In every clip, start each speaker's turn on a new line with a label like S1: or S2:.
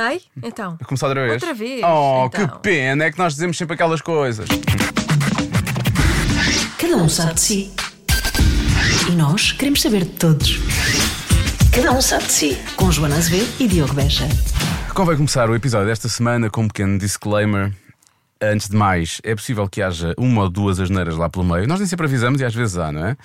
S1: Ai, então.
S2: A Começar outra vez?
S1: Outra vez,
S2: Oh,
S1: então.
S2: que pena, é que nós dizemos sempre aquelas coisas.
S3: Cada um sabe de si. E nós queremos saber de todos. Cada um sabe de si. Com Joana Azevedo e Diogo Beja.
S2: Convém começar o episódio desta semana com um pequeno disclaimer. Antes de mais, é possível que haja uma ou duas asneiras lá pelo meio. Nós nem sempre avisamos e às vezes há, não é?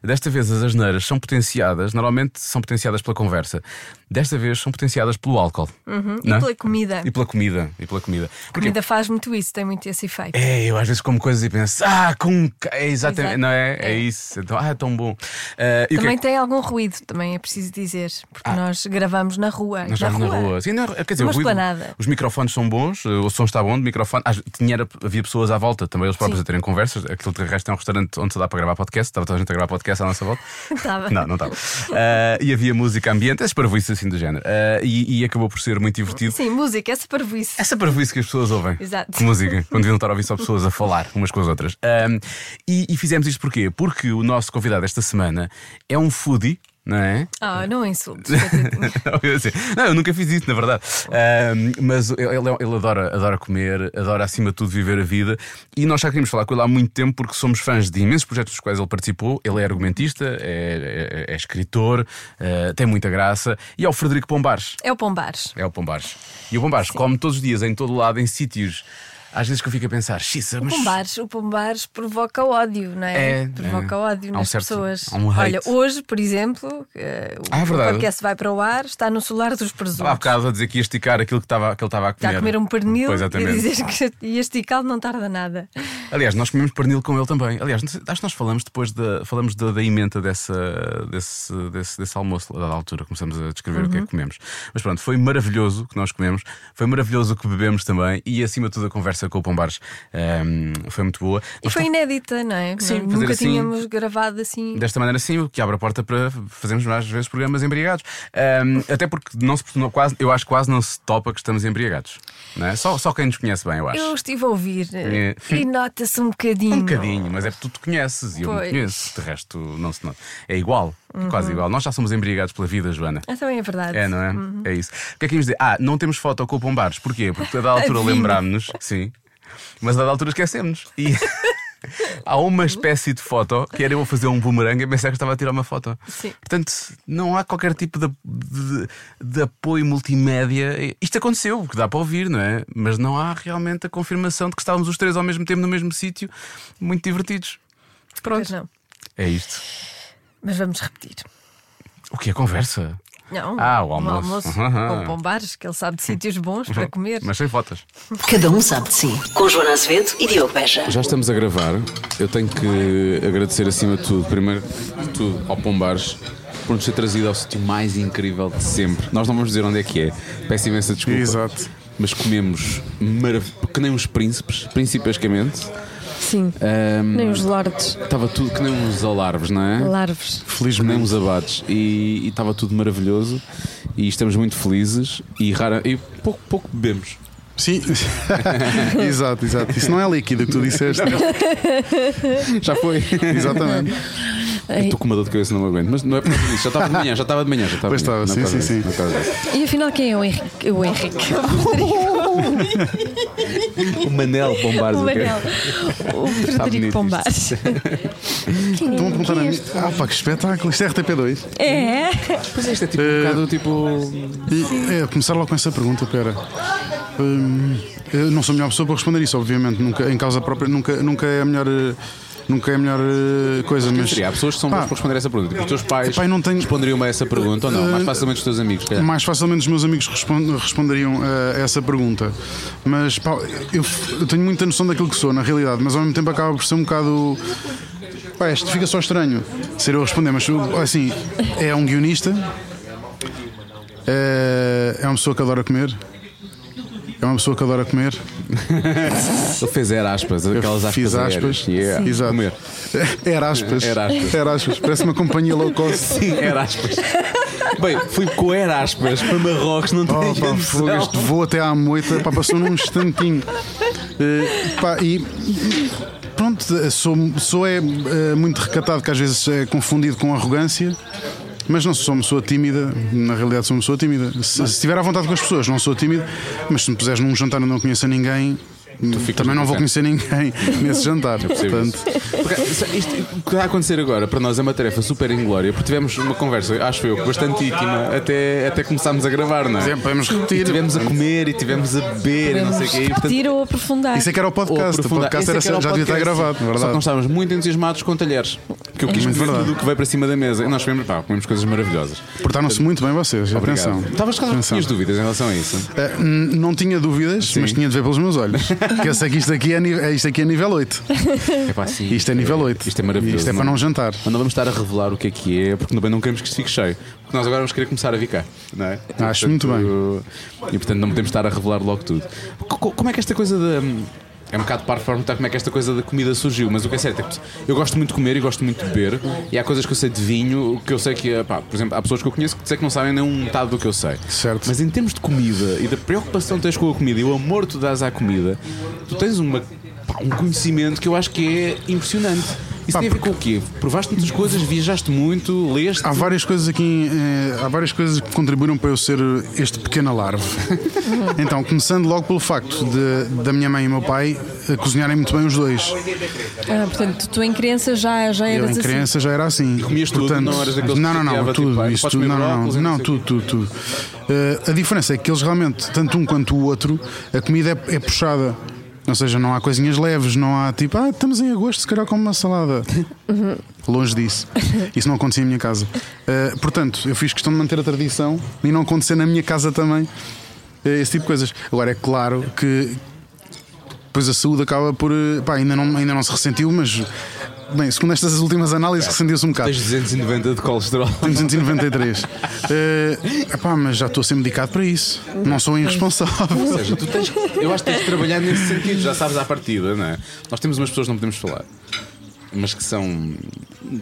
S2: Desta vez as asneiras são potenciadas, normalmente são potenciadas pela conversa. Desta vez são potenciadas pelo álcool.
S1: Uhum, E
S2: não é?
S1: pela comida.
S2: E pela comida. E pela comida. Porquê?
S1: Comida faz muito isso, tem muito esse efeito.
S2: É, eu às vezes como coisas e penso, ah, com. ca- É exatamente,
S1: Exato.
S2: não é? É
S1: É.
S2: isso. Então, ah, é tão bom. Ah, e o que é
S1: Também
S2: que- Ah.
S1: tem algum ruído, também é preciso dizer. Porque nós gravamos na rua.
S2: Nós vamos na rua. Sim, não, é- quer dizer,
S1: Numa
S2: o ruído-
S1: esplanada.
S2: os microfones são bons, eh, o som está bom de microfone. Às- tinha, era- havia pessoas à volta também, eles próprios
S1: Sim.
S2: a terem conversas. Aquilo de resto é um restaurante onde se dá para gravar podcast. Estava toda a gente a gravar podcast à nossa volta.
S1: Estava.
S2: Não, não estava. Ah, e havia música ambiente, esses parvoíces assim do género. Ah, e, e acabou por ser muito divertido.
S1: Sim, música, essa parvoíce.
S2: Essa parvoíce que as pessoas ouvem.
S1: Exato.
S2: De Música, quando deviam estar a ouvir só pessoas a falar umas com as outras. Ahm, e, e fizemos isto porquê? Porque o nosso convidado esta semana é um foodie, não é?
S1: Ah, não insultes. coitadinho.
S2: Não, eu sei. Não, eu nunca fiz isso, na verdade. Ahm, mas ele, é, ele adora, adora comer, adora acima de tudo viver a vida. E nós já queríamos falar com ele há muito tempo porque somos fãs de imensos projetos dos quais ele participou. Ele é argumentista, é, é- é escritor, eh, tem muita graça. E é o Frederico Pombares.
S1: é o Pombares.
S2: É o Pombares. E o Pombares come todos os dias, em todo lado, em sítios. Às vezes que eu fico a pensar, xissa,
S1: O
S2: mas.
S1: Pombares, o Pombares provoca ódio, não
S2: É,
S1: é? provoca
S2: é.
S1: ódio
S2: Há um
S1: nas
S2: certo-
S1: pessoas.
S2: há um hate.
S1: Olha, hoje, por exemplo, eh, o
S2: Ah, é verdade.
S1: podcast vai para o ar, está no solar dos
S2: Há
S1: presuntos.
S2: bocado a dizer que ia esticar aquilo que, estava, que ele estava a comer.
S1: Está a comer um pernil
S2: Pois,
S1: e
S2: exatamente.
S1: dizer que este cal não tarda nada.
S2: Aliás, nós comemos pernil com ele também. Aliás, não sei- acho que nós falamos depois da, falamos da, da emenda dessa, desse, desse, desse almoço, lá da altura. Começamos a descrever
S1: Uhum.
S2: o que é que comemos. Mas pronto, foi maravilhoso o que nós comemos, foi maravilhoso o que bebemos também e, acima de tudo, a conversa com o Pombares ehm, foi muito boa.
S1: E
S2: Mas
S1: foi inédita, não é?
S2: Sim,
S1: Não-
S2: fazer
S1: Nunca
S2: assim-
S1: tínhamos gravado assim.
S2: Desta maneira, sim, o que abre a porta para fazermos mais vezes programas embriagados. Ahm, até porque não se, não, quase, eu acho que quase não se topa que estamos embriagados. não é? só, só quem nos conhece bem, eu acho.
S1: Eu estive a ouvir eh,
S2: É.
S1: e nota-se um bocadinho.
S2: Um bocadinho, mas é porque tu te conheces e eu me
S1: Pois.
S2: conheço. De resto, não se nota. É igual, quase igual. Nós já somos embriagados pela vida, Joana.
S1: Ah, também é verdade.
S2: É, não é? É isso. O que é que íamos dizer? Ah, não temos foto com o Pombares. Porquê? Porque a dada altura
S1: Adivinha.
S2: lembrámos-nos, sim, mas a dada altura esquecemos. E há uma espécie de foto que era eu a fazer um boomerang e pensar que estava a tirar uma foto.
S1: Sim.
S2: Portanto, não há qualquer tipo de, de- de apoio multimédia. Isto aconteceu, porque dá para ouvir, não é? Mas não há realmente a confirmação de que estávamos os três ao mesmo tempo no mesmo sítio, muito divertidos.
S1: Pois não.
S2: É isto.
S1: Mas vamos repetir.
S2: O que é conversa?
S1: Não,
S2: Ah, o
S1: um
S2: almoço.
S1: almoço
S2: Aham. Uhum.
S1: com pombares, que ele sabe de sítios bons para comer.
S2: Mas sem fotos.
S3: Cada um sabe de si. Com Joana Azevedo e Diogo Beja.
S4: Já estamos a gravar. Eu tenho que agradecer acima de tudo, primeiro de tudo, ao Pombares por nos ter trazido ao sítio mais incrível de sempre. Nós não vamos dizer onde é que é. Peço imensa desculpa.
S5: Exato.
S4: Mas comemos marav- que nem uns príncipes, principescamente.
S6: Sim,
S2: Ah,
S4: Ahm,
S6: nem os lordes,
S4: Estava tudo que nem uns alarves, não é?
S6: larves.
S4: Felizmente. Nem uns abates. E e estava tudo maravilhoso. E estamos muito felizes. E, rara, e pouco, pouco bebemos.
S5: Sim, exato, exato. Isso não é líquido que tu disseste.
S4: Já foi.
S5: Exatamente.
S6: Ai,
S4: Estou com uma dor de cabeça, não aguento. Mas não é por causa disso. Já estava de manhã, já estava de manhã. Já estava
S5: Pois
S4: de manhã.
S5: estava,
S4: Não é
S5: sim, sim,
S4: por causa disso,
S6: E afinal, quem é o Henrique? O Henrique.
S4: não é por causa disso. O Manel Bombardo.
S6: O
S4: ok?
S6: Manel. O
S4: bonito
S6: Frederico
S4: isto.
S6: Pombares. Quem
S5: Estão a perguntar a
S6: quem é
S5: mim.
S6: este?
S5: Ah, pá, que espetáculo. Isto é RTP2.
S6: É?
S4: Pois é, isto é tipo
S2: Eh,
S4: um bocado tipo.
S5: E, é, começar logo com essa pergunta, pera. Hum, eu não sou a melhor pessoa para responder isso, obviamente. Nunca, em causa própria, nunca, nunca é a melhor. eh, Nunca é a melhor eh, coisa, mas.
S4: Seria, há pessoas que são boas
S5: Pá,
S4: para responder essa pergunta. Tipo, os teus pais
S5: Epá, eu não tenho- Eh,
S4: responderiam a essa pergunta ou não? Mais facilmente os teus amigos. se calhar.
S5: mais facilmente os meus amigos respon- responderiam eh, a essa pergunta. Mas pá, eu, f- eu tenho muita noção daquilo que sou, na realidade, mas ao mesmo tempo acaba por ser um bocado. Pá, isto fica só estranho ser eu a responder, mas o- assim, é um guionista, é, é uma pessoa que adora comer. É uma pessoa que adora comer.
S4: Ele fez era aspas, aquelas aspas.
S5: Fiz
S4: aéreas.
S5: aspas.
S4: Yeah.
S5: Exato.
S4: Comer.
S5: Era aspas.
S4: Era aspas.
S5: Era aspas. Parece uma companhia low cost.
S4: Sim, era aspas. Bem, fui com era aspas para Marrocos, não
S5: Oh,
S4: tenho
S5: pá,
S4: noção.
S5: fogo, este voo até à moita, pá, passou num instantinho. Eh, pá, e. e- eh, Pronto, sou, sou é, eh, muito recatado, que às vezes é confundido com arrogância. Mas não sou uma pessoa tímida, na realidade sou uma pessoa tímida. Se, se estiver à vontade com as pessoas, não sou tímido, mas se me puseres num jantar onde não conheço a ninguém, hum,
S2: ficas
S5: também não vou
S2: no
S5: conhecer ninguém nesse jantar.
S2: percebo
S5: Portanto,
S2: Porque isso- isto o que está a acontecer agora para nós é uma tarefa super inglória, porque tivemos uma conversa, acho eu, bastante íntima até, até começámos a gravar, não é?
S5: Sim, podemos repetir.
S2: E tivemos a comer e tivemos a beber e não sei o quê. E, portanto,
S1: Repetir ou aprofundar.
S5: isso é que era o
S2: ou
S5: podcast. O
S2: aprofundar.
S5: podcast
S2: Esse é
S5: era,
S2: que era o
S5: já devia estar
S2: podcast. Só
S5: gravado,
S2: que nós
S5: verdade. É
S2: estávamos muito entusiasmados com talheres. Porque eu quis
S5: Muito
S2: comer
S5: verdade.
S2: tudo o que veio para cima da mesa. E nós comemos, pá, comemos coisas maravilhosas.
S5: Portaram-se muito bem vocês, atenção.
S2: Obrigado. Estavas claro que
S5: Atenção.
S2: tinhas dúvidas em relação a isso.
S5: Eh, n- não tinha dúvidas, mas tinha de ver pelos meus olhes. Porque eu sei que isto aqui é, ni- é- isto aqui é nível 8.
S2: É pá, sim.
S5: Isto é nível 8.
S2: Isto é maravilhoso.
S5: Isto é para não jantar.
S2: Mas não vamos estar a revelar o que é que é, porque também não queremos que isto fique cheio. Porque nós agora vamos querer começar a vir cá, não é?
S5: Acho muito
S2: bem. E portanto não podemos estar a revelar logo tudo. Co- co- Como é que esta coisa da. É um bocado parvo para perguntar como é que esta coisa da comida surgiu, mas o que é certo é que eu gosto muito de comer e gosto muito de beber, e há coisas que eu sei de vinho, que eu sei que, pá, por exemplo, há pessoas que eu conheço que sei que não sabem nem um metade do que eu sei.
S5: Certo.
S2: Mas em termos de comida e da preocupação que tens com a comida e o amor que tu dás à comida, tu tens uma, pá, um conhecimento que eu acho que é impressionante. Isso tem a ver com o quê? Provaste muitas coisas, viajaste muito, leste.
S5: Há várias coisas aqui, eh, há várias coisas que contribuíram para eu ser este pequeno alarve. então, começando logo pelo facto de, da minha mãe e meu pai eh, cozinharem muito bem os dois.
S1: Ah, portanto, tu em criança já, já
S5: Eu
S1: eras
S5: em
S1: assim.
S5: criança já era assim.
S2: comias tudo,
S5: Portanto,
S2: não eras daqueles que
S5: não, não, não,
S2: chateava,
S5: tudo,
S2: tipo, "Ah,
S5: isso
S2: podes comer
S5: tudo, não, não,
S2: brócolis e
S5: não,
S2: não sei o
S5: tudo, tudo, tudo. Eh, a diferença é que eles realmente, tanto um quanto o outro, a comida é, é puxada. Ou seja, não há coisinhas leves, não há tipo, ah, estamos em agosto, se calhar como uma salada. Longe disso. Isso não acontecia em minha casa. Eh, portanto, eu fiz questão de manter a tradição e não acontecer na minha casa também eh, esse tipo de coisas. Agora, é claro que depois a saúde acaba por. eh, Pá, ainda não, ainda não se ressentiu, mas. Bem, segundo estas últimas análises, ressentiu-se um bocado.
S2: Tens 290 de colesterol.
S5: 293. Eh, epá, mas já estou a ser medicado para isso. Não sou um irresponsável.
S2: Ou seja, tu tens, eu acho que tens de trabalhar nesse sentido, já sabes à partida, não é? Nós temos umas pessoas que não podemos falar, mas que são.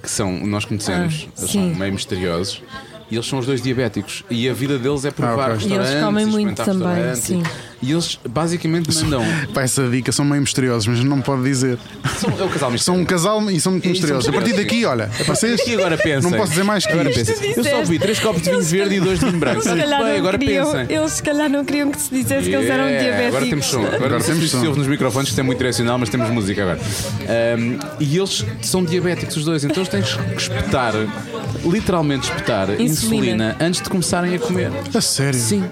S2: que são. nós conhecemos,
S1: Ah,
S2: eles
S1: sim.
S2: são meio misteriosos. E eles são os dois diabéticos. E a vida deles é provar
S5: Ah, ok.
S2: restaurantes.
S1: E eles comem muito
S2: experimentar
S1: também,
S2: restaurantes.
S1: sim.
S2: E eles basicamente mandam.
S5: Pá, essa dica são meio misteriosos, mas não pode dizer.
S2: São, é o casal mistério.
S5: São um casal e são muito
S2: E são
S5: misteriosos. A partir
S2: misteriosos,
S5: daqui,
S2: sim.
S5: olha, é vocês.
S2: E agora pensem.
S5: Não posso dizer mais que
S2: agora
S5: isto.
S2: pensem. Eu só vi três copos de vinho verde e dois de vinho branco.
S1: Eles se calhar
S2: Bem,
S1: não
S2: agora
S1: queriam-
S2: pensem.
S1: Eles se calhar não queriam que se dissesse que eles eram um
S2: Yeah,
S1: diabéticos.
S2: Agora temos som. Agora,
S5: Agora temos
S2: temos
S5: som.
S2: som. nos microfones, isto é muito direcional, mas temos música agora. Ahm, e eles são diabéticos os dois, então eles têm que espetar, literalmente espetar,
S1: Insulina.
S2: insulina, antes de começarem a comer.
S5: A sério.
S2: Sim.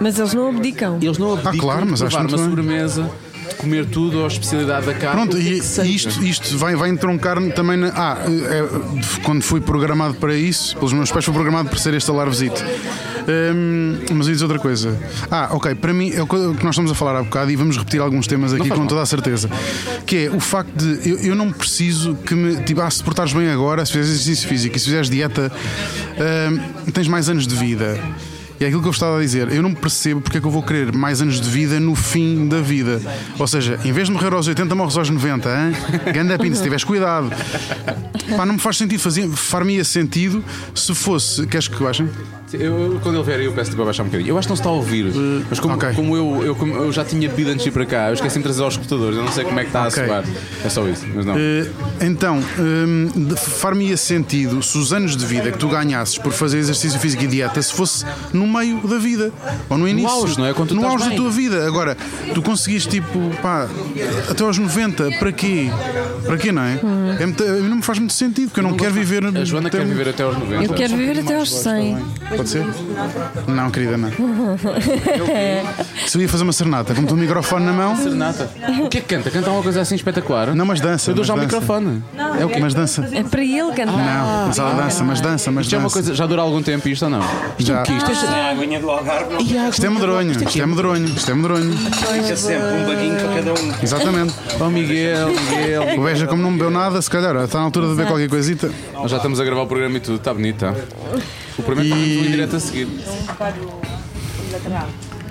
S1: Mas eles não abdicam.
S2: Eles não abdicam
S5: Ah, claro, mas
S2: de
S5: acho
S2: provar
S5: muito
S2: uma
S5: bem.
S2: sobremesa, de comer tudo ou a especialidade da carne.
S5: Pronto,
S2: o que é
S5: e,
S2: que seja.
S5: e isto, isto vai, vai entroncar-me também na. Ah, é, quando fui programado para isso, pelos meus pais, fui programado para ser este alarvezito. Hum, mas eu ia dizer outra coisa. Ah, ok, para mim é o que o que nós estamos a falar há bocado e vamos repetir alguns temas aqui com toda a certeza. Que é o facto de eu, eu não preciso que me. Tipo, ah, se portares bem agora, se fizeres exercício físico e se fizeres dieta, hum, tens mais anos de vida. E é aquilo que eu estava a dizer, eu não percebo porque é que eu vou querer mais anos de vida no fim da vida. Ou seja, em vez de morrer aos 80, morres aos 90, hein? Ganda pinto, se tiveres cuidado. Pá, não me faz sentido, fazia, faria sentido se fosse. Queres que eu ache?
S2: Eu, eu, quando ele vier, eu peço-lhe para baixar um bocadinho. Eu acho que não se está a ouvir, mas como,
S5: Uh, ok.
S2: como eu, eu- como eu já tinha pedido antes de ir para cá, eu esqueci de trazer aos escutadores, eu não sei como é que está
S5: Ok.
S2: a soar. É só isso, mas não.
S5: Eh, Então, hum, de- far-me-ia sentido se os anos de vida que tu ganhasses por fazer exercício físico e dieta se fosse no meio da vida ou no início.
S2: auge, não é? Quando tu
S5: no
S2: estás
S5: auge da
S2: bem.
S5: tua vida. Agora, tu conseguiste tipo, pá, até aos 90, para quê? Para quê, não é? É muito- não me faz muito sentido, porque eu não, quero viver.
S2: A Joana
S5: até-
S2: quer viver até aos
S5: um
S2: 90.
S1: Eu quero viver até aos 100.
S5: Pode ser? Não, querida, não. Se eu ia fazer uma serenata, como tu o microfone na mão.
S2: Serenata. O que é que canta? Canta uma coisa assim espetacular?
S5: Não, mas dança.
S2: Eu dou já o
S5: mas dança.
S2: microfone.
S5: É o que? Mas dança.
S1: É para ele cantar.
S5: Não, mas ela dança,
S1: Ah.
S5: mas dança, mas
S2: Isto já, é uma
S5: dança.
S2: coisa, já dura algum tempo isto ou não? Isto
S5: Já. Ah.
S2: é o quê? Isto é,
S5: Isto é medronho, isto é medronho, isto é medronho.
S7: Fica sempre um baguinho para cada um.
S5: Exatamente.
S2: Oh Miguel, Miguel.
S5: O Beja, como não bebeu nada, se calhar está na altura de beber qualquer coisita.
S2: Nós já estamos a gravar o programa e tudo, está bonito, tá? O programa
S5: E-
S2: está muito em direto a seguir.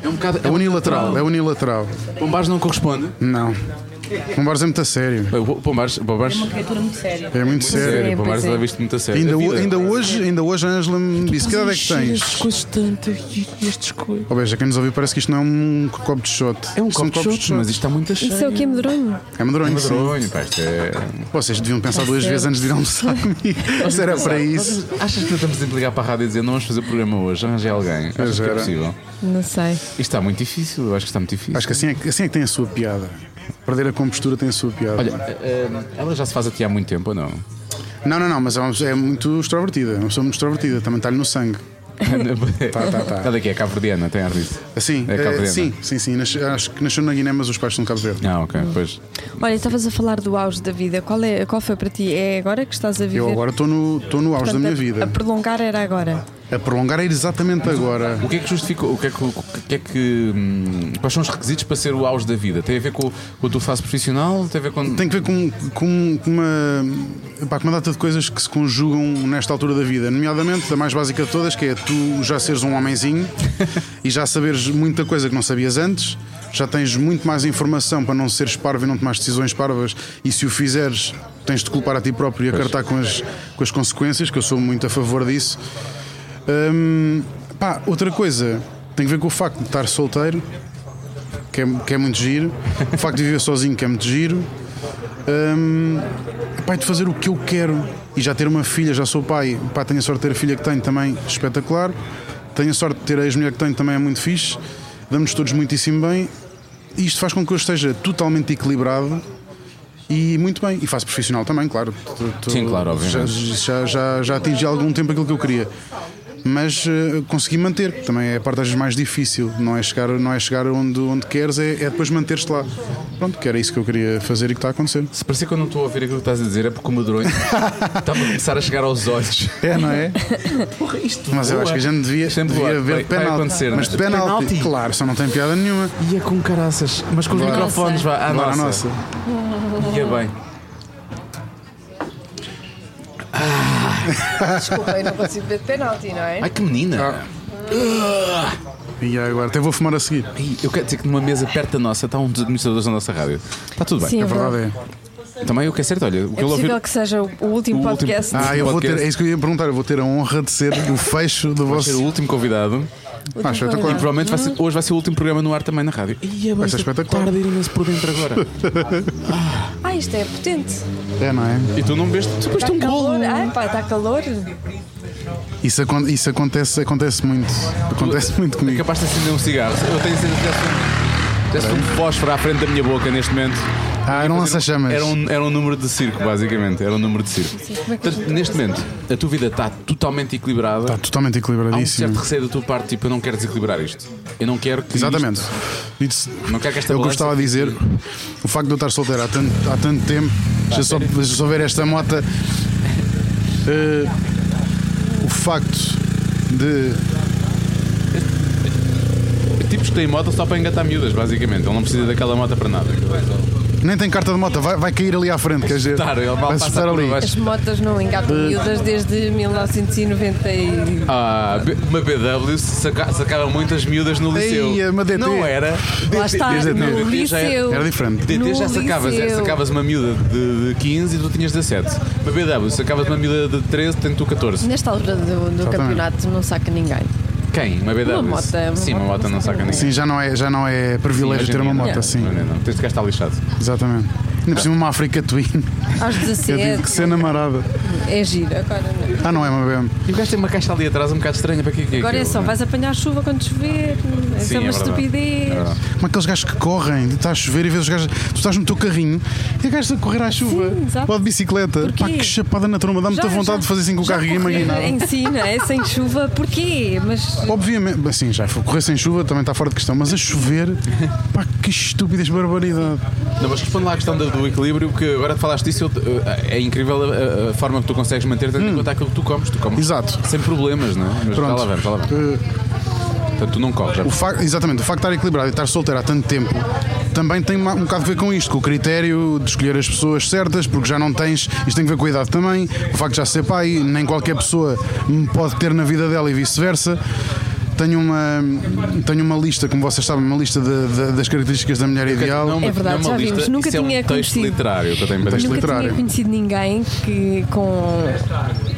S2: É um bocado.
S5: É unilateral, é
S2: É
S5: unilateral.
S2: Bombares não corresponde.
S5: Não. Pombares é muito a sério.
S2: Bem, o Pombares, o Pombares
S8: criatura muito séria.
S5: É muito
S2: sério,
S5: sério.
S2: o Pombares
S1: pois é.
S2: leva isto muito a sério.
S5: Ainda,
S2: É
S5: ho-
S2: vida.
S5: ainda hoje, ainda hoje a Angela
S2: Tipo
S5: me disse: Que idade é que tens?
S2: constante e estas coisas.
S5: Ou veja, quem nos ouviu parece que isto não é um copo de shot.
S2: É um
S5: São
S2: copo
S5: copos
S2: mas isto está muito a cheio.
S1: Isso é o que é medronho.
S5: É medronho, sim.
S2: Madronho, pá, isto é...
S5: Vocês deviam pensar duas vezes antes de ir almoçar comigo. Se era para isso.
S2: Achas que estamos a ligar para a rádio e dizer não vamos fazer programa hoje, arranjei alguém? Achas que é
S5: era.
S2: possível?
S1: Não sei.
S2: Isto está muito difícil, eu acho que está muito difícil.
S5: Acho que assim é, que- assim é que tem a sua piada. Perder a compostura tem a sua piada.
S2: Olha, eh, eh, ela já se faz a ti há muito tempo ou não?
S5: Não, não, não, mas é, uma pessoa- é muito extrovertida. É uma pessoa muito extrovertida, também está-lhe no sangue.
S2: tá,
S5: tá, tá.
S2: Ela é que é cabo-verdiana, tem ar disso.
S5: Assim,
S2: É cabo-verdiana.
S5: sim, sim, sim. nasce- acho que nasceu na Guiné, mas os pais são de Cabo Verde.
S2: Ah, ok, pois.
S1: Olha, estavas a falar do auge da vida. Qual, é, qual foi para ti? É agora que estás a viver?
S5: Eu agora estou no, estou no auge da
S1: Portanto,
S5: minha
S1: a- A
S5: vida.
S1: prolongar era agora.
S5: A prolongar é exatamente agora.
S2: O que é que justificou? O que é que, o que é que, hum, quais são os requisitos para ser o auge da vida? Tem a ver com, com a tua fase profissional? Tem a ver com.
S5: Tem que ver com, com, com uma, pá, com uma data de coisas que se conjugam nesta altura da vida, nomeadamente da mais básica de todas, que é tu já seres um homenzinho e já saberes muita coisa que não sabias antes, já tens muito mais informação para não seres parvo e não tomares decisões parvas, e se o fizeres, tens de culpar a ti próprio e acartar com as, com as consequências, que eu sou muito a favor disso. Hum, pá, outra coisa tem que ver com o facto de estar solteiro, que é, que é muito giro, o facto de viver sozinho, que é muito giro, hum, pá, e de fazer o que eu quero e já ter uma filha, já sou pai, pá, tenho a sorte de ter a filha que tenho também, espetacular, tenho a sorte de ter a ex-mulher que tenho também, é muito fixe, damos-nos todos muitíssimo bem e isto faz com que eu esteja totalmente equilibrado. E muito bem, e faço profissional também, claro. Tô- tô-
S2: Sim, claro,
S5: já,
S2: obviamente.
S5: já, já, já atingi há algum tempo aquilo que eu queria. Mas eh, consegui manter, que também é a parte às vezes mais difícil, não é chegar, não é chegar onde, onde queres, é, é depois manter-te lá. Pronto, que era isso que eu queria fazer e que está a acontecer.
S2: Se parecer que eu não estou a ouvir aquilo que estás a dizer, é porque o madronho está a começar a chegar aos olhos.
S5: É, não é? Mas eu acho que a gente devia,
S2: Sempre
S5: devia
S2: voa.
S5: ver
S2: Vai-
S5: de
S2: vai
S5: penalti.
S2: acontecer,
S5: mas
S2: não é?
S5: de penalti,
S2: Penalti.
S5: claro, só não tem piada nenhuma.
S2: Ia é com caraças, mas com os
S5: Bora.
S2: microfones, vá. Ah,
S5: Agora
S2: nossa.
S5: a nossa.
S2: Ia bem.
S8: Desculpa, eu não consigo ver penalti, não é?
S2: Ai, que menina!
S5: E agora, até vou fumar a seguir.
S2: Ai, eu quero dizer que numa mesa perto da nossa está um dos administradores da nossa rádio. Está tudo bem.
S1: Sim,
S5: A
S1: é
S5: verdade
S1: verdade.
S5: é.
S2: Também o que é certo, olha, o que
S1: É
S2: eu ouvi.
S1: possível que seja o o último
S2: O último-
S1: podcast.
S5: Ah, eu vou ter,
S2: podcast.
S5: é isso que eu ia perguntar, eu vou ter a honra de ser o fecho do
S2: Vai ser o
S5: vosso.
S2: último convidado.
S5: Ah, espetacular.
S2: Provavelmente vai ser- hoje vai ser o último programa no ar também na rádio. Ia bem,
S5: ser espetacular.
S2: é Tarde imenso por dentro agora.
S1: Ah, isto é potente.
S5: É, não é?
S2: e tu não bebeste. Tu bebeste
S1: Está
S2: um bolo.
S1: calor. Ah, pá, está calor.
S5: Isso, acon- isso acontece, acontece muito. Acontece muito
S2: É
S5: comigo.
S2: capaz de acender um cigarro. Eu tenho certeza que tivesse um- tivesse um fósforo à frente da minha boca neste momento.
S5: Ah, não lança chamas.
S2: Era um, era um número de circo, basicamente. Era um número de circo. Portanto, neste momento, a tua vida está totalmente equilibrada.
S5: Está Tá totalmente
S2: Há um
S5: equilibradíssimo.
S2: certo receio da tua parte, tipo, eu não quero desequilibrar isto. Eu não quero que.
S5: Exatamente.
S2: isto-
S5: Isso-
S2: Não quero que esta
S5: é o que eu
S2: balança-
S5: estava a dizer. O facto de eu estar solteiro há tanto, há tanto tempo, deixa só, deixa só ver esta moto. Eh, o facto de.
S2: Tipos que têm moto só para engatar miúdas, basicamente. Ele não precisa daquela moto para nada.
S5: Nem tem carta de moto, vai, vai cair ali à frente, quer dizer.
S2: Claro, ele vai
S5: vai
S2: passar
S5: estar
S2: por
S5: ali.
S2: baixo.
S1: As motas não engatam
S5: Eh,
S1: miúdas desde 1990 e...
S2: Ah, B- uma BW saca, sacava muitas miúdas no liceu.
S5: Ei, uma DT.
S2: Não era.
S1: Lá está,
S5: desde a
S1: no
S2: DT já era-
S1: liceu.
S5: Era diferente.
S2: DT
S1: No
S2: já sacavas,
S1: liceu.
S2: sacavas uma miúda de, de 15 e tu tinhas 17. Uma BW sacavas uma miúda de 13, tens tu 14.
S1: Nesta altura do, do campeonato não saca ninguém.
S2: Quem? Uma BW?
S1: Uma moto, é uma
S2: Sim, uma
S1: moto
S2: moto não saca ninguém.
S5: Sim, já não é, já não é privilégio
S2: hoje em
S5: ter uma
S2: dia não.
S5: moto, sim.
S2: Não, é. não, não. Tens de cá estar lixado.
S5: Exatamente. Ainda por cima, uma África Twin.
S1: Aos
S5: Eu tive
S1: 17
S5: que ser namarada.
S1: é giro, agora não.
S5: Ah, não é uma BM.
S2: E o gajo tem uma caixa ali atrás um bocado estranha para que que
S1: Agora é
S2: aquilo,
S1: só,
S2: não
S1: vais apanhar chuva quando chover, isso
S2: Sim,
S1: é
S2: é
S1: uma
S2: verdade.
S1: estupidez.
S2: É verdade.
S5: Como aqueles gajos que correm, está a chover e vês os gajos. Tu estás no teu carrinho e o gajo a correr à chuva.
S1: Sim, exato.
S5: ou de bicicleta.
S1: Porquê?
S5: Pá, que chapada na tromba, dá-me muita
S1: Já-
S5: vontade
S1: já-
S5: de fazer assim com o
S1: já
S5: carro e
S1: correr
S5: imaginar.
S1: Em si, não é? Sem chuva, porquê? Mas
S5: Obviamente, assim, já correr sem chuva também está fora de questão, mas a chover, pá, que estúpidas barbaridade.
S2: Não, mas responde lá à questão do, do equilíbrio, porque agora que falaste disso, eu te- eh, é incrível a, a- a forma que tu consegues manter, tendo em conta aquilo que tu comes. Tu comes
S5: Hum. Exato.
S2: sem problemas, não é? Mas
S5: Pronto.
S2: já lá vamos, já lá vamos.
S5: Eh,
S2: Portanto, tu não corres. já
S5: o fa- exatamente, o facto de estar equilibrado e estar solteiro há tanto tempo também tem uma- um bocado a ver com isto, com o critério de escolher as pessoas certas, porque já não tens, isto tem a ver com a idade também, o facto de já ser pai, nem qualquer pessoa me pode ter na vida dela e vice-versa. tenho uma, tenho uma lista, como vocês sabem, uma lista de- de- das características da mulher ideal.
S2: Não,
S1: É verdade,
S2: não é uma
S1: já vimos.
S2: lista,
S1: Nunca
S2: isso é um
S1: tinha
S2: texto
S1: conhecido.
S2: literário que eu tenho para
S5: Texto
S2: dizer.
S1: Nunca
S5: literário.
S1: tinha conhecido ninguém que com,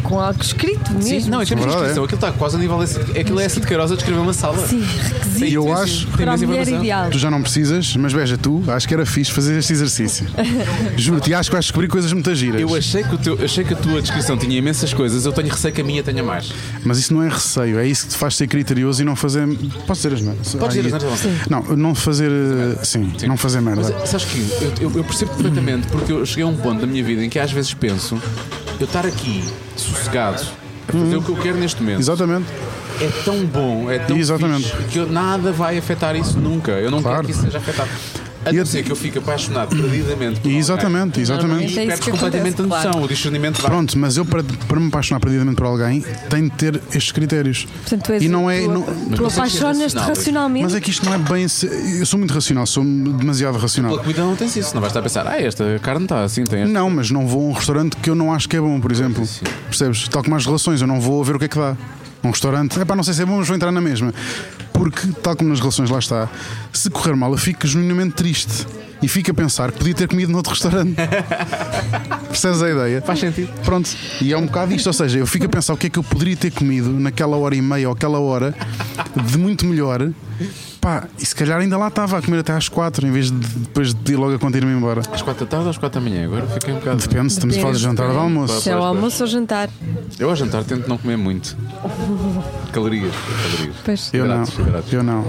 S1: com algo escrito mesmo.
S2: Sim, não, é em termos de
S5: Verdade, é.
S2: descrição, aquilo está quase a nível. desse- Aquilo é essa de Queiroz a descrever uma sala.
S1: Sim, requisito
S5: E eu
S2: sim,
S5: acho-
S2: sim, tem
S1: para a
S2: imensa
S1: mulher
S2: informação.
S1: ideal.
S5: Tu já não precisas, mas veja, tu acho que era fixe fazer este exercício. Juro-te, e acho que vais descobrir coisas muito giras.
S2: Eu achei que, o teu- achei que a tua descrição tinha imensas coisas, eu tenho receio que a minha tenha mais.
S5: Mas isso não é receio, é isso que te faz ser criterioso e não fazer. Posso dizer as merdas?
S2: Podes dizer as é? merdas, Sim.
S5: Não, não fazer. eh, Sim, não fazer merda.
S2: Mas eh, sabes que eu, eu- eu percebo perfeitamente porque eu cheguei a um ponto da minha vida em que às vezes penso, eu estar aqui sossegado, a fazer o que eu quero neste momento,
S5: Exatamente.
S2: é tão bom, é tão
S5: Exatamente.
S2: fixe, que eu- nada vai afetar isso nunca. Eu não
S5: Claro.
S2: quero que isso seja afetado. A
S5: E
S2: não
S5: eu-
S2: ser que eu fique apaixonado perdidamente por alguém.
S5: Exatamente,
S2: E
S5: exatamente.
S1: Normalmente é isso
S2: perdes
S1: que
S2: completamente
S1: acontece,
S2: a noção,
S1: claro.
S2: o discernimento vai.
S5: Pronto, mas eu para, para me apaixonar perdidamente por alguém tenho de ter estes critérios.
S1: Portanto, tu és
S5: e não é.
S1: tu,
S5: não-
S1: tu
S2: Mas vocês
S1: apaixonas-te
S2: racionais.
S1: racionalmente.
S5: mas é que isto não é bem. se- Eu sou muito racional, sou demasiado racional.
S2: Pela comida não tens isso, não vais estar a pensar, ah, esta carne está assim, tem esta.
S5: Não, mas não vou a um restaurante que eu não acho que é bom, por exemplo.
S2: Sim.
S5: Percebes? Tal como as relações, eu não vou ver o que é que dá. Um restaurante, é não sei se é bom, mas vou entrar na mesma. Porque, tal como nas relações lá está, se correr mal, eu fico genuinamente triste. E fico a pensar que podia ter comido noutro restaurante. Percebes a ideia?
S2: Faz sentido.
S5: Pronto, e é um bocado isto, ou seja, eu fico a pensar o que é que eu poderia ter comido naquela hora e meia ou aquela hora de muito melhor. Pá, e se calhar ainda lá estava a comer até às quatro, em vez de depois de ir logo a quando ir-me embora.
S2: Às quatro da tarde ou às quatro da manhã? Agora fiquei um bocado.
S5: Depende, se estamos a falar de jantar ou de almoço.
S1: Se é o
S2: Pois, pois.
S1: almoço ou jantar.
S2: Eu ao jantar tento não comer muito. Calorias, calorias.
S1: Pois.
S5: Eu não,
S2: Hidratos, hidratos.
S5: eu não.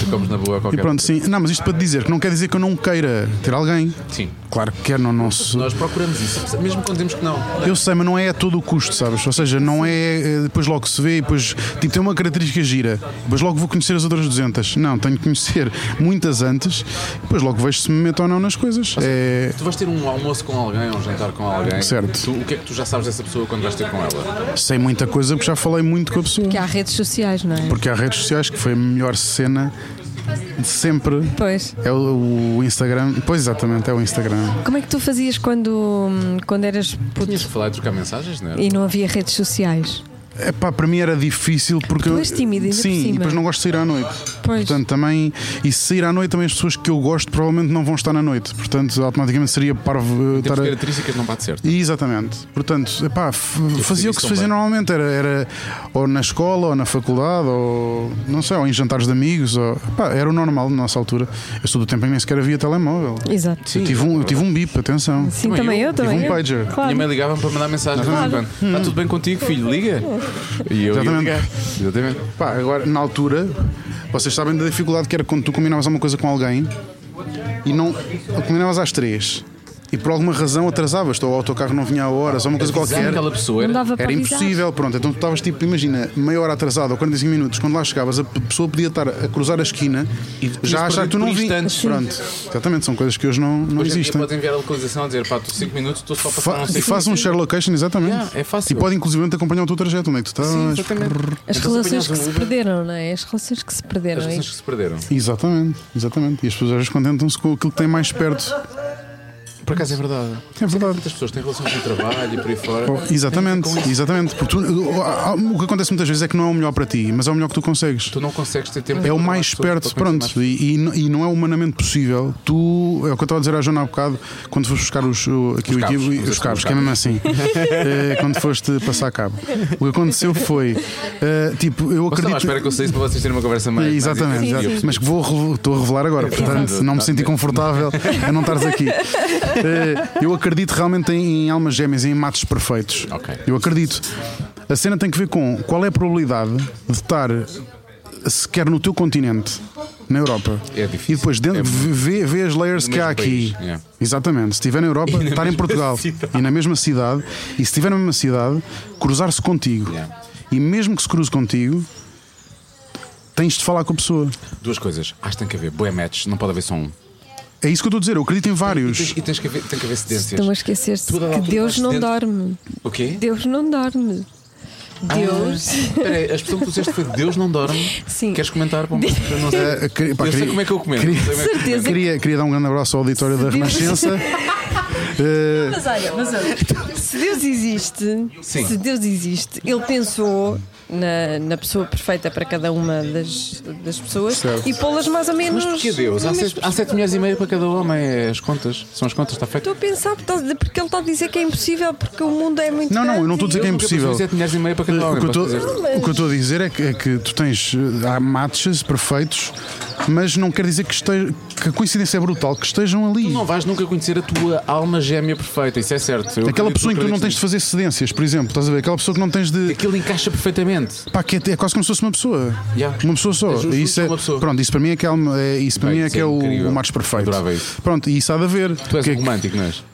S2: Tu comes na boa a
S5: E
S2: qualquer
S5: pronto, sim. Não, mas isto para te dizer que não quer dizer que eu não queira ter alguém.
S2: Sim.
S5: Claro que quero, não, não se-
S2: Nós procuramos isso, mesmo quando dizemos que não.
S5: Eu sei, mas não é a todo o custo, sabes? Ou seja, não é. eh, Depois logo se vê, e depois. Tipo, tem uma característica gira. Depois logo vou conhecer as outras 200. Não, tenho que conhecer muitas antes. Depois logo vejo se me meto ou não nas coisas. É.
S2: Tu vais ter um almoço com alguém ou um jantar com alguém.
S5: Certo.
S2: Tu- o que é que tu já sabes dessa pessoa quando vais ter com ela?
S5: Sei muita coisa porque já falei muito com a pessoa.
S1: Que há redes sociais, não é?
S5: Porque há redes sociais que foi a melhor cena de sempre.
S1: Pois.
S5: É o o Instagram. Pois exatamente, é o Instagram.
S1: Como é que tu fazias quando, hum, quando eras puto
S2: Tinhas que falar e trocar mensagens, não é? era?
S1: e não havia redes sociais?
S5: Epá, para mim era difícil porque.
S1: Tu és tímida, ainda por
S5: Sim,
S1: cima.
S5: e depois não gosto de sair à noite.
S1: Pois.
S5: Portanto, também. E se sair à noite, também as pessoas que eu gosto provavelmente não vão estar na noite. Portanto, automaticamente seria parvo. eh,
S2: Temos
S5: Estar a...
S2: características que não bate certo.
S5: E, Exatamente. Portanto, epá, f- fazia o
S2: isso
S5: que se fazia
S2: também.
S5: normalmente. Era, era ou na escola, ou na faculdade, ou não sei, ou em jantares de amigos. Ou... epá, era o normal na nossa altura. Eu sou do tempo em que nem sequer havia telemóvel.
S1: Exato.
S5: eu, tive um, eu tive um bip, atenção.
S1: Sim,
S2: Também
S1: também,
S2: eu.
S1: eu,
S2: Tive
S1: também.
S5: um
S1: eu.
S5: pager.
S1: Claro.
S2: Minha mãe ligava para mandar mensagens de vez em quando. Está tudo bem contigo, filho? Liga. E eu ia
S5: Exatamente.
S2: ligar. Exatamente.
S5: Pá, agora, na altura, vocês sabem da dificuldade que era quando tu combinavas alguma coisa com alguém e não. combinavas às três e por alguma razão atrasavas, ou o autocarro não vinha a horas, ou uma coisa
S2: Avisar
S5: qualquer.
S2: aquela pessoa
S1: Não
S2: era.
S1: dava para
S5: Era
S1: avisar.
S5: impossível, pronto. Então tu estavas tipo, imagina, meia hora atrasada ou 45 minutos, quando lá chegavas, a p- pessoa podia estar a cruzar a esquina e já a achar que tu não
S2: perdido por
S5: vinhas.
S2: instantes.
S5: Pronto, exatamente, são coisas que hoje não, não
S2: Hoje em dia
S5: existem.
S2: podes enviar a localização a dizer, pá, tu 5 minutos, estou só para
S5: Fa-
S2: falar
S5: e faz um share location, exatamente.
S2: Yeah, é fácil.
S5: E pode inclusive acompanhar o teu trajeto, onde é que tu estás.
S2: Sim, exatamente.
S1: As
S2: Então, se
S1: relações
S2: apanhares
S1: que
S2: um
S1: se
S2: Uber,
S1: perderam, não é? As relações que se perderam. é
S2: As relações que se perderam.
S5: Exatamente, exatamente. E as pessoas às vezes contentam-se com aquilo que têm mais perto.
S2: Por acaso é verdade.
S5: É verdade.
S2: Muitas pessoas têm relações de trabalho e por aí fora.
S5: Exatamente, exatamente. Porque tu- ah, ah, o que acontece muitas vezes é que não é o melhor para ti, mas é o melhor que tu consegues.
S2: Tu não consegues ter tempo
S5: É
S2: para
S5: o
S2: falar
S5: mais
S2: sobre-
S5: perto,
S2: para conhecer
S5: pronto. E, e n- e não é humanamente possível. Tu, é o que eu estava a dizer à Joana há bocado, quando foste buscar os, o- aqui
S2: Os cabos,
S5: o equipo,
S2: vamos
S5: os
S2: dizer, os
S5: cabos, que é mesmo assim. Eh, quando foste passar cabo. O que aconteceu foi, eh, tipo,
S2: Vocês
S5: eu
S2: estavam tá à
S5: acredito.
S2: espera que eu saísse para vocês terem uma conversa mais.
S5: Exatamente,
S2: mais
S5: exato.
S2: intensa.
S5: mas que vou, revel- estou a revelar agora, portanto, não me senti confortável a não estares aqui. Eh, Eu acredito realmente em, em almas gêmeas e em matos perfeitos.
S2: Ok.
S5: Eu acredito. A cena tem que ver com qual é a probabilidade de estar sequer no teu continente, na Europa.
S2: É difícil.
S5: E depois dentro,
S2: É muito.
S5: vê, vê as layers
S2: No
S5: que há
S2: mesmo
S5: aqui.
S2: país, yeah.
S5: Exatamente. Se estiver na Europa,
S2: na
S5: estar em
S2: mesma
S5: Portugal
S2: cidade.
S5: e na mesma cidade, e se estiver na mesma cidade, cruzar-se contigo.
S2: Yeah.
S5: E mesmo que se cruze contigo, tens de falar com a pessoa.
S2: Duas coisas. Acho que tem que haver boé match, não pode haver só um.
S5: É isso que eu estou a dizer, eu acredito em
S2: E tens,
S5: vários.
S2: e tens que haver, tem que haver cedências.
S1: Estão a esquecer-se
S2: Toda a
S1: que
S2: altura
S1: Deus
S2: estás
S1: não
S2: dentro.
S1: dorme.
S2: O quê?
S1: Deus não dorme.
S2: Ah.
S1: Deus.
S2: Espera aí, a expressão que tu disseste foi Deus não dorme.
S1: Sim.
S2: Queres comentar? Bom, eu não sei.
S5: Ah, queria- pá,
S2: eu sei
S5: queria-
S2: como é que eu comento.
S5: queria-
S2: não sei como é que eu comento.
S1: Certeza.
S5: Queria, queria dar um grande abraço ao auditório da
S1: Deus-
S5: Renascença. Eh,
S1: Mas olha, mas olha, se Deus existe,
S2: Sim.
S1: se Deus existe, ele pensou na, na pessoa perfeita para cada uma das, das pessoas e pô-las mais ou menos.
S2: Mas porquê Deus?
S1: no
S2: Há
S1: mesmo
S2: 7, milhões e meio para cada homem, é as contas. São as contas, está feito.
S1: Estou a pensar porque tá- porque ele está a dizer que é impossível porque o mundo é muito
S5: Não, não, eu não estou a dizer que é
S1: grande
S5: impossível. Eh,
S2: 7 milhões e meio para cada
S5: O
S2: homem.
S5: que eu tô-
S2: posso dizer.
S5: o que eu estou a dizer é que, é que tu tens. eh, Há matches perfeitos, mas não quer dizer que, este- que a coincidência é brutal, que estejam ali.
S2: Tu não vais nunca conhecer a tua alma gêmea perfeita, isso é certo. Eu
S5: Aquela
S2: acredito-
S5: pessoa em que tu não
S2: acredito
S5: tens de fazer cedências, por exemplo, estás a ver? Aquela pessoa que não tens de.
S2: nisso. Aquilo encaixa perfeitamente.
S5: Pá, que é, é quase como se fosse uma pessoa.
S2: Yeah.
S5: Uma pessoa
S2: É
S5: só.
S2: justo,
S5: isso
S2: é uma pessoa.
S5: Pronto, isso para mim é que é, alma- é- isso para
S2: Bem,
S5: mim é,
S2: isso
S5: que é
S2: é
S5: o,
S2: incrível.
S5: o match perfeito.
S2: Adorava isso.
S5: Pronto, e isso há de haver.
S2: Tu és
S5: Que-
S2: um romântico, não és?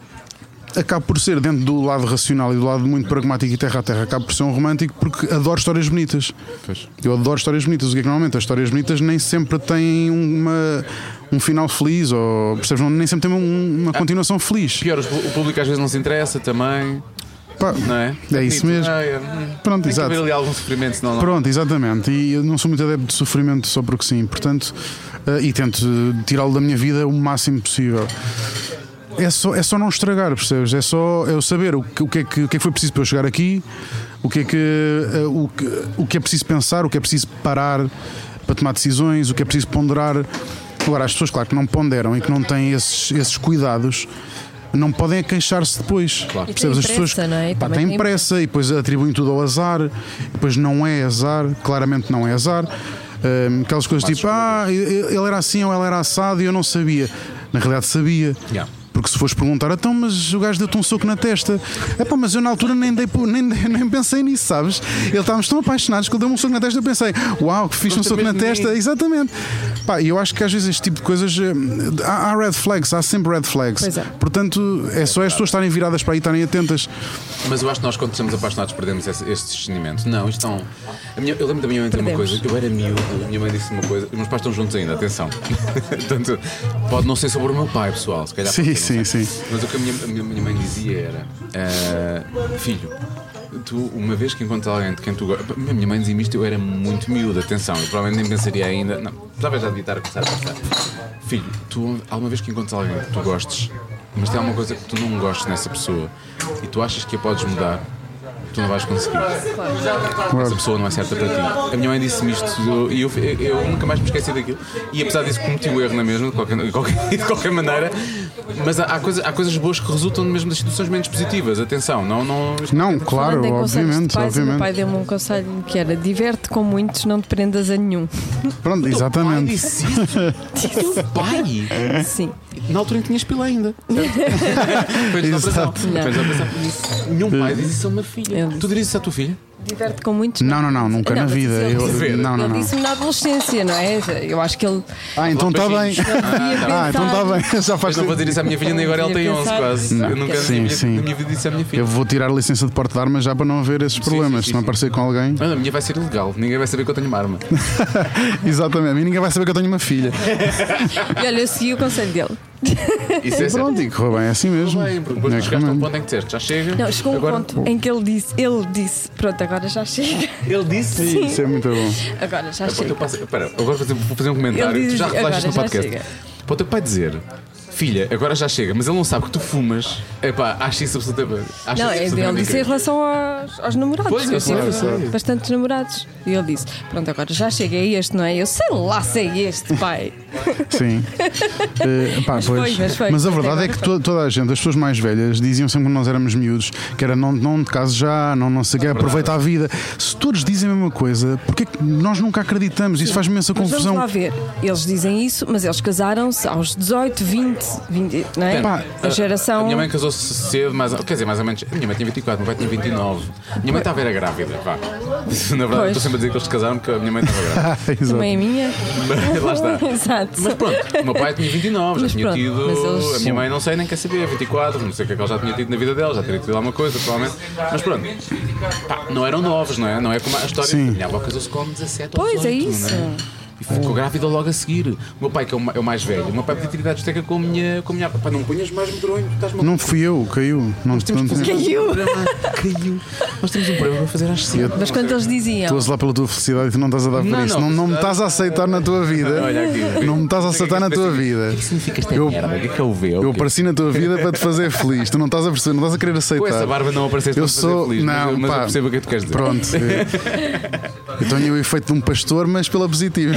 S5: acabo por ser, dentro do lado racional e do lado muito pragmático e terra a terra, acabo por ser um romântico porque adoro histórias bonitas.
S2: Pois.
S5: Eu adoro histórias bonitas. O que é que normalmente as histórias bonitas nem sempre têm uma, um final feliz ou percebes? Não- Nem sempre têm um- uma continuação feliz.
S2: Ah. Pior, o público às vezes não se interessa também,
S5: Pá,
S2: não é?
S5: É isso
S2: Bonito.
S5: mesmo.
S2: Ah, é. Hum. Tem
S5: Pronto,
S2: que
S5: exato.
S2: haver ali algum sofrimento, senão não.
S5: Pronto, exatamente. E eu não sou muito adepto de sofrimento só porque sim, portanto, eh, e tento eh, tirá-lo da minha vida o máximo possível. É só, é só não estragar, percebes? É só eu saber o que, o que é que, o que é que foi preciso para eu chegar aqui, o que, é que, eh, o, que, o que é preciso pensar, o que é preciso parar para tomar decisões, o que é preciso ponderar. Agora, as pessoas, claro, que não ponderam e que não têm esses, esses cuidados. Não podem é queixar-se depois.
S2: Claro.
S1: E
S5: Percebes?
S1: têm
S5: As pessoas
S1: pressa, não é?
S5: Pá,
S1: Também
S5: têm
S1: têm
S5: pressa pressa e depois atribuem tudo ao azar, e depois não é azar, claramente não é azar. Hum, aquelas coisas tipo, ah, ele era assim ou ela era assado e eu não sabia. Na realidade sabia.
S2: Yeah.
S5: Porque se fores perguntar, então, mas o gajo deu-te um soco na testa. É pá, mas eu na altura nem, dei, por- nem, dei- nem pensei nisso, sabes? Ele estávamos tão apaixonados que ele deu-me um soco na testa. Eu pensei, uau, que fiz um
S2: Gosta
S5: soco na
S2: mesmo de mim."
S5: testa. Exatamente. Pá, e eu acho que às vezes este tipo de coisas. hum, Há, há red flags, há sempre red flags.
S1: Pois é.
S5: Portanto, é só as pessoas estarem viradas para aí, estarem atentas.
S2: Mas eu acho que nós, quando estamos apaixonados, perdemos esse, este discernimento. Não, isto não. A minha- eu lembro da minha mãe dizer uma
S1: Perdemos.
S2: coisa. Eu era miúdo, a minha mãe disse uma coisa. Os meus pais estão juntos ainda, atenção. Portanto, pode não ser sobre o meu pai, pessoal. Se calhar
S5: Sim,
S2: pode ser, não
S5: sim,
S2: sei.
S5: sim.
S2: Mas o que a minha, a minha- a minha mãe dizia era: ah, Filho, tu, uma vez que encontras alguém de quem tu gostas. A minha mãe dizia isto, eu era muito miúdo, atenção. Eu provavelmente nem pensaria ainda. Não, talvez já devia estar a começar a pensar. Filho, tu, alguma vez que encontras alguém que tu gostes, mas tem alguma coisa que tu não gostes nessa pessoa e tu achas que a podes mudar. Tu não vais conseguir. Essa pessoa não é certa para ti. A minha mãe disse-me isto eu- e eu, eu, nunca mais me esqueci daquilo. E apesar disso cometi o erro na mesma, de qualquer, de qualquer- de qualquer maneira. Mas há, há coisa- há coisas boas que resultam mesmo das situações menos positivas. Atenção, não. não
S5: Não, claro,
S1: Falando em conselhos é de pais,
S5: obviamente,
S1: o meu
S5: obviamente.
S1: pai deu-me um conselho que era diverte com muitos, não te prendas a nenhum.
S5: Pronto,
S2: Ai,
S5: exatamente.
S2: disse isso? Teu pai?
S1: Sim.
S2: Na altura em que tinhas pila ainda. Fez
S5: Exato.
S2: Nenhum pai diz isso a uma filha.
S1: Ele disse.
S2: Tu dirias isso à tua filha?
S1: Diverte com muitos.
S5: Não, não, não, nunca
S1: Não,
S5: na
S1: mas
S5: vida.
S1: isso
S5: Eu-
S1: ele
S2: disse.
S5: não, não,
S1: Ele
S5: não.
S1: disse-me na adolescência, não é? Eu acho que ele.
S5: Ah, então está bem. Ah, então está bem. Já
S2: Mas
S5: faz
S2: não vou dizer isso à minha filha, nem agora ela tem
S1: Devia
S2: 11
S1: pensar.
S2: quase.
S1: Não.
S2: Eu nunca na
S5: Sim,
S2: minha vida-
S5: sim.
S2: na minha vida disse à minha filha.
S5: Eu vou tirar a licença de porte de armas já para não haver esses problemas.
S2: sim,
S5: Se não
S2: sim.
S5: aparecer com alguém.
S2: Não, a minha vai ser ilegal, ninguém vai saber que eu tenho uma arma.
S5: Exatamente. A mim ninguém vai saber que eu tenho uma filha.
S2: É
S1: E olha, eu segui o conselho dele.
S2: Isso é certo.
S5: Pronto, e correu bem, é assim mesmo.
S2: Bem, porque depois
S5: É
S2: tu chegaste a um
S5: que
S2: ponto em que disseste, já chega.
S1: Não, chegou
S2: agora,
S1: um ponto em que ele disse, ele disse, pronto, agora já chega.
S2: Ele disse. É
S5: mesmo. Isso é muito bom.
S1: Agora já
S2: Para o
S1: chega.
S2: teu pai- Espera, agora vou fazer- vou fazer um comentário.
S1: Ele
S2: tu
S1: diz-
S2: já
S1: agora
S2: refletes no
S1: já
S2: podcast.
S1: chega.
S2: Para o teu pai dizer, filha, agora já chega, mas ele não sabe que tu fumas. Epá, acho isso absolutamente. Acho
S1: Não,
S2: isso
S1: é, ele
S2: absolutamente
S1: disse em
S2: incrível.
S1: relação aos, aos namorados.
S2: Pois,
S1: que eu
S2: eu sei,
S1: tive
S2: eu sei.
S1: bastantes namorados. E ele disse: Pronto, agora já cheguei a este, não é? Eu sei lá, sei este, pai.
S5: Sim. Eh, pá,
S1: Mas foi,
S5: pois.
S1: mas foi.
S5: a
S1: Até
S5: verdade é
S1: agora
S5: que
S1: foi.
S5: to- toda a gente, as pessoas mais velhas, diziam sempre quando nós éramos miúdos que era não, não de caso já, não, não
S2: É
S5: sei o que, aproveita a vida. Se todos dizem a mesma coisa, porque é que nós nunca acreditamos? Isso faz imensa
S1: Mas vamos
S5: confusão.
S1: lá ver. Eles dizem isso, mas eles casaram-se aos 18, 20, 20 não é?
S5: Pá,
S1: a
S2: A
S1: geração.
S2: minha
S5: é
S2: mãe casou-se cedo, mas, quer dizer, mais ou menos. A minha mãe tinha 24, meu pai tinha 29. A minha mãe estava era grávida, vá. Na verdade, eu
S1: Pois.
S2: estou sempre a dizer que eles se casaram porque a minha mãe estava grávida.
S5: Ah, Exato.
S1: Também é minha.
S2: Mas lá está.
S1: Exato.
S2: Mas pronto, o meu pai tinha 29,
S1: Mas
S2: já tinha
S1: pronto, mas
S2: tido.
S1: eles-
S2: A minha mãe não sei, nem quer saber, 24, não sei o que é que ela já tinha tido na vida dela, já teria tido alguma coisa, provavelmente. Mas pronto, pá, não eram novos, não é? Não é como a história.
S5: Sim.
S2: Minha avó casou-se com 17 ou
S1: Pois, é
S2: 18,
S1: isso.
S2: Não é? E ficou grávida logo a seguir. O meu pai, que é o ma- é o mais velho, o meu pai podia ter ido à discoteca com a minha. Com a minha... Pai, não me ponhas mais medronho, estás maluco.
S5: Não fui eu, caiu. Não, não,
S2: Nós temos que fazer um programa. Caiu. Nós temos um programa para fazer às 5.
S9: Mas quando eles diziam.
S5: Estou lá pela tua felicidade e tu não estás a dar por
S2: Não,
S5: isso.
S2: não,
S5: Não, não me estás a aceitar na tua vida.
S2: Olha aqui.
S5: Não me estás a aceitar na tua vida.
S2: Significa esta
S5: Eu-
S2: merda. O que é que eu vejo?
S5: Eu apareci na tua vida para te fazer feliz. Tu não estás a perceber, não estás a querer aceitar.
S2: Com essa barba não apareceste
S5: Eu
S2: para
S5: sou-
S2: fazer feliz, mas-
S5: não,
S2: mas,
S5: pá.
S2: eu percebo o que é que tu queres dizer.
S5: Pronto. Eu eu tenho o efeito de um pastor, mas pela positiva.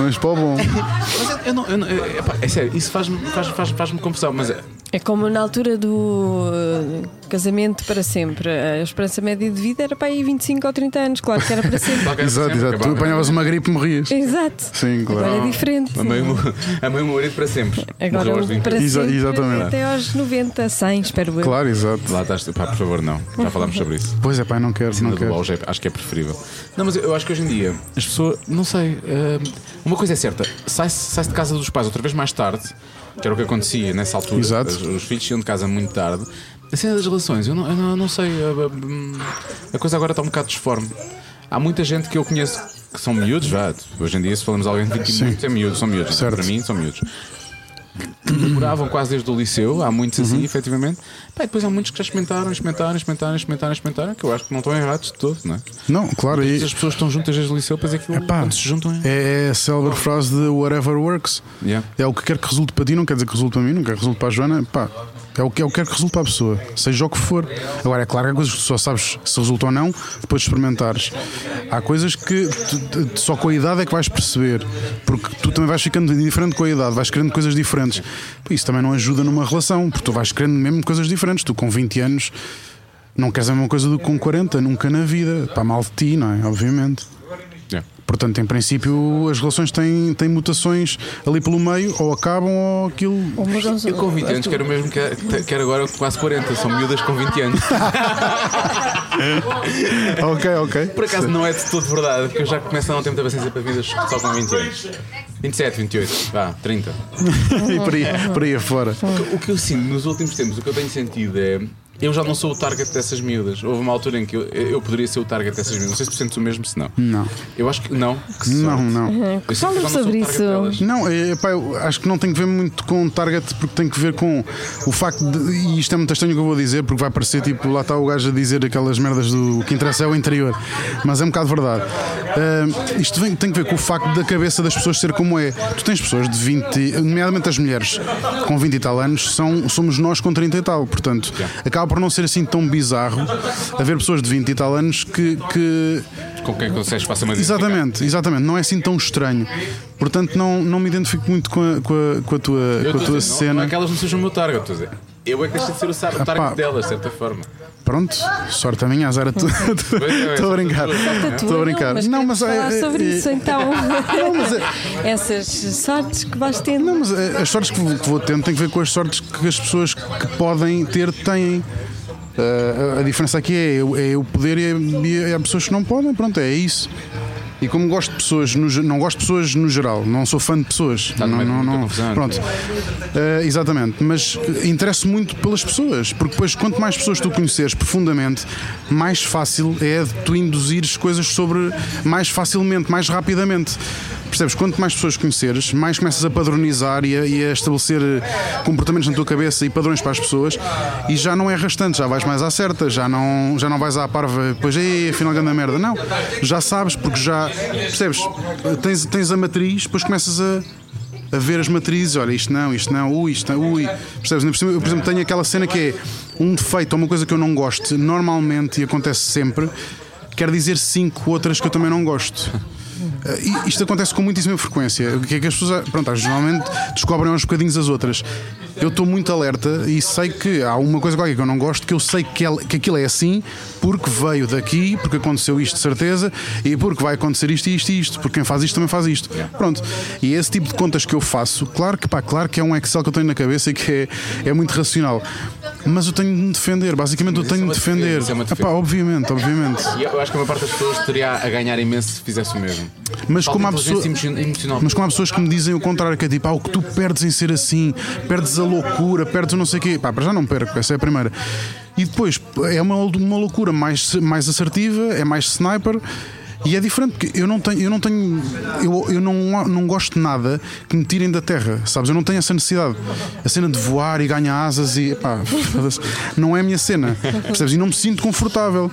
S5: Mas para o bom.
S2: Mas eu- eu não- eu não- eu- epá, é sério, isso faz-me faz, faz, faz confusão, mas é-
S1: É como na altura do eh, casamento para sempre. A esperança média de vida era para aí 25 ou 30 anos, claro que é? era para sempre.
S2: qualquer
S5: Exato,
S2: sempre
S5: exato. Tu
S2: acabava.
S5: apanhavas uma gripe e morrias.
S1: Exato.
S5: Sim,
S1: Agora
S5: claro.
S1: é diferente.
S2: Amei o meu- amei o meu marido para sempre. Morreu
S1: Agora
S2: aos um.
S1: o
S2: 20.
S1: para
S5: Exa-
S1: sempre,
S5: exatamente.
S1: até aos 90, 100, espero eu.
S5: Claro, exato.
S2: Lá estás, pá, por favor, não. Já falámos sobre isso.
S5: Pois é, pai, não quero, não
S2: Ainda do
S5: quero.
S2: auge é- acho que é preferível. Não, mas eu eu acho que hoje em dia as pessoas, não sei, eh, uma coisa é certa, sai-se sai-se de casa dos pais outra vez mais tarde, que era o que acontecia nessa altura.
S5: Exato.
S2: Os, os filhos saíam de casa muito tarde. A cena das relações, eu não, eu não, eu não sei, a, a- a coisa agora está um bocado disforme. Há muita gente que eu conheço que são miúdos, vá. Hoje em dia, se falamos de alguém de 20 minutos, é miúdo, são miúdos.
S5: Certo.
S2: Para mim, são miúdos. Demoravam quase desde o liceu, há muitos assim,
S5: Uhum.
S2: efetivamente. Pá, e depois há muitos que já experimentaram, experimentaram, experimentaram, experimentaram, experimentaram, que eu acho que não estão errados de todo, não é?
S5: Não, claro,
S2: E...
S5: e.
S2: As pessoas estão juntas desde o liceu, depois aquilo
S5: Epá,
S2: quando se juntam é.
S5: É a célebre frase de whatever works.
S2: Yeah.
S5: É o que quer que resulte para ti, não quer dizer que resulte para mim, não quer que resulte para a Joana. Pá, é o que, é o que quer que resulte para a pessoa, seja o que for. Agora, é claro que há coisas que tu só sabes se resulta ou não depois de experimentares. Há coisas que tu- tu- tu- só com a idade é que vais perceber, porque tu também vais ficando diferente com a idade, vais querendo coisas diferentes. Pá, Isso também não ajuda numa relação, porque tu vais querendo mesmo coisas diferentes. Tu com 20 anos. Não queres a mesma coisa do que com 40, nunca na vida. Pá, mal de ti, não é? Obviamente. É.
S2: Yeah.
S5: Portanto, em princípio, as relações têm, têm mutações ali pelo meio, ou acabam ou aquilo.
S2: Eu com 20 anos quero mesmo que, é, quero agora quase 40, são miúdas com 20 anos.
S5: ok, ok.
S2: Por acaso não é de todo verdade, porque eu já começo a não ter muita paciência para vidas só com 20 anos. 27, 28, vá, 30.
S5: e por aí, por aí afora.
S2: O que eu sinto nos últimos tempos, o que eu tenho sentido é. Eu já não sou o target dessas miúdas. Houve uma altura em que eu, eu poderia ser o target dessas miúdas. Não sei se tu sentes o mesmo, se não.
S5: Não.
S2: Eu acho que não. Que
S5: Não,
S2: sorte.
S5: não.
S2: Eu sinto que já não sou o
S1: sobre
S2: target
S1: isso.
S2: delas.
S5: Não, é, pá, eu acho que não tem que ver muito com o target, porque tem que ver com o facto de. E isto é muito estranho o que eu vou dizer, porque vai parecer tipo, lá está o gajo a dizer aquelas merdas do o que interessa é o interior. Mas é um bocado verdade. Ah, isto vem- tem que ver com o facto da cabeça das pessoas ser como é. Tu tens pessoas de 20, nomeadamente as mulheres, com 20 e tal anos, são, somos nós com 30 e tal. Portanto, acaba por não ser assim tão bizarro haver pessoas de 20 e tal anos que- que
S2: Com quem é consegues faça uma
S5: Exatamente, exatamente. Não é assim tão estranho. Portanto, não, não me identifico muito com a, com a, com a tua,
S2: Eu
S5: com a
S2: estou
S5: tua
S2: a dizer, Não, não
S5: cena.
S2: é que elas não sejam o meu target, estou a dizer. Eu é que deixei de ser o sar- o
S5: Epá.
S2: target delas, de certa forma.
S5: Pronto, sorte a minha, azar a tua.
S2: é,
S5: Estou a brincar. Estou a brincar.
S1: Não, mas, queremos
S5: é-
S1: falar
S5: é-
S1: sobre
S5: é-
S1: isso então.
S5: Não, mas é-
S1: Essas sortes que vais tendo.
S5: Não, mas eh, as sortes que vou, que vou tendo têm que ver com as sortes que as pessoas que podem ter têm. Eh, a- a diferença aqui é, eu- é o poder e, é- e é- há pessoas que não podem, pronto, é isso. E como gosto de pessoas, no, ge- não gosto de pessoas no geral, não sou fã de pessoas.
S2: Tá no
S5: Não,
S2: meio de
S5: não,
S2: muita
S5: não.
S2: confusão.
S5: Pronto. Eh, exatamente, mas eh, interesso muito pelas pessoas, porque depois quanto mais pessoas tu conheceres profundamente, mais fácil é de tu induzires coisas sobre mais facilmente, mais rapidamente. Percebes? Quanto mais pessoas conheceres, mais começas a padronizar e a, e a estabelecer eh, comportamentos na tua cabeça e padrões para as pessoas e já não é arrastante, já vais mais à certa, já não, já não vais à parva, depois, ei, afinal, grande merda. Não, já sabes, porque já, percebes? Tens, tens a matriz, depois começas a a ver as matrizes, olha, isto não, isto não, ui, isto não, ui. Percebes? Ainda por cima, Eu, por exemplo, tenho aquela cena que é um defeito ou uma coisa que eu não gosto, normalmente, e acontece sempre, quer dizer cinco outras que eu também não gosto. Eh, e Isto acontece com muitíssima frequência. O que é que as pessoas. Pronto, elas geralmente descobrem uns bocadinhos as outras. Eu estou muito alerta e sei que há uma coisa qualquer que eu não gosto, que eu sei que, ela- que aquilo é assim, porque veio daqui, porque aconteceu isto de certeza, e porque vai acontecer isto e isto e isto, porque quem faz isto também faz isto. Pronto. E esse tipo de contas que eu faço, claro que pá, claro que é um Excel que eu tenho na cabeça e que é, é muito racional. Mas eu tenho de me defender, basicamente eu
S2: isso é
S5: tenho de
S2: uma
S5: me defender.
S2: defesa, isso é uma
S5: Ah, pá, obviamente, obviamente.
S2: E eu acho que a maior parte das pessoas teria a ganhar imenso se fizesse o mesmo.
S5: Mas
S2: Falta
S5: como há
S2: inteligência
S5: pessoas.
S2: emo- emocional.
S5: Mas como há pessoas que me dizem o contrário, que é tipo, ah, o que tu perdes em ser assim, perdes a loucura, perdes o não sei o quê. Pá, para já não perco, essa é a primeira. E depois, é uma, uma loucura mais, mais assertiva, é mais sniper. E é diferente, porque eu não tenho, eu não tenho, eu, eu não, não gosto de nada que me tirem da terra, sabes? Eu não tenho essa necessidade. A cena de voar e ganhar asas e pá, foda-se, não é a minha cena, percebes? E não me sinto confortável.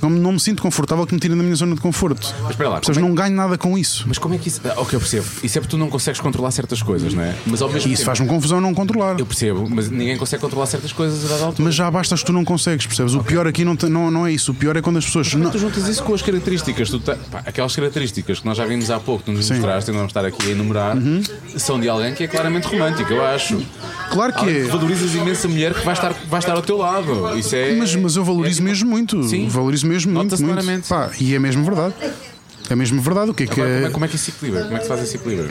S5: Não, não me sinto confortável que me tirem da minha zona de conforto.
S2: Mas espera lá,
S5: Percebes?
S2: como é-
S5: Não ganho nada com isso.
S2: Mas como é que isso. Ah, Ok, eu percebo. Isso é porque tu não consegues controlar certas coisas, não é? Mas ao mesmo
S5: E isso
S2: tempo.
S5: faz-me confusão não controlar.
S2: Eu percebo, mas ninguém consegue controlar certas coisas a dada altura.
S5: Mas já bastas que tu não consegues, percebes? O pior aqui não, te- não, não é isso. O pior é quando as pessoas.
S2: Não.
S5: não-
S2: Tu juntas isso com as características, tu te- pá, aquelas características que nós já vimos há pouco, tu nos mostraste, e não vamos estar aqui a enumerar, são de alguém que é claramente romântico, eu acho.
S5: Claro que
S2: Alguém
S5: é.
S2: que valorizas imenso a mulher que vai estar, vai estar ao teu lado. Isso é.
S5: Mas, mas eu valorizo
S2: é-
S5: mesmo muito.
S2: Sim.
S5: Valorizo mesmo muito.
S2: Nota-se
S5: muito.
S2: claramente.
S5: Pá, e é mesmo verdade. É mesmo verdade. O que é que
S2: Agora,
S5: é.
S2: como, é, como é que isso se equilibra? Como é que se faz esse equilíbrio?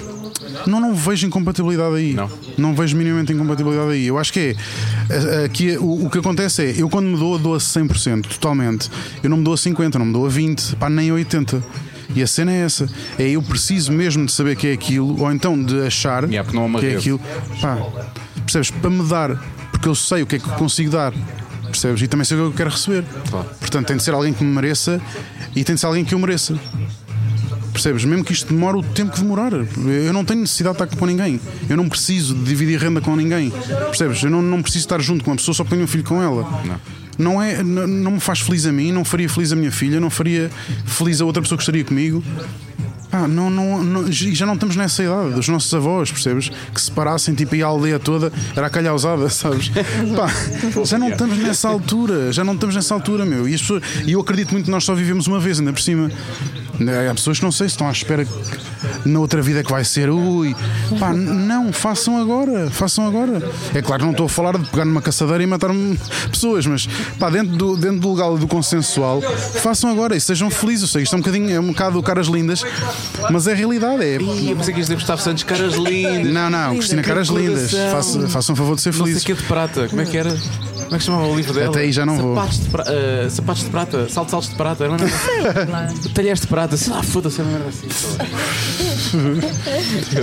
S5: Não, não vejo incompatibilidade aí.
S2: Não.
S5: vejo minimamente incompatibilidade aí. Eu acho que é. a- a- que é- o, o que acontece é, eu quando me dou, dou a 100%, totalmente. Eu não me dou a 50%, não me dou a 20%, pá, nem a 80%. E a cena é essa. É eu preciso mesmo de saber que é aquilo, ou então de achar
S2: Yeah, porque não há uma
S5: que é
S2: rede.
S5: aquilo. Pá, percebes? Para me dar, porque eu sei o que é que eu consigo dar. Percebes? E também sei o que eu quero receber.
S2: Claro.
S5: Portanto, tem de ser alguém que me mereça e tem de ser alguém que eu mereça. Percebes? Mesmo que isto demore o tempo que demorar. Eu não tenho necessidade de estar com ninguém. Eu não preciso de dividir renda com ninguém. Percebes? Eu não, não preciso estar junto com uma pessoa só porque tenho um filho com ela. Não. é, não, não me faz feliz a mim, não faria feliz a minha filha, não faria feliz a outra pessoa que estaria comigo. Ah, não, não, não- e já não estamos nessa idade dos nossos avós, percebes? Que se parassem tipo e a aldeia toda era a calhausada, sabes? Pá, já não estamos nessa altura, já não estamos nessa altura, meu. E as pessoas- e eu acredito muito que nós só vivemos uma vez, ainda por cima. É, Há pessoas que não sei se estão à espera que na outra vida é que vai ser, ui, pá, n- não, façam agora, façam agora. É claro que não estou a falar de pegar numa caçadeira e matar hum, pessoas, mas pá, dentro do, dentro do legal e do consensual, façam agora e sejam felizes. Eu sei que isto é um bocadinho, é um bocado caras lindas, mas é a realidade. É...
S2: Ih, eu pensei que isto é Gustavo Santos, caras lindas.
S5: Não, não, Cristina, caras lindas,
S2: Coração.
S5: façam, façam favor de ser
S2: Não sei o
S5: felizes.
S2: que de prata, como é que era? Como é que chamava o livro dela?
S5: Até aí já não vou.
S2: sapatos De pra... eh, sapatos de prata, saltos saltos de prata, era uma merda assim. Talheres de prata, sei lá, foda-se, era uma merda assim. sei lá.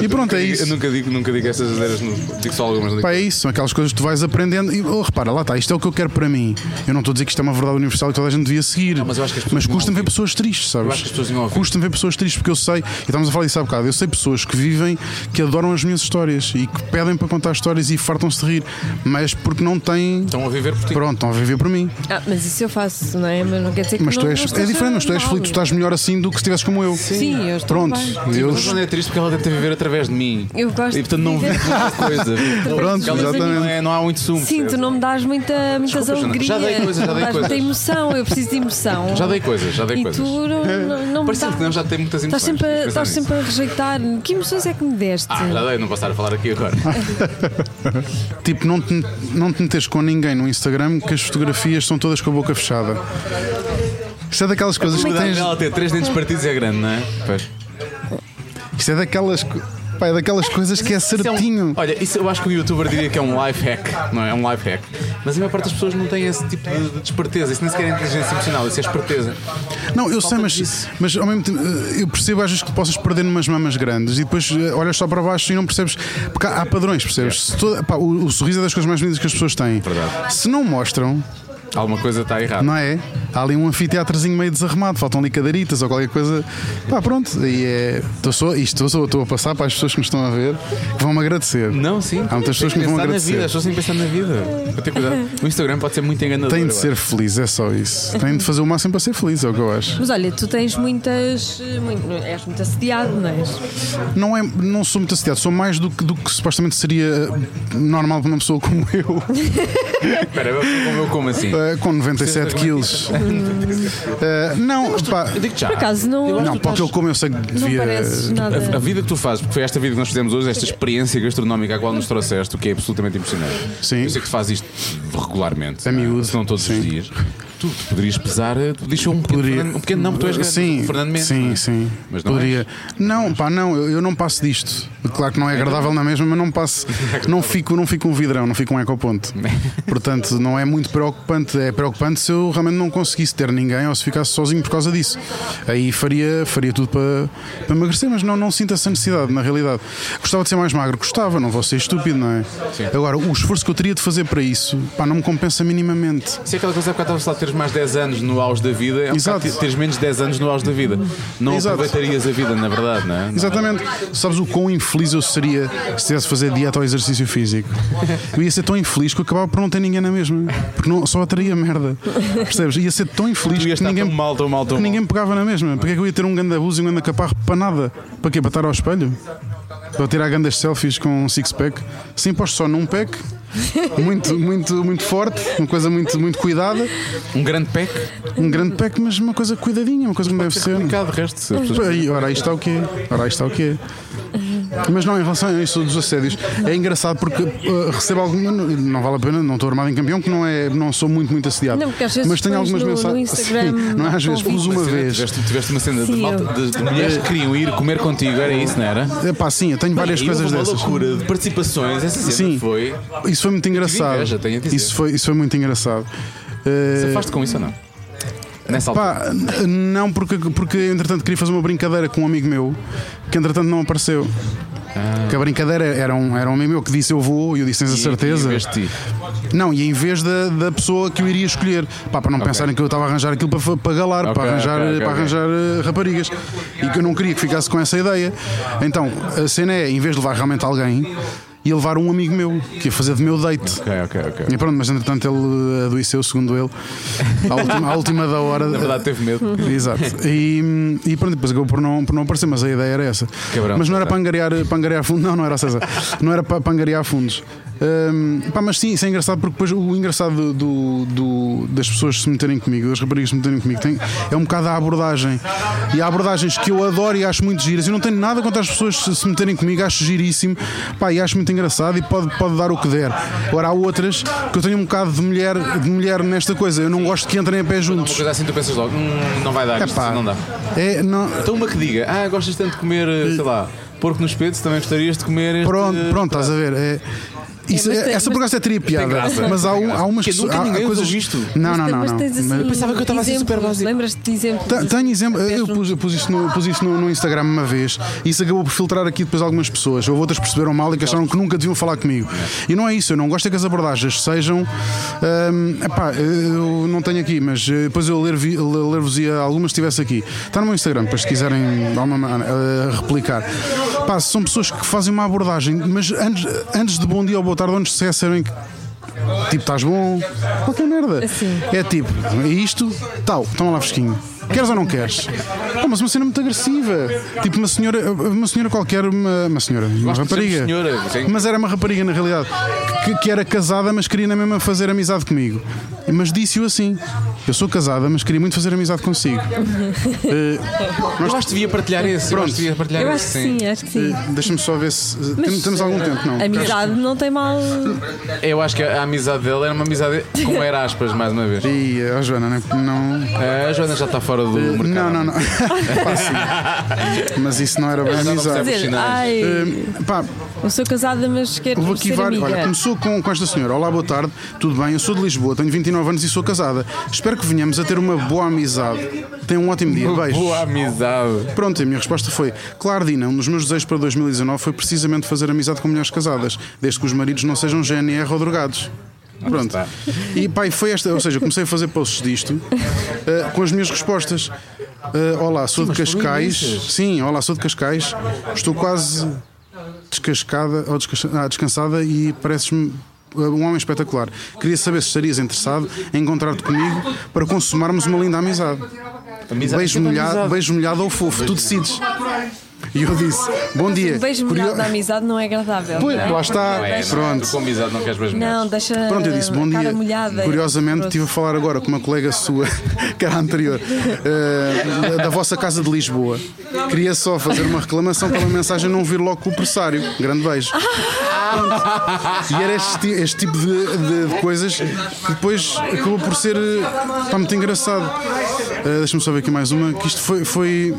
S5: E pronto, é
S2: Eu
S5: isso.
S2: nunca digo, nunca digo essas asneiras, não- digo só algumas. não digo.
S5: Pá, é isso, são aquelas coisas que tu vais aprendendo e oh, repara, lá está, isto é o que eu quero para mim. Eu não estou a dizer que isto é uma verdade universal que toda a gente devia seguir.
S2: mas eu acho que as pessoas
S5: mas
S2: não
S5: custa-me ver
S2: ouvem.
S5: pessoas tristes, sabes?
S2: Eu acho que as pessoas não ouvem.
S5: Custa-me ver pessoas tristes porque eu sei, e estamos a falar disso há bocado, eu sei pessoas que vivem, que adoram as minhas histórias e que pedem para contar histórias e fartam-se de rir, mas porque não têm.
S2: Estão a viver por ti.
S5: Pronto, estão a viver por mim.
S1: Ah, mas isso eu faço, não é? Mas não quer dizer que
S5: Mas
S1: não,
S5: tu és.
S1: não
S5: É
S1: esteja
S5: diferente, mas tu és
S1: mal.
S5: feliz, tu estás melhor assim do que se estivesse como eu.
S1: Sim, eu estou
S5: Pronto,
S1: bem.
S5: eu.
S2: Mas não é triste porque ela tenta viver através de mim.
S1: Eu gosto
S2: E portanto não
S1: de viver
S2: vive muita coisa.
S5: Pronto,
S2: Porque ela Não,
S5: exatamente.
S2: é, não há muito sumo.
S1: Sim, tu não me dás muita, muitas
S2: Desculpa, Joana.
S1: alegrias.
S2: Já dei coisas, já dei
S1: Dás
S2: coisas.
S1: muita emoção, eu preciso de emoção.
S2: Já dei coisas, já dei
S1: e
S2: coisas.
S1: tu não, não, não me
S2: Parece
S1: dás.
S2: que não, já tem muitas
S1: Estás
S2: emoções.
S1: sempre, a,
S2: Pensar
S1: estás
S2: nisso.
S1: sempre a rejeitar. Que emoções é que me deste?
S2: Ah, já dei, não vou estar a falar aqui agora.
S5: Tipo, não te, não te metes com ninguém no Instagram que as fotografias são todas com a boca fechada. Isto é daquelas coisas que
S2: Cuidado
S5: tens.
S2: dela ter três dentes partidos é grande, não é? Pois.
S5: Isto é daquelas. co- Pá, é daquelas coisas que é
S2: Isso é um-
S5: certinho.
S2: olha, isso eu acho que o youtuber diria que é um life hack, não é? É um life hack. Mas a maior parte das pessoas não tem esse tipo de, de esperteza. Isso nem sequer é inteligência emocional, isso é esperteza.
S5: Não, eu sei,
S2: falta
S5: mas,
S2: disso.
S5: mas ao mesmo tempo eh, eu percebo às vezes que possas perder umas mamas grandes e depois eh, olhas só para baixo e não percebes. Porque há, há padrões, percebes? Se toda- pá, o, o sorriso é das coisas mais bonitas que as pessoas têm.
S2: Verdade.
S5: Se não mostram,
S2: Alguma coisa está errada.
S5: não é? Há ali um anfiteatrozinho meio desarrumado, faltam ali cadeiritas ou qualquer coisa. Pá, pronto. E é. Estou só, isto estou, estou a passar para as pessoas que me estão a ver, que vão me agradecer.
S2: Não, sim.
S5: Há muitas pessoas que me
S2: Pensar
S5: vão
S2: na
S5: agradecer.
S2: vida, as pessoas têm que pensar na vida. Eu tenho cuidado. O Instagram pode ser muito enganador.
S5: Têm
S2: eu
S5: de
S2: acho.
S5: ser felizes, é só isso. Têm de fazer o máximo para ser feliz, é o que eu acho.
S1: Mas olha, tu tens muitas. eh, Muito, és muito assediado, não és?
S5: Não, é, não sou muito assediado, sou mais do que, do que supostamente seria eh, normal para uma pessoa como eu,
S2: Espera, eu- como eu como assim?
S5: eh, com 97 quilos. Eh, não, pá,
S2: Eu digo já.
S1: Por acaso é. não.
S2: Eu acho
S5: não,
S2: que tu
S5: para o
S2: estás-
S5: que ele come eu sei que
S1: Não
S5: devia.
S1: pareces nada.
S2: A, a vida que tu fazes, porque foi esta vida que nós fizemos hoje, esta experiência gastronómica à qual nos trouxeste, o que é absolutamente impressionante.
S5: Sim.
S2: Eu sei que tu fazes isto regularmente.
S5: A
S2: não é?
S5: miúdo.
S2: Se não todos
S5: Sim.
S2: os dias. Tu, tu poderias pesar, eh, tu podias ser um pequeno,
S5: Poderia.
S2: Fernando- um pequeno não, tu és grande,
S5: sim,
S2: Fernando Mendes. não
S5: Sim,
S2: é?
S5: sim.
S2: Mas não
S5: Poderia. Não, pá, não, eu, eu não passo disto. Claro que não é agradável na mesma, mas não passo. Não fico, não fico um vidrão, não fico um ecoponto. Portanto, não é muito preocupante. É preocupante se eu realmente não conseguisse ter ninguém ou se ficasse sozinho por causa disso. Aí faria, faria tudo para, para emagrecer, mas não, não sinto essa necessidade, na realidade. Gostava de ser mais magro, gostava, não vou ser estúpido, não é? Agora, o esforço que eu teria de fazer para isso, pá, não me compensa minimamente.
S2: Isso é aquela coisa que eu estava a falar de teres mais 10 anos no auge da vida, é um
S5: Exato.
S2: bocado teres menos 10 anos no auge da vida. Não
S5: Exato.
S2: aproveitarias a vida, na verdade, não é? Não.
S5: Exatamente. Sabes o quão infeliz eu seria se tivesse de fazer dieta ou exercício físico? Eu ia ser tão infeliz que eu acabava por não ter ninguém na mesma. Porque não, só atraía merda. Percebes? Ia ser tão infeliz
S2: Tu ias
S5: que
S2: estar
S5: ninguém,
S2: tão mal, tão mal, tão
S5: que
S2: mal.
S5: ninguém pegava na mesma. Porque é que eu ia ter um grande abuso e um grande caparro para nada? Para quê? Para estar ao espelho? Para tirar grandes selfies com um six-pack? Sim, posto só num pack. Muito, muito, muito forte, uma coisa muito, muito cuidada,
S2: Um grande pack.
S5: um grande pack, mas uma coisa cuidadinha, uma coisa que não deve ser.
S2: Complicado, de resto.
S1: Uhum.
S2: se as pessoas-
S5: Aí, ora, aí está o quê? Ora, aí está o quê? Mas não, em relação a isso dos assédios, é engraçado porque eh, recebo alguma. Não, não vale a pena, não estou armado em campeão, que não, é, não sou muito, muito assediado.
S1: Não, porque às vezes
S5: mas tenho
S1: pões
S5: algumas
S1: no- no
S5: mensagens.
S1: Instagram
S5: Sim, não é às vezes,
S1: convites.
S5: pus uma
S2: Mas, sim,
S5: vez.
S2: Tiveste, tiveste uma cena de,
S1: Sim,
S2: malta- de- de mulheres que queriam ir comer contigo, era isso, não era?
S5: É pá, sim, eu tenho várias
S2: Aí
S5: coisas
S2: houve uma
S5: dessas.
S2: loucura de participações, essa cena
S5: Sim.
S2: foi.
S5: Isso foi muito engraçado.
S2: inveja, tenho a dizer.
S5: Isso foi, isso foi muito engraçado. Eh,
S2: Se afaste com isso ou não? Nessa altura.
S5: Pá, n- não, porque, porque entretanto queria fazer uma brincadeira com um amigo meu que entretanto não apareceu. Que a brincadeira era um, era um amigo meu que disse eu vou e eu disse tens a
S2: Ah. E-
S5: certeza.
S2: e investi.
S5: Não, e em vez da, da pessoa que eu iria escolher, pá, para não pensarem que eu estava a arranjar aquilo para, fa- para galar,
S2: Ok,
S5: para arranjar,
S2: ok, ok,
S5: para
S2: ok.
S5: arranjar eh, raparigas. E que eu não queria que ficasse com essa ideia. Então, a cena é, em vez de levar realmente alguém, ia levar um amigo meu, que ia fazer de meu date.
S2: Ok, ok, ok.
S5: E pronto, mas entretanto ele adoeceu, segundo ele, à última, à última da hora.
S2: Na verdade, teve medo.
S5: Exato. E, e pronto, depois acabou por não, por não aparecer, mas a ideia era essa.
S2: Cabrão,
S5: mas não era
S2: tá.
S5: para angariar, para angariar fundos, não, não era César. Não era para, para angariar fundos. Hum, pá, mas sim, isso é engraçado porque depois o engraçado do, do- do- das pessoas se meterem comigo, das raparigas se meterem comigo, tem, é um bocado a abordagem. E há abordagens que eu adoro e acho muito giras. Eu não tenho nada contra as pessoas se se meterem comigo, acho giríssimo, pá, e acho muito engraçado e pode, pode dar o que der. Agora há outras que eu tenho um bocado de mulher, de mulher nesta coisa. Eu não gosto que entrem a pé
S2: Uma
S5: juntos.
S2: coisa assim, tu pensas logo, "Hum, não vai dar, isto
S5: Epá.
S2: não dá.
S5: É, não,
S2: Então, uma que diga, ah, gostas tanto de comer, eh, sei lá, porco no espeto, também gostarias de comer. Este...
S5: Pronto, pronto, estás a ver. É, isso,
S1: mas
S5: é-
S1: tem-
S5: essa por acaso é teria piada.
S2: graça,
S5: mas há,
S2: tem
S5: um-
S2: graça.
S5: há umas
S2: Que nunca
S5: há- há
S2: ninguém
S5: coisas.
S2: usou isto.
S5: Não, não, não.
S1: mas
S5: não.
S1: tens assim.
S5: Mas-
S2: pensava que eu estava a ser
S1: exemplos,
S2: super básico.
S1: Lembras-te de exemplos?
S5: Te- Tenho exemplo, eu
S1: Peço-
S5: pus, eu pus isso, no, pus isso no, no Instagram uma vez e isso acabou por filtrar aqui depois algumas pessoas. Houve outras que perceberam mal e que acharam que nunca deviam falar comigo. E não é isso, eu não gosto é que as abordagens sejam. hum, epá, eu não tenho aqui, mas eh, depois eu ler- vi- ler-vos ia algumas que tivesse aqui. Está no meu Instagram, depois se quiserem de alguma maneira, eh, replicar. Pá, são pessoas que fazem uma abordagem, mas antes, antes de bom dia ou boa tarde, onde se disserem que. Tipo, estás bom? Qualquer merda.
S1: Sim.
S5: É tipo, é isto, tal, toma lá fresquinho. Queres ou não queres? Pá, mas uma cena muito agressiva. Tipo, uma senhora, uma senhora qualquer, uma, uma senhora, uma
S2: Gosto de ser
S5: rapariga.
S2: senhora, sim.
S5: Mas era uma rapariga na realidade, que, que era casada, mas queria na mesma fazer amizade comigo. Mas disse-o assim: Eu sou casada, mas queria muito fazer amizade consigo. Eh,
S2: Mas acho que devia partilhar esse. Eu
S5: Pronto.
S2: acho que devia partilhar
S1: Eu acho
S2: esse,
S1: que sim, acho que sim.
S5: eh, Deixa-me só ver se. eh, tem- temos algum tempo, não?
S1: A amizade não tem mal.
S2: Eu acho que a amizade dele era uma amizade com era aspas, mais uma vez.
S5: E, oh, Joana, não. não
S2: A É, Joana já está fora do mercado.
S5: Não, não, não. Pá, sim. Mas isso não era bem
S2: não
S5: amizade.
S2: percebes.
S1: Quer dizer,
S2: sinais.
S1: ai,
S5: Eh, pá,
S1: eu sou casada, mas quero
S5: Houve aqui
S1: ser
S5: vários.
S1: amiga.
S5: Olha, começou com, com esta senhora. Olá, boa tarde, tudo bem? Eu sou de Lisboa, tenho 29 anos e sou casada. Espero que venhamos a ter uma boa amizade. Tenha um ótimo dia. Beijos.
S2: Boa amizade.
S5: Pronto, e a minha resposta foi: Claro, Dina, um dos meus desejos para 2019 foi precisamente fazer amizade com mulheres casadas, desde que os maridos não sejam GNR ou drogados. Pronto.
S2: está.
S5: E pai, foi esta, ou seja, eu comecei a fazer posts disto eh, com as minhas respostas. Eh, olá, sou de Cascais. Sim, olá, sou de Cascais. Estou quase descascada ou descas- ah, descansada e pareces-me eh, um homem espetacular. Queria saber se estarias interessado em encontrar-te comigo para consumarmos uma linda amizade.
S2: Amizade
S5: Beijo
S2: sempre
S5: molhado,
S2: amizade.
S5: beijo molhado ou fofo, tu decides. E eu disse, bom dia.
S1: O beijo
S5: Curio-
S1: molhado da amizade não é agradável.
S5: Pois,
S1: não é?
S5: lá está,
S2: É, não,
S5: pronto.
S2: tu Com amizade não queres beijo
S1: Não, deixa
S5: Pronto, eu disse, bom
S1: a cara
S5: dia.
S1: molhada.
S5: Curiosamente, estive a falar agora com uma colega sua, que era anterior, eh, da- da vossa casa de Lisboa. Queria só fazer uma reclamação pela mensagem não vir logo com o pressário. Grande beijo. Pronto. E era este, ti- este tipo de, de- de coisas que depois acabou por ser. eh, Pá, muito engraçado. Eh, Deixa-me só ver aqui mais uma, que isto foi. foi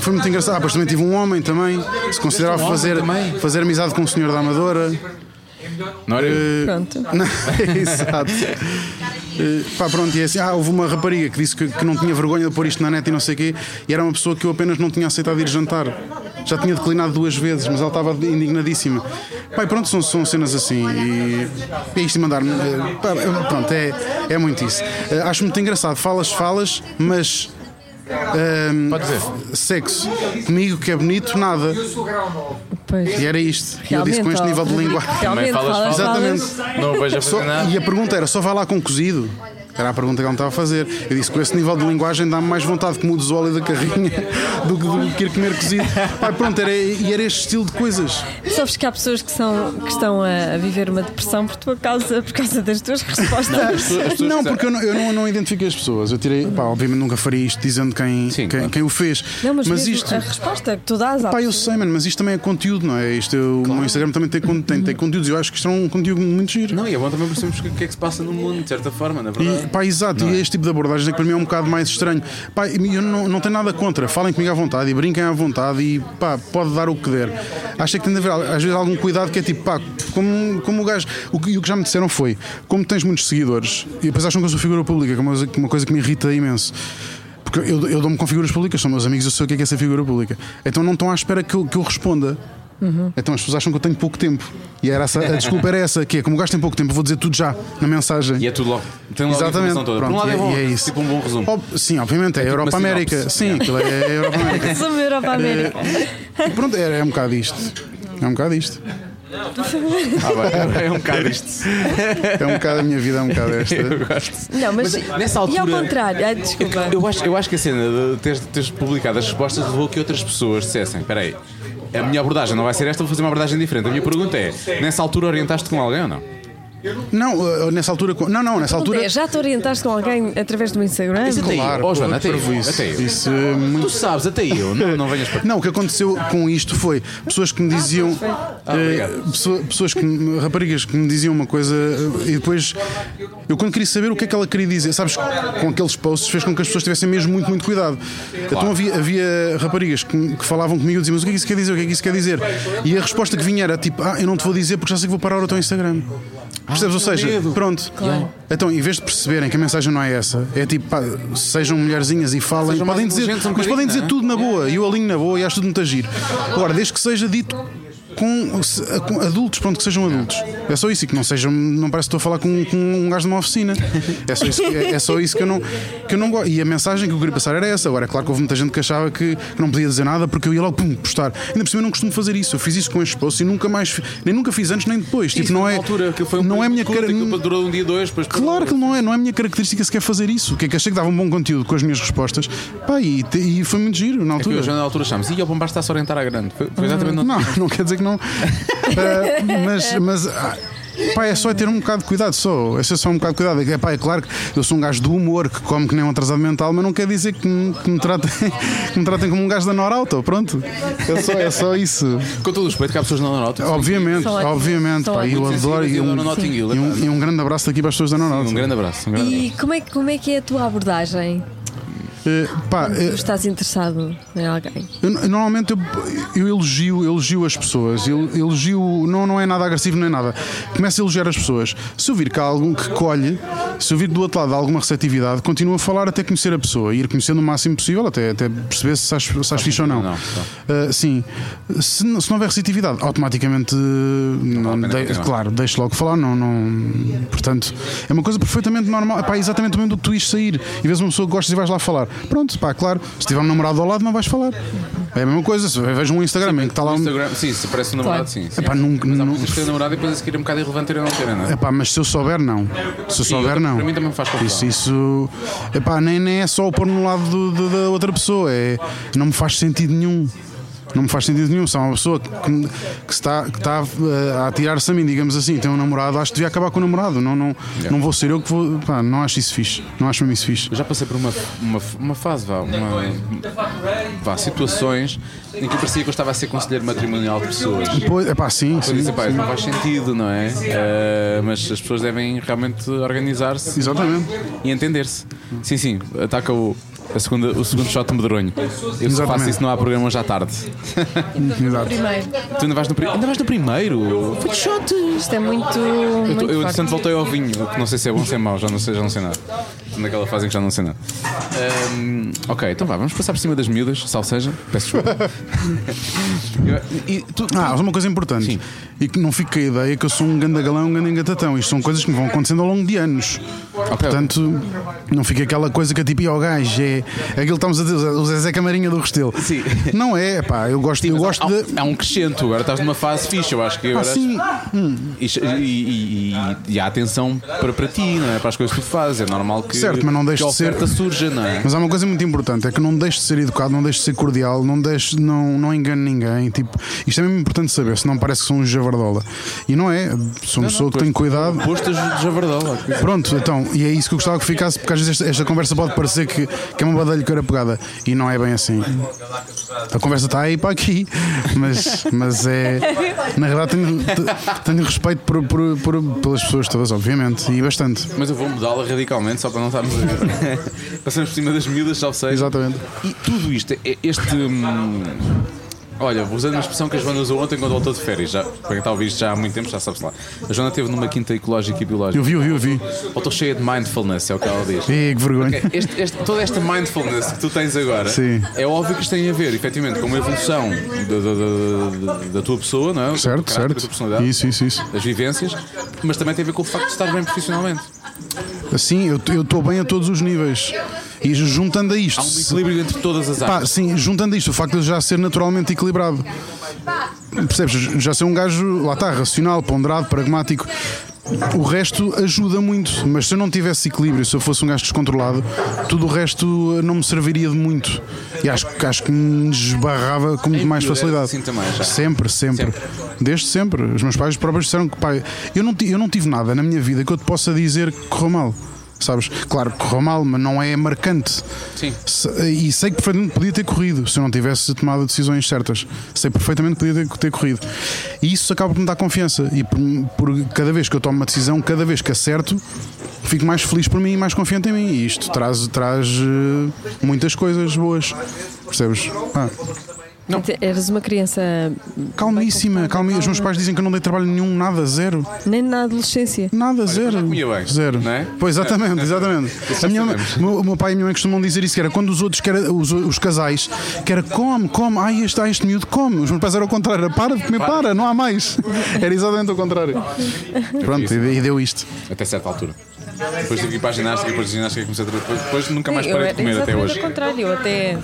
S5: foi muito engraçado. Ah, pois também tive um homem também, se considerava
S2: um homem
S5: fazer,
S2: também?
S5: fazer amizade com o senhor da Amadora.
S2: Não é? era eu.
S1: Pronto.
S5: Não, Exato. Eh, pá, pronto, e é assim. Ah, houve uma rapariga que disse que, que não tinha vergonha de pôr isto na net e não sei o quê, e era uma pessoa que eu apenas não tinha aceitado ir jantar. Já tinha declinado duas vezes, mas ela estava indignadíssima. Pai, pronto, são, são cenas assim. E é isto de mandar-me. eh, pá, Pronto, é, é muito isso. Eh, Acho muito engraçado. Falas, falas, mas. ehm,
S2: Pode dizer.
S5: Sexo. Comigo que é bonito, nada.
S1: Pois.
S5: E era isto. E eu
S1: Realmente,
S5: disse com este
S1: ó.
S5: nível de linguagem.
S1: Realmente,
S2: Também falas,
S1: falas,
S5: Exatamente.
S1: falas.
S2: Não o vejo a
S5: Só-
S2: fazer nada.
S5: e a pergunta era: só vai lá com cozido? Era a pergunta que ela me estava a fazer. Eu disse: com esse nível de linguagem dá-me mais vontade que mudes o óleo da carrinha do que, do que ir comer cozido. Pai, pronto, era, e era este estilo de coisas.
S1: Sabes que há pessoas que, são, que estão a a viver uma depressão por tua causa, por causa das tuas respostas.
S5: Não, porque eu não, eu não, não identifiquei as pessoas. Eu tirei, pá, obviamente nunca faria isto dizendo quem,
S2: Sim,
S5: quem,
S2: claro.
S5: quem o fez.
S1: Não, mas, mesmo
S5: isto.
S1: a resposta que tu dás à
S5: Pá, eu sei, mano, mas isto também é conteúdo, não é? Isto, eu- O meu Instagram também tem, con- tem, tem conteúdos. Eu acho que isto é um conteúdo muito giro.
S2: Não, e é bom também percebermos o que, o que é que se passa no mundo, de certa forma, na
S5: E,
S2: é verdade.
S5: pá, exato, e este tipo de abordagens é que para mim é um bocado mais estranho. Pá, eu não, não tenho nada contra, falem comigo à vontade e brinquem à vontade e pá, pode dar o que der. Acho é que tem de haver às vezes algum cuidado que é tipo, pá, como, como o gajo. O que, e o que já me disseram foi: como tens muitos seguidores, e depois acham que eu sou figura pública, que é uma coisa- que é uma coisa que me irrita imenso. Porque eu, eu dou-me com figuras públicas, são meus amigos, eu sei o que é, que é ser figura pública. Então não estão à espera que eu, que eu responda. Então as pessoas acham que eu tenho pouco tempo. E era essa- a desculpa era essa, que é como o gajo tem pouco tempo, eu vou dizer tudo já na mensagem.
S2: E é tudo logo. Tem logo a
S5: Exatamente.
S2: informação toda. Por um
S5: Pronto,
S2: lado é,
S5: e-
S2: bom,
S5: e é isso.
S2: tipo um bom resumo. tipo
S5: Ob- sim, obviamente, é, Europa
S2: uma
S5: América.
S2: sinopse.
S5: Sim, aquilo é, é Europa América.
S1: Resumo Europa
S5: Eh,
S1: América.
S5: E pronto, é, é um bocado isto. É um bocado isto.
S2: é um bocado isto.
S5: É um bocado a minha vida, é um bocado esta.
S1: Não, mas,
S2: Mas
S1: e
S2: nessa
S1: ao
S2: altura-
S1: contrário, ai, desculpa.
S2: Eu acho, eu acho que a cena de teres, teres publicado as respostas levou a que outras pessoas dissessem: espera aí, a minha abordagem não vai ser esta, vou fazer uma abordagem diferente. A minha pergunta é: nessa altura orientaste com alguém ou não?
S5: Não, eh, nessa altura. co- Não, não, nessa altura.
S1: Onde é? Já te orientaste com alguém através do Instagram?
S2: Isso até
S5: Claro,
S2: eu. Oh, Joana, até
S5: claro,
S2: eu.
S5: parvo isso.
S2: Até eu.
S5: Isso, eh, muito-
S2: Tu sabes, até eu. Não, não venhas para.
S5: Não, o que aconteceu com isto foi pessoas que me diziam. eh,
S2: obrigado.
S5: pessoa- pessoas que me- raparigas que me diziam uma coisa eh, e depois eu quando queria saber o que é que ela queria dizer, sabes, com aqueles posts fez com que as pessoas tivessem mesmo muito, muito cuidado. Então havia, havia raparigas que, que falavam comigo e diziam, mas o que é que isso quer dizer? O que é que isso quer dizer? E a resposta que vinha era tipo, ah, eu não te vou dizer porque já sei que vou parar o teu Instagram. Percebes? Ou seja, pronto. Então, em vez de perceberem que a mensagem não é essa, é tipo, pá, sejam mulherzinhas e falem,
S2: Sejam mais
S5: podem dizer,
S2: inteligentes um
S5: mas podem
S2: bocadinho,
S5: dizer
S2: não é?
S5: tudo tudo na boa e eu alinho na boa e acho tudo muito agir. Agora, desde que seja dito com, se- com adultos, pronto, que sejam adultos. É só isso e que não sejam, não parece que estou a falar com, com um gajo numa oficina. É só isso, que- é, é só isso que eu não que eu não gosto. E a mensagem que eu queria passar era essa. Agora, é claro que houve muita gente que achava que que não podia dizer nada porque eu ia logo pum, postar. Ainda por cima eu não costumo fazer isso. Eu fiz isso com este post e nunca mais fi- nem nunca fiz antes nem depois. Tipo,
S2: Isso
S5: não
S2: foi
S5: é
S2: uma altura, que foi um
S5: não é a
S2: período
S5: minha
S2: curto,
S5: cara,
S2: aquilo durou um dia, dois, depois.
S5: Claro que não é, não é a minha característica sequer fazer isso. O que é que achei que dava um bom conteúdo com as minhas respostas? Pá, e, te- e foi muito giro na
S2: É que
S5: altura.
S2: eu já na altura chamo-se. E o Bombar está-se a orientar à grande. Foi, foi exatamente no-
S5: Não, não quer dizer que não. Eh, mas, mas ah, pá, é só ter um bocado de cuidado, só. É só um bocado de cuidado. É, que, pá, é claro que eu sou um gajo do humor que come que nem um atrasado mental, mas não quer dizer que me, que me tratem, que me tratem como um gajo da Norauto. Pronto. É só, é só isso.
S2: Com todo o respeito, que há pessoas na Norauto.
S5: Obviamente,
S1: São ótimos.
S5: obviamente.
S1: São
S5: Pá, eu
S2: ótimos.
S5: adoro. E um,
S2: Sim. Notting Hill, é
S5: e um- e um grande abraço daqui para as pessoas da Norauto.
S2: Um grande abraço. Um grande
S1: E como é, que- como é que é a tua abordagem?
S5: Eh, pá, eh,
S1: Tu estás interessado em alguém?
S5: Eu- normalmente eu, eu elogio, elogio as pessoas, eu, elogio, não, não é nada agressivo nem nada. Começo a elogiar as pessoas. Se eu vir que há algum que colhe, se eu vir que do outro lado há alguma receptividade, continuo a falar até conhecer a pessoa, ir conhecendo o máximo possível, até, até perceber se estás, se estás fixe ou não.
S2: não,
S5: Ah, sim, se, não- se não houver receptividade, automaticamente, não,
S2: vale a pena
S5: de-
S2: continuar.
S5: claro, deixo logo falar, não, não. Portanto, é uma coisa perfeitamente normal. Pá, é exatamente o mesmo do que tu ires sair e vês uma pessoa que gostas e vais lá falar. Pronto, pá, claro, se tiver um namorado ao lado, não vais falar. É a mesma coisa, se vejo um Instagram em que está lá
S2: No
S5: um.
S2: Instagram, sim, se parece um namorado, sim. sim.
S5: Epá, nunca-
S2: Mas há
S5: nu-
S2: pessoas que têm namorado e depois a seguir é um bocado irrelevante terem ou não terem, não é?
S5: Epá, mas se eu souber, não. Se eu
S2: Sim,
S5: souber, não.
S2: para mim também me faz confusão.
S5: Isso, isso. Epá, nem, nem é só o pôr no lado do- do- da outra pessoa. É, não me faz sentido nenhum. Não me faz sentido nenhum. Se há uma pessoa que, que, que está, que está eh, a atirar-se a mim, digamos assim, tem um namorado, acho que devia acabar com o namorado. Não, não, não vou ser eu que vou. Pá, não acho isso fixe. Não acho mesmo isso fixe.
S2: Eu já passei por uma, uma, uma fase, vá, uma, vá, situações em que eu parecia que eu estava a ser conselheiro matrimonial de pessoas.
S5: Pois, epá, sim,
S2: Eu
S5: sim.
S2: disse, pá, isso não faz sentido, não é? Eh, mas as pessoas devem realmente organizar-se
S5: Exatamente.
S2: e entender-se. Sim, sim, ataca o, a segunda, o segundo shot medronho. Eu só faço
S5: Exatamente.
S2: isso, não há programa hoje à tarde.
S5: Exato.
S1: Primeiro,
S2: Tu ainda vais no, pri- ainda vais no primeiro?
S1: foi de shot. Isto é muito.
S2: Eu, tô-
S1: muito
S2: eu
S1: forte.
S2: entretanto voltei ao vinho, o que não sei se é bom ou se é mau, já não sei, já não sei nada. naquela fase em que já não sei nada. Ahm, ok, então vá, vamos passar por cima das miúdas, salseja. Peço desculpa. Eu- e tu- tu-
S5: Ah, mas uma coisa importante.
S2: Sim.
S5: E que não fique a ideia que eu sou um ganda galão, um ganda engatatão. Isto são coisas que me vão acontecendo ao longo de anos. Portanto, não fica aquela coisa que é tipo, "Ih, ó gajo, é é aquilo que estamos a dizer, o Zezé Camarinha do Restelo.
S2: Sim.
S5: Não é, pá, eu gosto, eu
S2: Mas
S5: gosto
S2: há,
S5: de. Ah,
S2: há um crescento, agora estás numa fase fixa, eu acho que agora.
S5: sim.
S2: E, e- e- e- e há atenção para, para ti, não é? para as coisas que tu fazes. É normal que,
S5: Certo, mas não deixe
S2: que a
S5: de ser-
S2: oferta surja, não é?
S5: Mas há uma coisa muito importante, é que não deixe de ser educado, não deixe de ser cordial, não deixe, não, não engane ninguém. Tipo, isto é mesmo importante saber, senão parece que sou um javardola. E não é, sou uma pessoa que tem cuidado.
S2: Postas de javardola.
S5: Pronto, então, e é isso que eu gostava que ficasse, porque às vezes esta, esta conversa pode parecer que, que é uma badalhoqueira pegada, e não é bem assim. A conversa está aí para aqui, mas, mas é. Na verdade, tenho, te- tenho respeito por, por- por- pelas pessoas todas, obviamente, e bastante.
S2: Mas eu vou mudá-la radicalmente só para não estarmos a ver. Passamos por cima das miúdas, salseja.
S5: Exatamente.
S2: E tudo isto, é- este. hum, Olha, vou usando uma expressão que a Joana usou ontem quando voltou de férias. Já, para quem está a ouvir isto já há muito tempo, já sabe-se lá. A Joana esteve numa quinta ecológica e
S5: Eu
S2: biológica.
S5: vi, eu vi, eu vi.
S2: Voltou cheia de mindfulness, é o que ela diz.
S5: E que vergonha.
S2: Este- este- toda esta mindfulness que tu tens agora
S5: Sim.
S2: é óbvio que isto tem a ver, efetivamente, com uma evolução da, da- da- da- da tua pessoa, não é? Do
S5: Certo,
S2: caráter, Da tua
S5: certo.
S2: personalidade,
S5: Isso, isso, isso.
S2: das vivências, mas também tem a ver com o facto de estar bem profissionalmente.
S5: Assim, eu eu estou bem a todos os níveis. E juntando a isto.
S2: Há um
S5: se-
S2: equilíbrio entre todas as
S5: Pá,
S2: áreas.
S5: sim, juntando isto, o facto de eu já ser naturalmente equilibrado. Percebes? Já ser um gajo, lá está, racional, ponderado, pragmático. O resto ajuda muito, mas se eu não tivesse equilíbrio, se eu fosse um gajo descontrolado, tudo o resto eh, não me serviria de muito. E acho, que- acho que me desbarrava com muito mais facilidade.
S2: assim também, já.
S5: Sempre, sempre,
S2: Sempre.
S5: Desde sempre. Os meus pais próprios disseram que, pai, eu não, ti- eu não tive nada na minha vida que eu te possa dizer que correu mal. Sabes? Claro que correu mal, mas não é marcante.
S2: Sim.
S5: Se- E sei que perfeitamente podia ter corrido se eu não tivesse tomado decisões certas. Sei perfeitamente que podia ter, ter corrido. E isso acaba por me dar confiança. E por, por cada vez que eu tomo uma decisão, cada vez que acerto, fico mais feliz por mim e mais confiante em mim. E isto traz, traz eh, muitas coisas boas. Percebes? Ah,
S1: Eras uma criança
S5: calmíssima, calmíssima. Os meus pais dizem que eu não dei trabalho nenhum, nada, zero.
S1: nem na adolescência.
S5: Nada, zero.
S2: já comia bem,
S5: Zero.
S2: não é?
S5: Pois, exatamente, exatamente.
S2: Isso
S5: A minha,
S2: sabemos.
S5: o meu- o meu pai e a minha mãe costumam dizer isso, que era quando os outros, que era os, os casais, que era come, come, ai este, ai, este miúdo come. Os meus pais eram o contrário, era para de comer, para, não há mais. Era exatamente o contrário. Pronto, e, e deu isto.
S2: Até certa altura. Depois tive que ir para a ginástica, depois da ginástica comecei a tra- depois, depois nunca mais
S1: Eu
S2: parei
S1: era
S2: de comer até
S1: exatamente
S2: hoje.
S1: ao contrário, eu até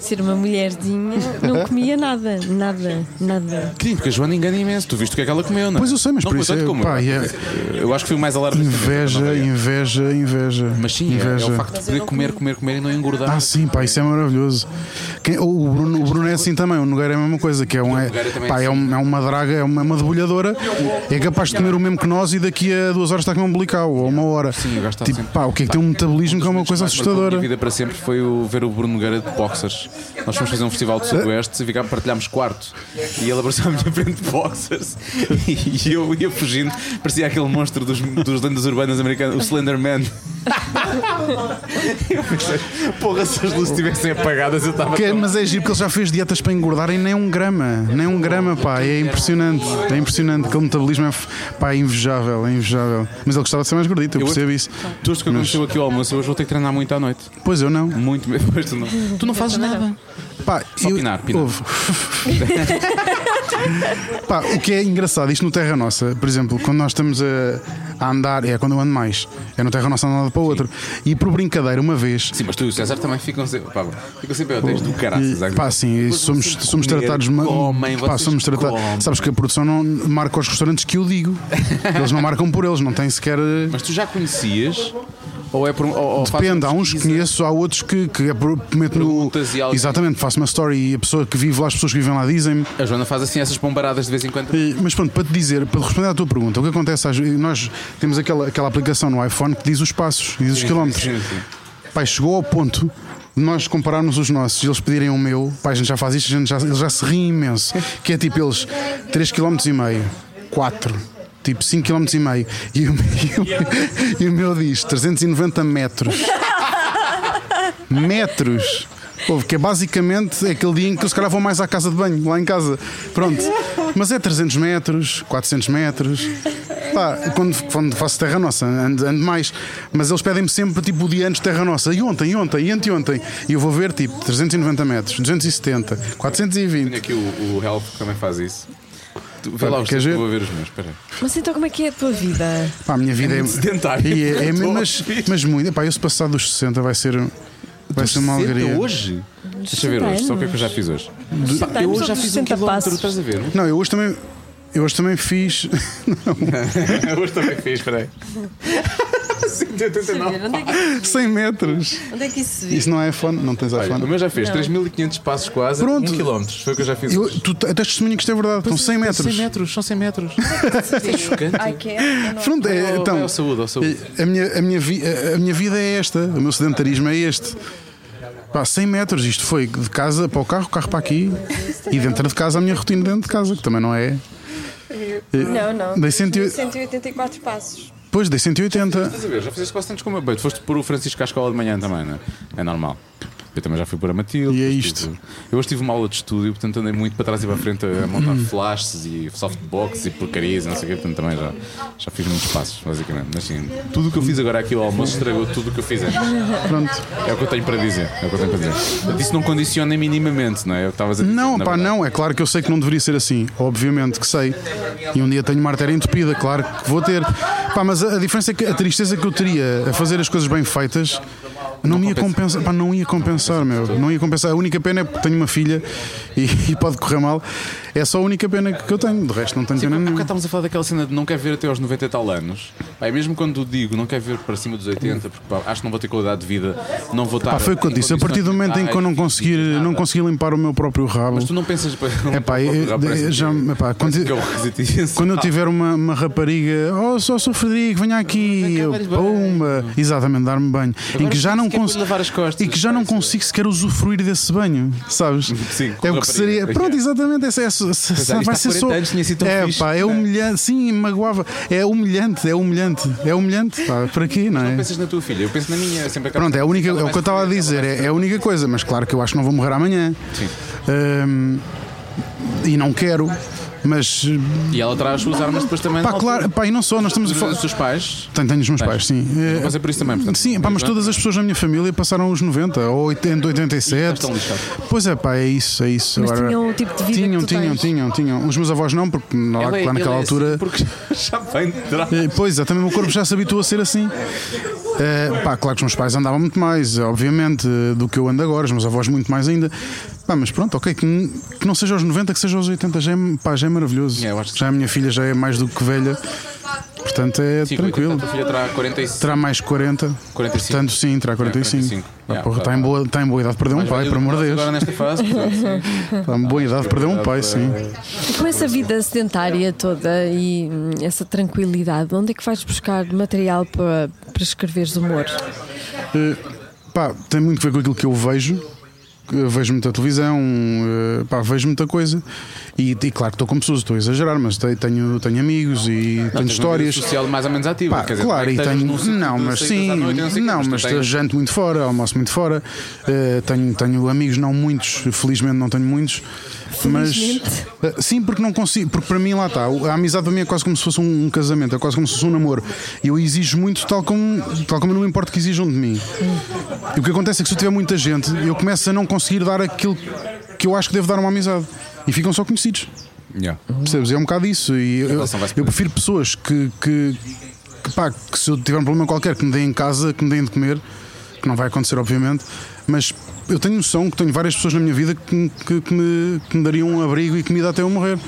S1: ser uma mulherzinha não comia nada, nada, nada.
S2: Sim, porque a Joana engana imenso. Tu viste o que é que ela comeu, não é?
S5: Pois eu sei, mas
S2: não,
S5: por
S2: foi
S5: isso
S2: tanto
S5: é-
S2: como eu.
S5: pá, é-
S2: Eu acho que fui o mais alarme.
S5: Inveja, inveja, inveja.
S2: Mas sim, é, é
S5: inveja.
S2: o facto de poder comer, comer, comer e não engordar.
S5: Ah, sim, pá, isso é maravilhoso. Quem- o, Bruno, o Bruno é assim também, o Nogueira é a mesma coisa, que é, um, é,
S2: Nogueira também é
S5: pá, é, um- é uma draga, é uma, é uma debulhadora, é capaz de comer o mesmo que nós e daqui a duas horas está com um umbilical, ou uma hora.
S2: Sim, eu gastava
S5: tipo,
S2: sempre.
S5: pá, o que é que tem um metabolismo que é uma coisa
S2: mais marcou A
S5: assustadora.
S2: minha vida para sempre foi o, ver o Bruno Nogueira de boxers. Nós fomos fazer um festival do Sudoeste e ficámos, partilhámos quarto. E ele abraçou a minha frente de boxers e eu ia fugindo. Parecia aquele monstro dos, dos lendas urbanas americanas, o Slender Man. eu pensei, porra, se as luzes estivessem apagadas eu estava.
S5: Que é-
S2: tão-
S5: mas é giro porque ele já fez dietas para engordar em nem um grama, nem um grama, pá, é impressionante, é impressionante, aquele metabolismo é, f- pá, é invejável, é invejável. Mas ele gostava de ser mais gordito, eu
S2: Eu-
S5: percebo isso.
S2: Tu hoje que aconteceu aqui ao almoço, eu hoje vou ter que treinar muito à noite.
S5: Pois eu não.
S2: Muito mesmo. Pois tu não. Tu não fazes nada.
S5: Pá,
S2: Só pinar, pinar.
S5: Ouve. Pá, o que é engraçado, isto no Terra Nossa, por exemplo, quando nós estamos a, a andar, é quando eu ando mais, é no Terra Nossa de um lado para o outro. E por brincadeira, uma vez.
S2: Sim, Ah, mas tu e o César também ficam sempre. Pá, ficam sempre eu tens do caraças.
S5: e, eh, pá, sim, somos, somos tratados. ma-
S2: Comem,
S5: pá,
S2: vocês
S5: somos tratados.
S2: comem.
S5: Sabes que a produção não marca os restaurantes que eu digo. Eles não marcam por eles, não têm sequer. eh,
S2: Mas tu já conhecias? Ou é por um. Ou, ou faz
S5: Depende, há
S2: uma
S5: uns que
S2: pesquisa?
S5: conheço, há outros que, que é por- meto no.
S2: Perguntas e algo.
S5: Exatamente, faço uma story e a pessoa que vive lá, as pessoas que vivem lá dizem-me.
S2: A Joana faz assim essas bombaradas de vez em quando.
S5: Eh, Mas pronto, para te dizer, para responder à tua pergunta, o que acontece às vezes, nós temos aquela, aquela aplicação no iPhone que diz os passos, diz os quilómetros.
S2: Sim, sim.
S5: Pai, chegou ao ponto de nós compararmos os nossos e eles pedirem o meu, pai, a gente já faz isto, a gente já, eles já se riem imenso. Que é tipo eles, 3,5 km, 4 Tipo 5,5 km e o, e, o, e o meu diz 390 metros. metros! Houve, que é basicamente aquele dia em que eu se calhar vou mais à casa de banho, lá em casa. Pronto. Mas é 300 metros, 400 metros. Pá, quando, quando faço terra nossa, ando, ando mais. Mas eles pedem-me sempre tipo o dia antes de terra nossa. E ontem, e ontem, e anteontem. E eu vou ver tipo 390 metros, 270, 420.
S2: Tenho aqui o, o Help que também faz isso. Tu, vê lá os
S5: Quer
S2: teus,
S5: ver?
S2: eu vou ver os meus, espera aí.
S1: Mas então como é que é a tua vida?
S5: Pá, a minha vida é.
S2: muito sedentário.
S5: E é, é mesmo,
S2: Estou a
S5: mas,
S2: ouvir.
S5: mas muito. Pá, eu se passar dos 60 vai ser. Vai ser uma alegria.
S2: hoje? Deixa eu ver hoje, só o que é que eu já fiz hoje. Pá,
S1: anos
S2: eu
S1: ou
S2: hoje já
S1: dos
S2: fiz um
S1: 60
S2: quilómetro,
S1: passos?
S2: estás a ver?
S5: Não, eu hoje também. Eu hoje também fiz.
S2: hoje também fiz, espera aí. 189.
S1: Onde é, que,
S5: 100 metros.
S1: onde é que isso se vê?
S5: Isso não é iPhone? Não tens
S2: Olha, o
S5: iPhone?
S2: meu já fez 3.500 passos quase,
S5: Pronto.
S2: 1 km. Foi o que eu já fiz
S5: Eu,
S2: hoje.
S5: tu até testemunho que isto é verdade. Estão 100 metros.
S2: 100 metros, são 100 metros. é chocante.
S8: Ai, que é?
S5: Pronto, é,
S2: Ao-
S5: então,
S2: ao saúde, ao saúde.
S5: A minha, a, minha vi- a- a minha vida é esta, o meu sedentarismo é este. Pá, 100 metros, isto foi de casa para o carro, carro para aqui e dentro de casa a minha rotina dentro de casa, que também não é.
S8: Não, não.
S5: Dei 108.
S8: 184 passos.
S5: Pois, dei 180.
S2: Estás a ver, já fizeste quase tantos como eu. Bem, tu foste por o Francisco à escola de manhã também, não é? É normal. Eu também já fui por a Matilde.
S5: E é
S2: depois
S5: isto.
S2: tive- Eu hoje tive uma aula de estúdio, portanto andei muito para trás e para a frente a montar
S5: Hum.
S2: flashes e softbox e porcarias, e não sei o quê, portanto também já, já fiz muitos passos, basicamente. Mas assim, tudo o que eu fiz agora aqui ao almoço estragou tudo o que eu fiz antes.
S5: Pronto.
S2: É o que eu tenho para dizer. É o que eu tenho para dizer. Portanto, isso não condiciona minimamente, não é? Eu estava a dizer,
S5: Não,
S2: na
S5: pá,
S2: verdade.
S5: não, é claro que eu sei que não deveria ser assim, obviamente que sei. E um dia tenho uma artéria entupida, claro que vou ter. Pá, mas a, a diferença é que a tristeza que eu teria a fazer as coisas bem feitas não, me ia compensar, pá, não ia compensar, meu, não ia compensar. A única pena é porque tenho uma filha e, e pode correr mal. É só a única pena que eu tenho, de resto não tenho pena
S2: Há bocado
S5: nenhuma.
S2: estávamos a falar daquela cena de não quer ver até aos 90 e tal anos. Pai, mesmo quando digo não quer ver para cima dos 80, porque pá, acho que não vou ter qualidade de vida, não vou estar.
S5: Pá, foi o que eu
S2: em
S5: disse, a partir do
S2: condições
S5: momento em que eu não
S2: mentais,
S5: conseguir,
S2: físicas,
S5: não
S2: nada.
S5: conseguir limpar o meu próprio rabo.
S2: Mas tu não pensas.
S5: É pá, eu- eu- já. é pá, quando-
S2: Que é o resistência.
S5: Quando eu tiver uma, uma rapariga, oh, só sou Frederico, venha aqui,
S2: cá,
S5: eu,
S2: vais bem.
S5: pumba, exatamente, dar-me banho. em que já
S2: fico
S5: não
S2: sequer por
S5: consigo
S2: lavar as costas,
S5: E que já não
S2: parece.
S5: consigo sequer usufruir desse banho, sabes?
S2: Sim, com
S5: é o
S2: rapariga.
S5: que seria. Pronto, exatamente, essa é a su- su-
S2: Pensar, isto
S5: vai
S2: há
S5: ser
S2: 40
S5: só.
S2: anos tinha sido tão
S5: é,
S2: fixe,
S5: pá, é
S2: não é?
S5: humilhante, sim, magoava. É humilhante, é humilhante, é humilhante, pá, para quê, não
S2: Não
S5: é?
S2: pensas na tua filha, eu penso na minha. Sempre acabo-
S5: Pronto, é, a única, é o que eu estava a dizer, é, é a única coisa, mas claro que eu acho que não vou morrer amanhã.
S2: Sim.
S5: Ahm, e não quero, mas
S2: E ela traz as suas armas depois também.
S5: pá, claro, pá, e não só, nós estamos a falar.
S2: Os seus pais.
S5: Tenho, tenho os meus pais, sim. Eh,
S2: Mas é por isso também, portanto.
S5: Sim, pá, mas todas as pessoas na minha família passaram os 90 ou 80, 87.
S2: Estão lixados.
S5: Pois é, pá, é isso, é isso.
S1: Mas tinham o tipo de vida
S5: tinham,
S1: que tu
S5: tinham,
S1: tens.
S5: tinham, tinham. Os meus avós não, porque na- lá,
S2: Ela é-
S5: lá naquela
S2: ela é assim
S5: altura.
S2: Porque já vem de trás.
S5: Eh, Pois é, também o meu corpo já se habituou a ser assim. Eh, pá, claro que os meus pais andavam muito mais, eh, obviamente, eh, do que eu ando agora, os meus avós muito mais ainda. Pá, mas pronto, ok, que, n- que não seja aos 90, que seja aos 80, já é, pá, já é maravilhoso.
S2: É, eu acho que
S5: já a minha filha já é mais do que velha, portanto é
S2: Sim,
S5: tranquilo.
S2: A tua filha terá 45.
S5: Terá mais 40.
S2: 45.
S5: Portanto, sim, terá 45.
S2: 45.
S5: Ah,
S2: Yeah,
S5: porra,
S2: tá-
S5: está em, boa, está em boa idade para perder um pai, por amor de
S2: Agora
S5: Deus.
S2: nesta fase, portanto, sim.
S5: Está em boa idade para perder um pai, sim.
S1: E com essa vida sedentária toda e hum, essa tranquilidade, onde é que vais buscar material para, para escreveres humor?
S5: Eh, pá, tem muito a ver com aquilo que eu vejo. Eu vejo muita televisão, eh, pá, vejo muita coisa. E, e claro, estou com pessoas, estou a exagerar, mas te- tenho, tenho amigos e tenho
S2: Tens uma vida
S5: histórias.
S2: um social mais ou menos ativa.
S5: Pá,
S2: quer dizer,
S5: claro,
S2: é
S5: e
S2: que estejas
S5: tenho.
S2: num sítio
S5: Não,
S2: de
S5: mas
S2: saídas
S5: sim.
S2: à noite, sei o quê,
S5: Não,
S2: tu
S5: mas
S2: tens-
S5: janto muito fora, almoço muito fora. eh, tenho, tenho amigos, não muitos, felizmente não tenho muitos. Mas.
S1: Felizmente.
S5: eh, Sim, porque não consigo. Porque para mim lá está. A amizade para mim é quase como se fosse um, um casamento, é quase como se fosse um namoro. Eu exijo muito, tal como, tal como eu não importa que exijam de mim. E o que acontece é que se eu tiver muita gente, eu começo a não conseguir dar aquilo que eu acho que devo dar a uma amizade. E ficam só conhecidos.
S2: Yeah.
S5: Percebes? É um bocado isso. E eu,
S2: relação vai-se
S5: eu prefiro pessoas que, que, que, pá, que se eu tiver um problema qualquer, que me deem em casa, que me deem de comer, que não vai acontecer, obviamente, mas eu tenho noção que tenho várias pessoas na minha vida que, me- que, que me, que me dariam um abrigo e comida até eu morrer.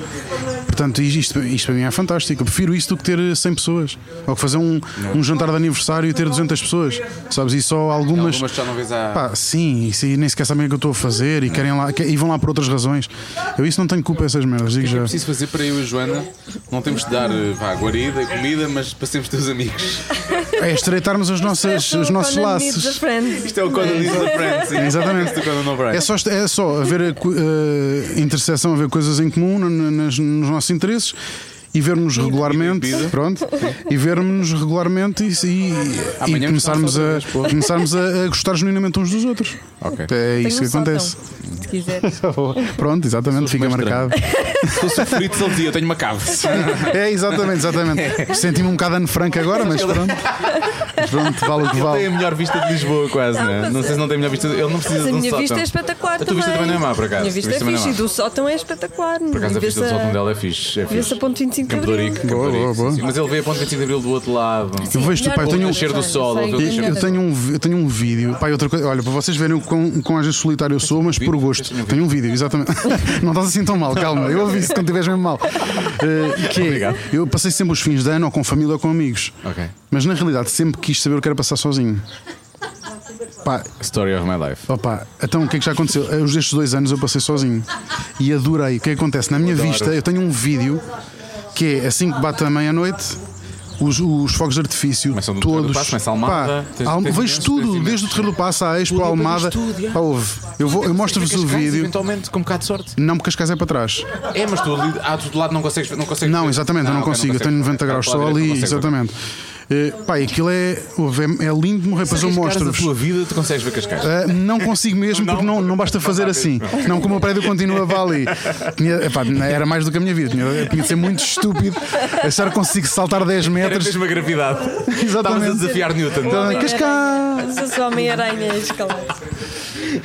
S5: Portanto, isto, isto para mim é fantástico. Eu prefiro isso do que ter 100 pessoas. Ou que fazer um, um jantar de aniversário e ter 200 pessoas. Sabes? E só algumas.
S2: Algumas já não vês há.
S5: Pá, sim, e se nem sequer sabem o que eu estou a fazer e, querem lá, que- e vão lá por outras razões. Eu isso não tenho culpa, essas merdas. Digo
S2: O que é
S5: já.
S2: preciso fazer para eu e a Joana? Não temos de dar eh, vá, guarida e comida, mas para sermos teus amigos.
S5: É estreitarmos as nossas, os nossos laços.
S2: Isto é o Conan diz da Friends. sim.
S5: Exatamente.
S2: Isto é o Conan O'Brien.
S5: É só, est- é só haver a, co- eh, interseção, haver coisas em comum no- no- nas- nos nossos interesses e vermos regularmente,
S2: bebida.
S5: pronto, e vermos regularmente e, e- e
S2: Amanhã gostamos
S5: começarmos,
S2: outra
S5: a,
S2: vez, pô.
S5: começarmos a, a gostar genuinamente uns dos outros.
S2: Ok.
S5: É
S1: Tenho
S5: isso que
S1: um sótão,
S5: acontece.
S1: Se quiser.
S5: Pronto,
S2: Sou
S5: exatamente, fica
S2: mais estranho.
S5: marcado.
S2: Se fosse um frito, ele dizia: Eu tenho uma cave.
S5: É, exatamente, exatamente. Senti-me um bocado Anne Frank agora, mas pronto. Mas Pronto, vale o que
S2: Ele tem a
S5: vale.
S2: melhor vista de Lisboa, quase, não, é?
S1: mas-
S2: Não sei se não tem a melhor vista. Ele não precisa
S1: Mas
S2: de
S1: a
S2: um
S1: minha
S2: sótão.
S1: vista é espetacular
S2: A tua
S1: também.
S2: vista também não é má, por acaso.
S1: Minha
S2: A
S1: vista,
S2: tua vista
S1: é
S2: também
S1: fixe
S2: não
S1: e
S2: é má.
S1: do sótão é espetacular.
S2: Por acaso, a
S1: Vê-se
S2: vista do sótão
S1: a-
S2: dela é fixe. É
S1: Vê-se
S2: fixe.
S1: a ponto 25 de
S2: Campo de Ourique,
S1: Abril.
S2: Campo
S5: Boa,
S2: de Ourique,
S5: boa,
S2: sim,
S5: boa.
S2: sim. Mas ele veio um a ponto 25 de Abril do outro lado.
S5: Eu vejo-te,
S1: melhor
S5: pá, eu tenho, um
S2: o um cheiro do sol,
S1: Sei,
S2: ou do-
S1: sei.
S5: eu tenho, um, vi- eu tenho um vídeo. Pá, e outra coisa, olha, para vocês verem o quão, quão às vezes solitário eu sou, mas por gosto. Tenho um vídeo, exatamente. Não estás assim tão mal, calma. Eu ouvi isso quando estiveres mesmo mal. Eh, que é, eu passei sempre os fins de ano ou com família ou com amigos.
S2: Ok.
S5: Mas na realidade sempre quis saber o que era passar sozinho. Pá,
S2: Story of my life.
S5: Opa, então o que é que já aconteceu? Eh, Os destes dois anos eu passei sozinho e adorei. O que é que acontece? Na minha vista, eu tenho um vídeo que é assim que bate a meia-noite. Os, os fogos de artifício,
S2: Começam do
S5: todos.
S2: Terreiro do Passo, começa a Almada,
S5: Pá,
S2: tens-
S5: Alm-
S2: tens
S5: vejo
S2: imenso,
S5: tudo,
S2: tens imenso.
S5: desde o Terreiro do Passo à
S2: é
S5: Expo, à Almada. Pá, ouve. Eu, vou- eu mostro-vos o
S2: Ficas caso,
S5: vídeo.
S2: Eventualmente, com um bocado de sorte.
S5: Não, porque as casas é para trás.
S2: É, mas tu ali, ah, tu do lado não consegues. Não, consegues
S5: Não, exatamente, eu não
S2: ok,
S5: consigo. Eu
S2: consegues.
S5: tenho 90
S2: Ah,
S5: graus
S2: claro,
S5: só
S2: direito,
S5: ali,
S2: não consegues.
S5: exatamente. Eh, Pá, aquilo é, ouve, é é lindo de morrer, depois
S2: Se
S5: eu
S2: arriscares
S5: mostro-vos.
S2: a tua vida, tu consegues ver Cascais.
S5: Uh, não consigo mesmo, porque não, não basta fazer assim. Não, como o prédio continuava ali. Tinha- epá, era mais do que a minha vida. Tinha, tinha de ser muito estúpido achar que consigo saltar 10
S2: Era
S5: metros.
S2: mesmo a gravidade. Estavas a
S5: Exatamente.
S2: desafiar Newton.
S5: Então, Cascá!
S1: Se fosse o Homem-Aranha é a escalar.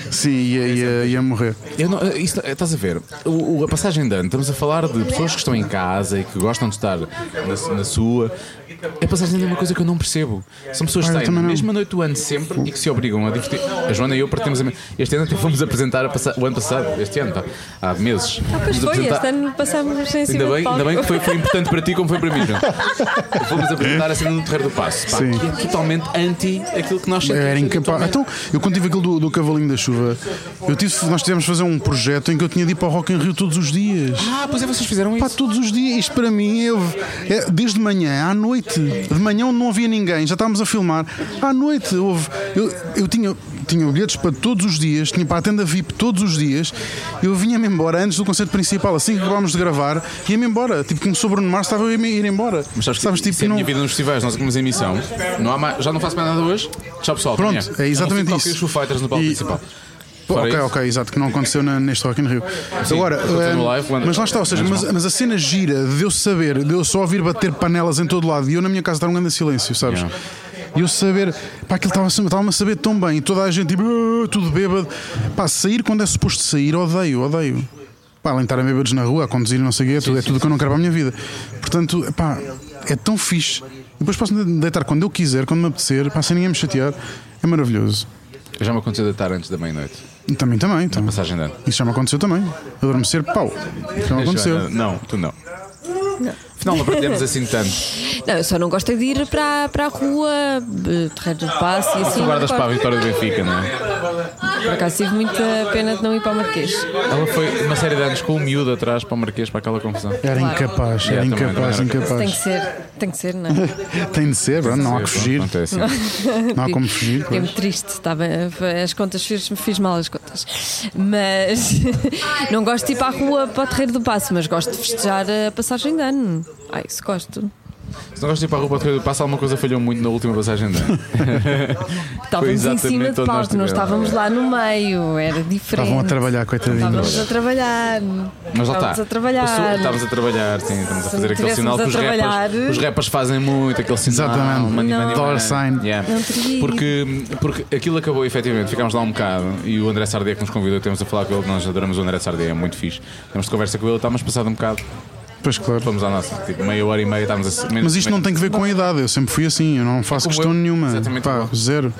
S5: Sim, ia, ia, ia morrer.
S2: Eu não, eh, isto, eh, estás a ver? O, o- a passagem de ano, estamos a falar de pessoas que estão em casa e que gostam de estar na, su- na sua. A passagem de ano é uma coisa que eu não percebo. São pessoas que
S5: Ah, eu
S2: saem na
S5: também não.
S2: mesma noite do ano sempre e que se obrigam a divertir. A Joana e eu partimos a. me- Este ano até fomos apresentar a passa- o ano passado, este ano, tá? há meses.
S1: Ah, pois
S2: Fomos
S1: foi,
S2: apresentar-
S1: este ano passámos sem cima
S2: Ainda
S1: de
S2: bem,
S1: palco.
S2: ainda bem que foi, foi importante para ti como foi para mim, João. Fomos apresentar a cena do Terreiro do Passo. Pá,
S5: Sim.
S2: que é totalmente anti aquilo que nós
S5: Eu
S2: sentimos.
S5: era incapaz. Então, eu quando tive aquilo do, do cavalinho da chuva, eu tive, nós tivemos de fazer um projeto em que eu tinha de ir para o Rock in Rio todos os dias.
S2: Ah, pois é, vocês fizeram
S5: Pá,
S2: isso.
S5: todos os dias, isto para mim eu- é desde manhã à noite. De manhã onde não havia ninguém, já estávamos a filmar. À noite houve. Eu, eu tinha, tinha bilhetes para todos os dias, tinha para a tenda VIP todos os dias. Eu vinha-me embora antes do concerto principal, assim que acabámos de gravar, ia-me embora. Tipo, começou o Bruno Mars, estava eu a me ir embora. tipo,
S2: Mas sabes, que isso é a minha vida nos festivais, nós acabamos a emissão. Não há mais- já não faço mais nada hoje. Tchau pessoal. até
S5: Pronto,
S2: amanhã.
S5: é exatamente
S2: Eu não
S5: isso.
S2: fico com os Foo Fighters no palco
S5: E-
S2: principal.
S5: Pô,
S2: Fora
S5: ok,
S2: isso.
S5: ok, exato, que não aconteceu na- neste Rock in Rio.
S2: Sim,
S5: Agora,
S2: aconteceu no
S5: hum,
S2: live, quando-
S5: mas lá está, ou seja,
S2: menos
S5: mas, mas a cena gira de eu saber, de eu só ouvir bater panelas em todo lado e eu na minha casa estar um grande silêncio, sabes?
S2: Yeah.
S5: E eu saber, pá, aquilo estava- estava-me a saber tão bem, e toda a gente tipo, "Ah, tudo bêbado. Pá, sair quando é suposto sair, odeio, odeio. Pá, além de estarem bêbados na rua, a conduzir, não sei o quê, é tudo, é tudo o que eu não quero para a minha vida. Portanto, pá, é tão fixe. Depois posso me deitar quando eu quiser, quando me apetecer, pá, sem ninguém me chatear. É maravilhoso.
S2: Já me aconteceu deitar antes da meia-noite.
S5: Também, também. então.
S2: Passagem de ano.
S5: Isso já me aconteceu também. Adormecer, pau. Já me
S2: Joana,
S5: aconteceu.
S2: Não, tu não. Afinal, não aprendemos assim tanto.
S1: Não, eu só não gosto é de ir para, para a rua, eh, terreiro do passe e assim.
S2: Tu guardas
S1: não
S2: para a
S1: gosto.
S2: vitória do Benfica, não é?
S1: Por acaso tive muita pena de não ir para o Marquês.
S2: Ela foi uma série de anos com o miúdo atrás para o Marquês, para aquela confusão.
S5: Era incapaz, era
S2: Yeah, É, também,
S5: incapaz,
S2: também era.
S1: Tem que
S5: incapaz.
S1: ser, tem que ser, não é?
S5: Tem de ser, bro, não há que fugir.
S2: Acontece.
S5: Não há como fugir.
S1: Fiquei
S5: pois.
S1: muito triste, estava, as contas, fiz, fiz mal as contas. Mas não gosto de ir para a rua para o terreiro do passo, mas gosto de festejar a passagem de ano. Ah, isso gosto.
S2: Se não gostas de ir para a roupa do passa alguma coisa falhou muito na última passagem de ano.
S1: Estávamos em
S2: exatamente
S1: cima de
S2: onde nós
S1: palco, não
S2: estivemos.
S1: estávamos lá no meio, era diferente.
S5: Estavam a trabalhar, coitadinhos.
S1: Estávamos a trabalhar.
S2: Mas lá está.
S1: Estávamos a trabalhar.
S2: Passou- Estávamos a trabalhar, sim. Estamos a
S1: Se
S2: fazer aquele
S1: estivéssemos
S2: sinal que
S1: a
S2: os rappers,
S1: trabalhar-
S2: os rappers fazem muito, aquele sinal.
S5: Exatamente.
S2: money,
S1: Não.
S2: money,
S5: Dollar
S2: money.
S5: sign.
S2: Yeah.
S1: Não teria ido.
S2: Porque, porque aquilo acabou, efetivamente. Ficámos lá um bocado e o André Sardé que nos convidou, temos a falar com ele. Nós adoramos o André Sardé, é muito fixe. Temos de conversa com ele, estávamos passado um bocado.
S5: Pois claro.
S2: Fomos à nossa, tipo, meia hora e meia, estávamos a.
S5: Mas isto não tem que ver com a idade, eu sempre fui assim, eu não faço
S2: É Como
S5: questão
S2: eu.
S5: nenhuma.
S2: Exatamente
S5: Pá,
S2: igual.
S5: zero.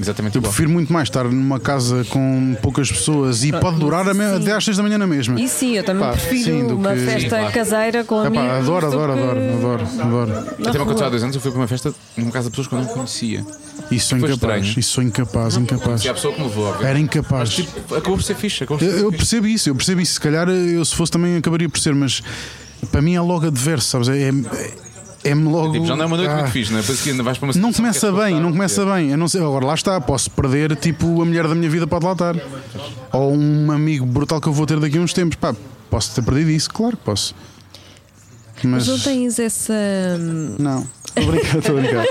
S2: Exatamente
S5: Eu
S2: igual.
S5: prefiro muito mais estar numa casa com poucas pessoas e pode durar a me- até às 6 da manhã na mesma.
S1: E sim, eu também
S5: Pá,
S1: prefiro
S5: sim, do
S1: uma
S5: que-
S1: festa
S2: Sim, claro.
S1: caseira com
S5: Epá,
S1: amigos.
S5: adoro,
S1: do
S5: adoro,
S1: que-
S5: adoro, adoro, adoro.
S1: na
S2: Até me aconteceu há
S1: rua.
S2: dois anos, eu fui para uma festa numa casa de pessoas que eu não conhecia.
S5: Isso sou
S2: Foi
S5: incapaz,
S2: estranho.
S5: isso sou incapaz, incapaz.
S2: E a pessoa que me levou, obviamente.
S5: Era incapaz.
S2: Tipo, acabou por ser fixe. Acabou por ser
S5: Eu, eu
S2: fixe.
S5: percebo isso, eu percebo isso. Se calhar eu, se fosse, também acabaria por ser, mas para mim é logo adverso, sabes? É- É, é-me logo.
S2: Tipo, já não é uma noite
S5: Ah,
S2: muito fixe, não é? Depois que ainda vais para uma
S5: Não
S2: situação que
S5: começa
S2: é
S5: bem, não começa bem. Eu não sei, agora lá está, posso perder, tipo, a mulher da minha vida pode lá estar. Ou um amigo brutal que eu vou ter daqui a uns tempos. Pá, posso ter perdido isso, claro que posso.
S1: Mas
S5: Mas.
S1: não tens essa,
S5: Não, estou a brincar, estou a brincar.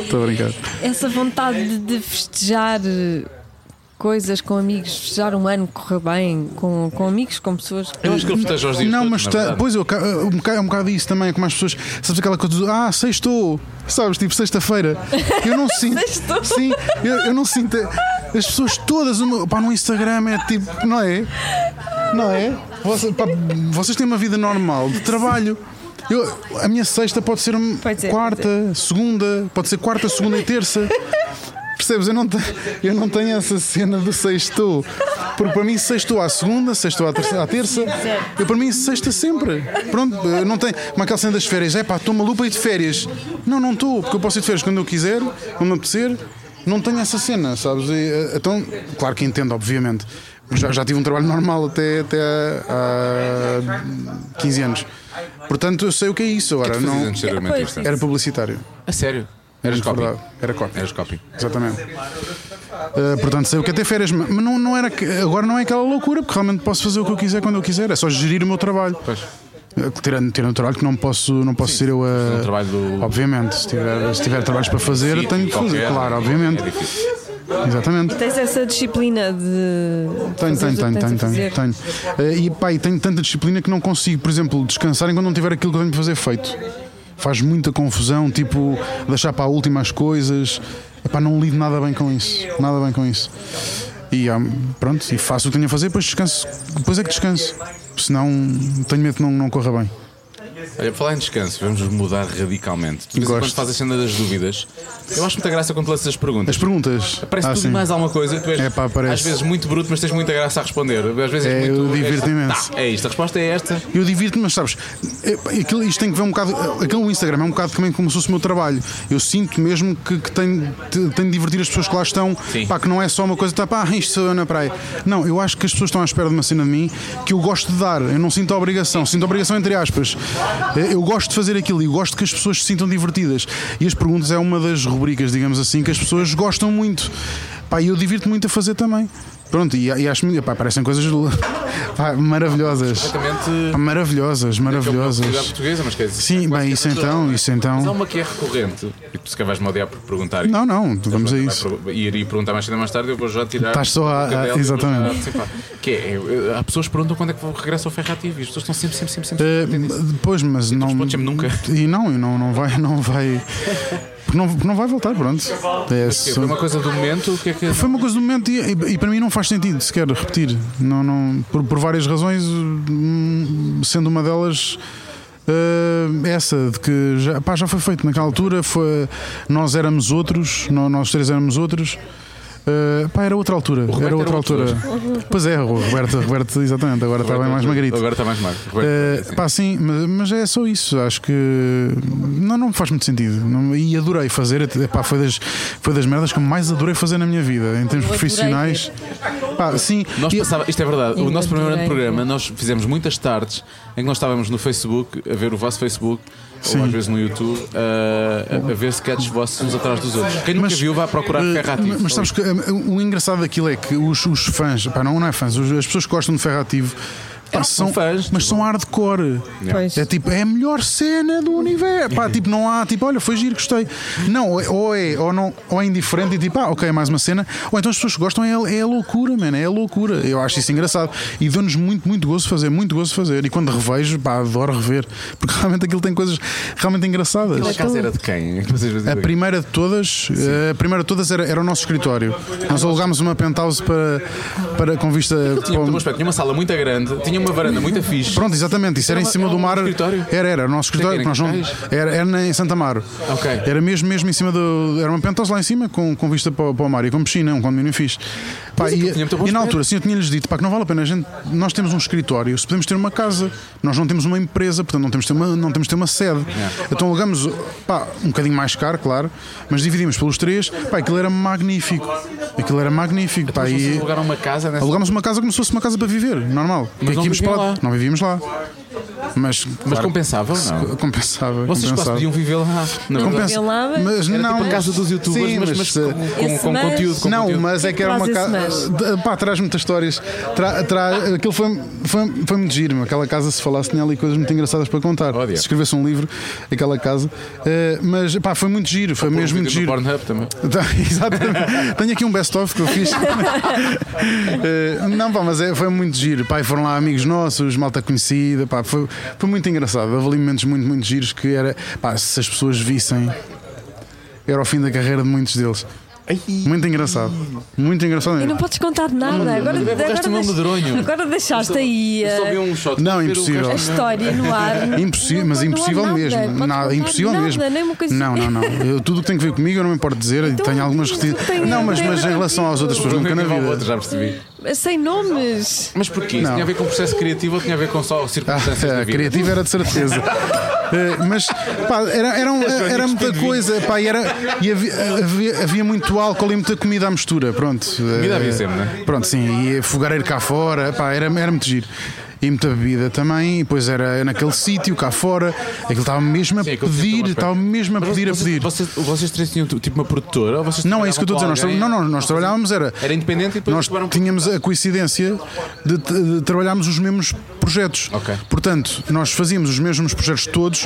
S5: Estou a brincar.
S1: essa vontade de festejar eh, coisas com amigos, festejar um ano que correu bem, com, com amigos, com pessoas. que-
S2: Eu acho que ele festeja os dias.
S5: Não,
S2: todos,
S5: mas
S2: na
S5: tá-
S2: verdade.
S5: pois eu, ca- um bocado, é um bocado isso também, é como as pessoas, sabes aquela coisa do ah, sextou, sabes, tipo sexta-feira. Eu não sinto.
S1: Sextou.
S5: sim, eu, eu não sinto. As pessoas todas, uma, pá, no Instagram é tipo, não é? Não é? Vocês, pá, vocês têm uma vida normal de trabalho. Eu, a minha sexta pode ser, um-
S1: Pode ser,
S5: quarta, segunda, pode ser quarta, segunda e terça. Percebes? Eu não, te- eu não tenho essa cena do sexto. Porque para mim, sexto à segunda, sexto à terça. À terça eu, para mim, sexta sempre. Pronto, eu não tenho. Como aquela cena das férias. É pá, estou maluco aí de férias. Não, não estou, porque eu posso ir de férias quando eu quiser, quando me apetecer. Não tenho essa cena, sabes? E, eh, então, claro que entendo, obviamente. Já, já tive um trabalho normal até, até há, há 15 anos. Portanto, eu sei o que é isso agora.
S2: Fazias
S5: não,
S2: anteriormente
S1: Pois,
S2: isto.
S5: era publicitário.
S2: A sério? Eras
S5: Muito
S2: copy.
S5: verdade. Era copy.
S2: Eras copy.
S5: Exatamente. Uh, portanto, sei o que até férias, mas não, não era que- agora não é aquela loucura, porque realmente posso fazer o que eu quiser quando eu quiser, é só gerir o meu trabalho. Uh, Tirando, tirando o trabalho que não posso, não posso ser eu a.
S2: o trabalho do-
S5: Obviamente, se tiver, se tiver trabalhos para fazer,
S2: Sim,
S5: tenho que fazer,
S2: qualquer,
S5: claro,
S2: é
S5: obviamente.
S2: difícil.
S5: Exatamente.
S1: Tens essa disciplina de.
S5: Tenho,
S1: fazer
S5: tenho,
S1: o que
S5: tenho,
S1: tens a
S5: tenho,
S1: fazer.
S5: tenho, tenho. Eh, e pá, e tenho tanta disciplina que não consigo, por exemplo, descansar enquanto não tiver aquilo que eu tenho que fazer feito. Faz muita confusão, tipo, deixar para a última as coisas. Epá, não lido nada bem com isso. Nada bem com isso. E ah, pronto, e faço o que tenho a fazer, depois descanso. Depois é que descanso. Senão tenho medo que não, não corra bem.
S2: Olha, por falar em descanso, vamos mudar radicalmente. Tu de vez em
S5: Gosto.
S2: Quando faz a cena das dúvidas, eu acho muita graça quando lanças as perguntas.
S5: As perguntas.
S2: Parece
S5: Ah,
S2: tudo
S5: sim.
S2: e mais alguma coisa. Tu és,
S5: É pá, parece.
S2: Às vezes muito bruto, mas tens muita graça a responder. Às vezes és
S5: É, eu
S2: muito. és-
S5: divirto-me imenso.
S2: Tá, é isto, a resposta é esta.
S5: Eu divirto-me, mas sabes, é, pá, aquilo, isto tem que ver um bocado. Aquilo no Instagram é um bocado também como se fosse o meu trabalho. Eu sinto mesmo que, que tenho, de- tenho de divertir as pessoas que lá estão,
S2: Sim.
S5: pá, que não é só uma coisa, tá, pá, isto sou eu na praia. Não, eu acho que as pessoas estão à espera de uma cena de mim que eu gosto de dar. Eu não sinto a obrigação, sinto a obrigação entre aspas. É, Eu gosto de fazer aquilo e eu gosto que as pessoas se sintam divertidas. E as perguntas é uma das rubricas, digamos assim, que as pessoas gostam muito. Pá, e eu divirto muito a fazer também. Pronto, e, e acho pá, parecem coisas pá, maravilhosas.
S2: Exatamente.
S5: Pá, Maravilhosas,
S2: Que é uma
S5: maravilhosas.
S2: portuguesa, mas quer dizer.
S5: Sim, bem, isso então, isso
S2: Mas há
S5: então.
S2: uma que é recorrente. E tu se calhar vais-me odiar por perguntar.
S5: Não, não, vamos a É isso.
S2: E iria perguntar mais cedo ou mais tarde, eu vou já tirar.
S5: Estás só a-
S2: o cabelo,
S5: a- exatamente.
S2: eu vou já antecipar. Que é, eu- há pessoas que perguntam quando é que regressa ao Ferra TV. As pessoas estão sempre, sempre, sempre, sempre.
S5: Eh, Depois, mas não.
S2: respondes sempre nunca.
S5: E não, e não, não vai, não vai. Porque não, porque não vai voltar, pronto. É,
S2: Que
S5: só-
S2: Foi uma coisa do momento, o que é que.
S5: Foi uma coisa do momento e, e- e para mim não faz sentido sequer repetir. Não, não, por, por várias razões, hum, sendo uma delas. eh, essa de que já, pá, já foi feito naquela altura foi, nós éramos outros nó- nós três éramos outros Eh, pá, era outra altura
S2: Roberto
S5: era outra
S2: era outro
S5: altura pois é o Roberto, Roberto exatamente agora está bem mais magrito
S2: Agora está mais magro.
S5: Uh,
S2: Roberto, sim.
S5: pá, sim, mas, mas é só isso. Acho que não, não me faz muito sentido. Não- e adorei fazer. até- Pá, foi, das, foi das merdas que eu mais adorei fazer na minha vida, em termos
S1: adorei
S5: profissionais. Ppá, sim,
S2: Nós
S5: e-
S2: passava, isto é verdade, o
S1: Enquanto
S2: nosso primeiro
S1: durei.
S2: programa nós fizemos muitas tardes em que nós estávamos no Facebook a ver o vosso Facebook ou às vezes no YouTube eh, a, a- a ver sketches vossos uns atrás dos outros. Quem nunca
S5: Mas-
S2: viu vai procurar
S5: Eh,
S2: Ferrativo.
S5: Mas sabes que eh, o engraçado daquilo é que os, os fãs, pá, não, não é fãs, os- as pessoas que gostam de Ferrativo. Pá,
S2: Eram
S5: são,
S2: fãs,
S5: mas
S2: tipo.
S5: são hardcore.
S1: Pois.
S5: É tipo, é a melhor cena do universo.
S2: Uhum.
S5: Pá, tipo, não há, tipo, olha, foi giro, gostei. Não, ou é- ou é, ou não, ou é indiferente e tipo, ah, ok, mais uma cena. Ou então as pessoas que gostam é, é a loucura, mano, é a loucura. Eu acho isso engraçado. E deu-nos muito, muito gozo fazer, muito gozo fazer. E quando revejo, pá, adoro rever. Porque realmente aquilo tem coisas realmente engraçadas.
S2: Aquela casa era de quem? É que vocês dizem.
S5: A primeira de todas, eh, a primeira de todas era, era o nosso escritório. Nós alugámos uma penthouse para, para com vista.
S2: Tinha,
S5: para-
S2: um aspecto, tinha uma sala muito grande, tinha uma varanda muito fixe.
S5: Pronto, exatamente, isso era,
S2: Era
S5: em cima
S2: uma-
S5: do
S2: era um
S5: mar.
S2: escritório?
S5: Era, era, o nosso escritório.
S2: Era
S5: que nós
S2: em
S5: não-
S2: Cascais?
S5: era, era na- em Santa Amaro.
S2: Ok.
S5: Era mesmo, mesmo em cima do. Era uma penthouse lá em cima, com, com vista para, o- para o mar e com piscina, um condomínio fixe. Pá,
S2: Mas
S5: e,
S2: aquilo tinha muito bom
S5: e na
S2: aspecto.
S5: altura, assim, eu tinha-lhes dito pá, que não vale a pena, a gente, nós temos um escritório, se podemos ter uma casa, nós não temos uma empresa, portanto não temos de ter uma, não temos de ter uma sede.
S2: É.
S5: Então alugamos pá, um bocadinho mais caro, claro, mas dividimos pelos três, pá, aquilo era magnífico. Aquilo era magnífico. Pá,
S2: Vocês
S5: e-
S2: alugaram uma casa né? nessa.
S5: Alugámos uma casa como se fosse uma casa para viver, normal.
S2: Mas não
S5: íamos
S2: viviam
S5: para
S2: lá.
S5: Não vivíamos lá. Mas,
S2: Mas
S5: claro,
S2: compensava ou não? é?
S5: se- compensava.
S2: Vocês quase
S5: compensava.
S2: podiam viver lá. Na
S5: Compensa-
S2: verdade.
S1: Viver lá, mas-
S5: mas
S2: Era
S5: não,
S2: tipo a casa dos youtubers,
S5: Sim,
S2: mas,
S5: mas,
S2: mas
S5: eh,
S2: com, com- com
S1: mas-
S2: conteúdo. com
S5: Não,
S2: conteúdo.
S5: mas é que era
S1: Faz
S5: uma
S1: esse
S5: casa.
S1: mês.
S5: Pá, traz muitas histórias. Tra, tra, aquilo foi, foi, foi muito giro. meu. Aquela casa, se falasse, tinha ali coisas muito engraçadas para contar.
S2: Oh, dear.
S5: se escrevesse um livro, aquela casa. Eh, mas, pá, foi muito giro. Foi mesmo
S2: um Vídeo no
S5: muito giro.
S2: Pornhub também.
S5: Tá, exatamente. Tenho aqui um best-of que eu fiz. Eh, não, pá, mas é- foi muito giro. Pá, e foram lá amigos nossos, malta conhecida. Pá, foi, foi muito engraçado. Houve ali momentos muito, muito giros que era. Pá, se as pessoas vissem, era o fim da carreira de muitos deles. Muito engraçado. Muito engraçado.
S1: E não
S5: mesmo.
S1: podes contar nada. Agora,
S2: borraste o meu medronho.
S1: agora, agora deixaste aí eh,
S2: Só vi
S1: a,
S2: um shot.
S5: Não,
S2: Ver o
S5: impossível.
S1: a história no ar.
S5: Impossível,
S1: Não
S5: mas
S1: pode- não há
S5: impossível
S1: nada.
S5: mesmo.
S1: Podes
S5: Nada,
S1: contar
S5: impossível
S1: nada,
S5: mesmo.
S1: nem uma coisa- assim.
S5: Não, não, não. Eu- tudo o que tem que ver comigo eu não me importo dizer.
S1: Então,
S5: tenho algumas
S1: isso
S5: retidas.
S1: tem-
S5: Não, mas,
S1: tem
S5: mas em
S1: nada
S5: relação às outras pessoas,
S2: Nunca
S5: nunca na
S2: tive ao outro,
S5: vida.
S2: já percebi.
S1: Sem nomes.
S2: Mas porquê? Isso
S5: Não.
S2: tinha a ver com o processo criativo ou tinha a ver com só
S5: Ah,
S2: circunstâncias da
S5: é,
S2: vida?
S5: criativa era de certeza. Eh, Mas pá, era, era, um- era muita coisa pá, e, era, e havia, havia, havia muito álcool e muita comida à mistura. Pronto,
S2: Comida
S5: Eh,
S2: havia sempre, não é?
S5: Pronto, sim, e fogareiro cá fora, pá, era, era muito giro. E muita bebida também, e depois era naquele sítio cá fora, aquilo estava mesmo a
S2: Sim, aquilo tinha
S5: pedir,
S2: todo um
S5: estava mesmo a
S2: Mas
S5: pedir, a
S2: vocês-
S5: pedir.
S2: Vocês, vocês três tinham tipo uma produtora? Ou vocês
S5: Não, é isso que eu estou a dizer. Nós,
S2: trabalhavam
S5: tra- não,
S2: com
S5: não,
S2: alguém?
S5: nós trabalhávamos, era.
S2: Era independente e depois um
S5: Nós
S2: acabaram por-
S5: tínhamos a coincidência de, de- de trabalharmos os mesmos projetos.
S2: Ok.
S5: Portanto, nós fazíamos os mesmos projetos todos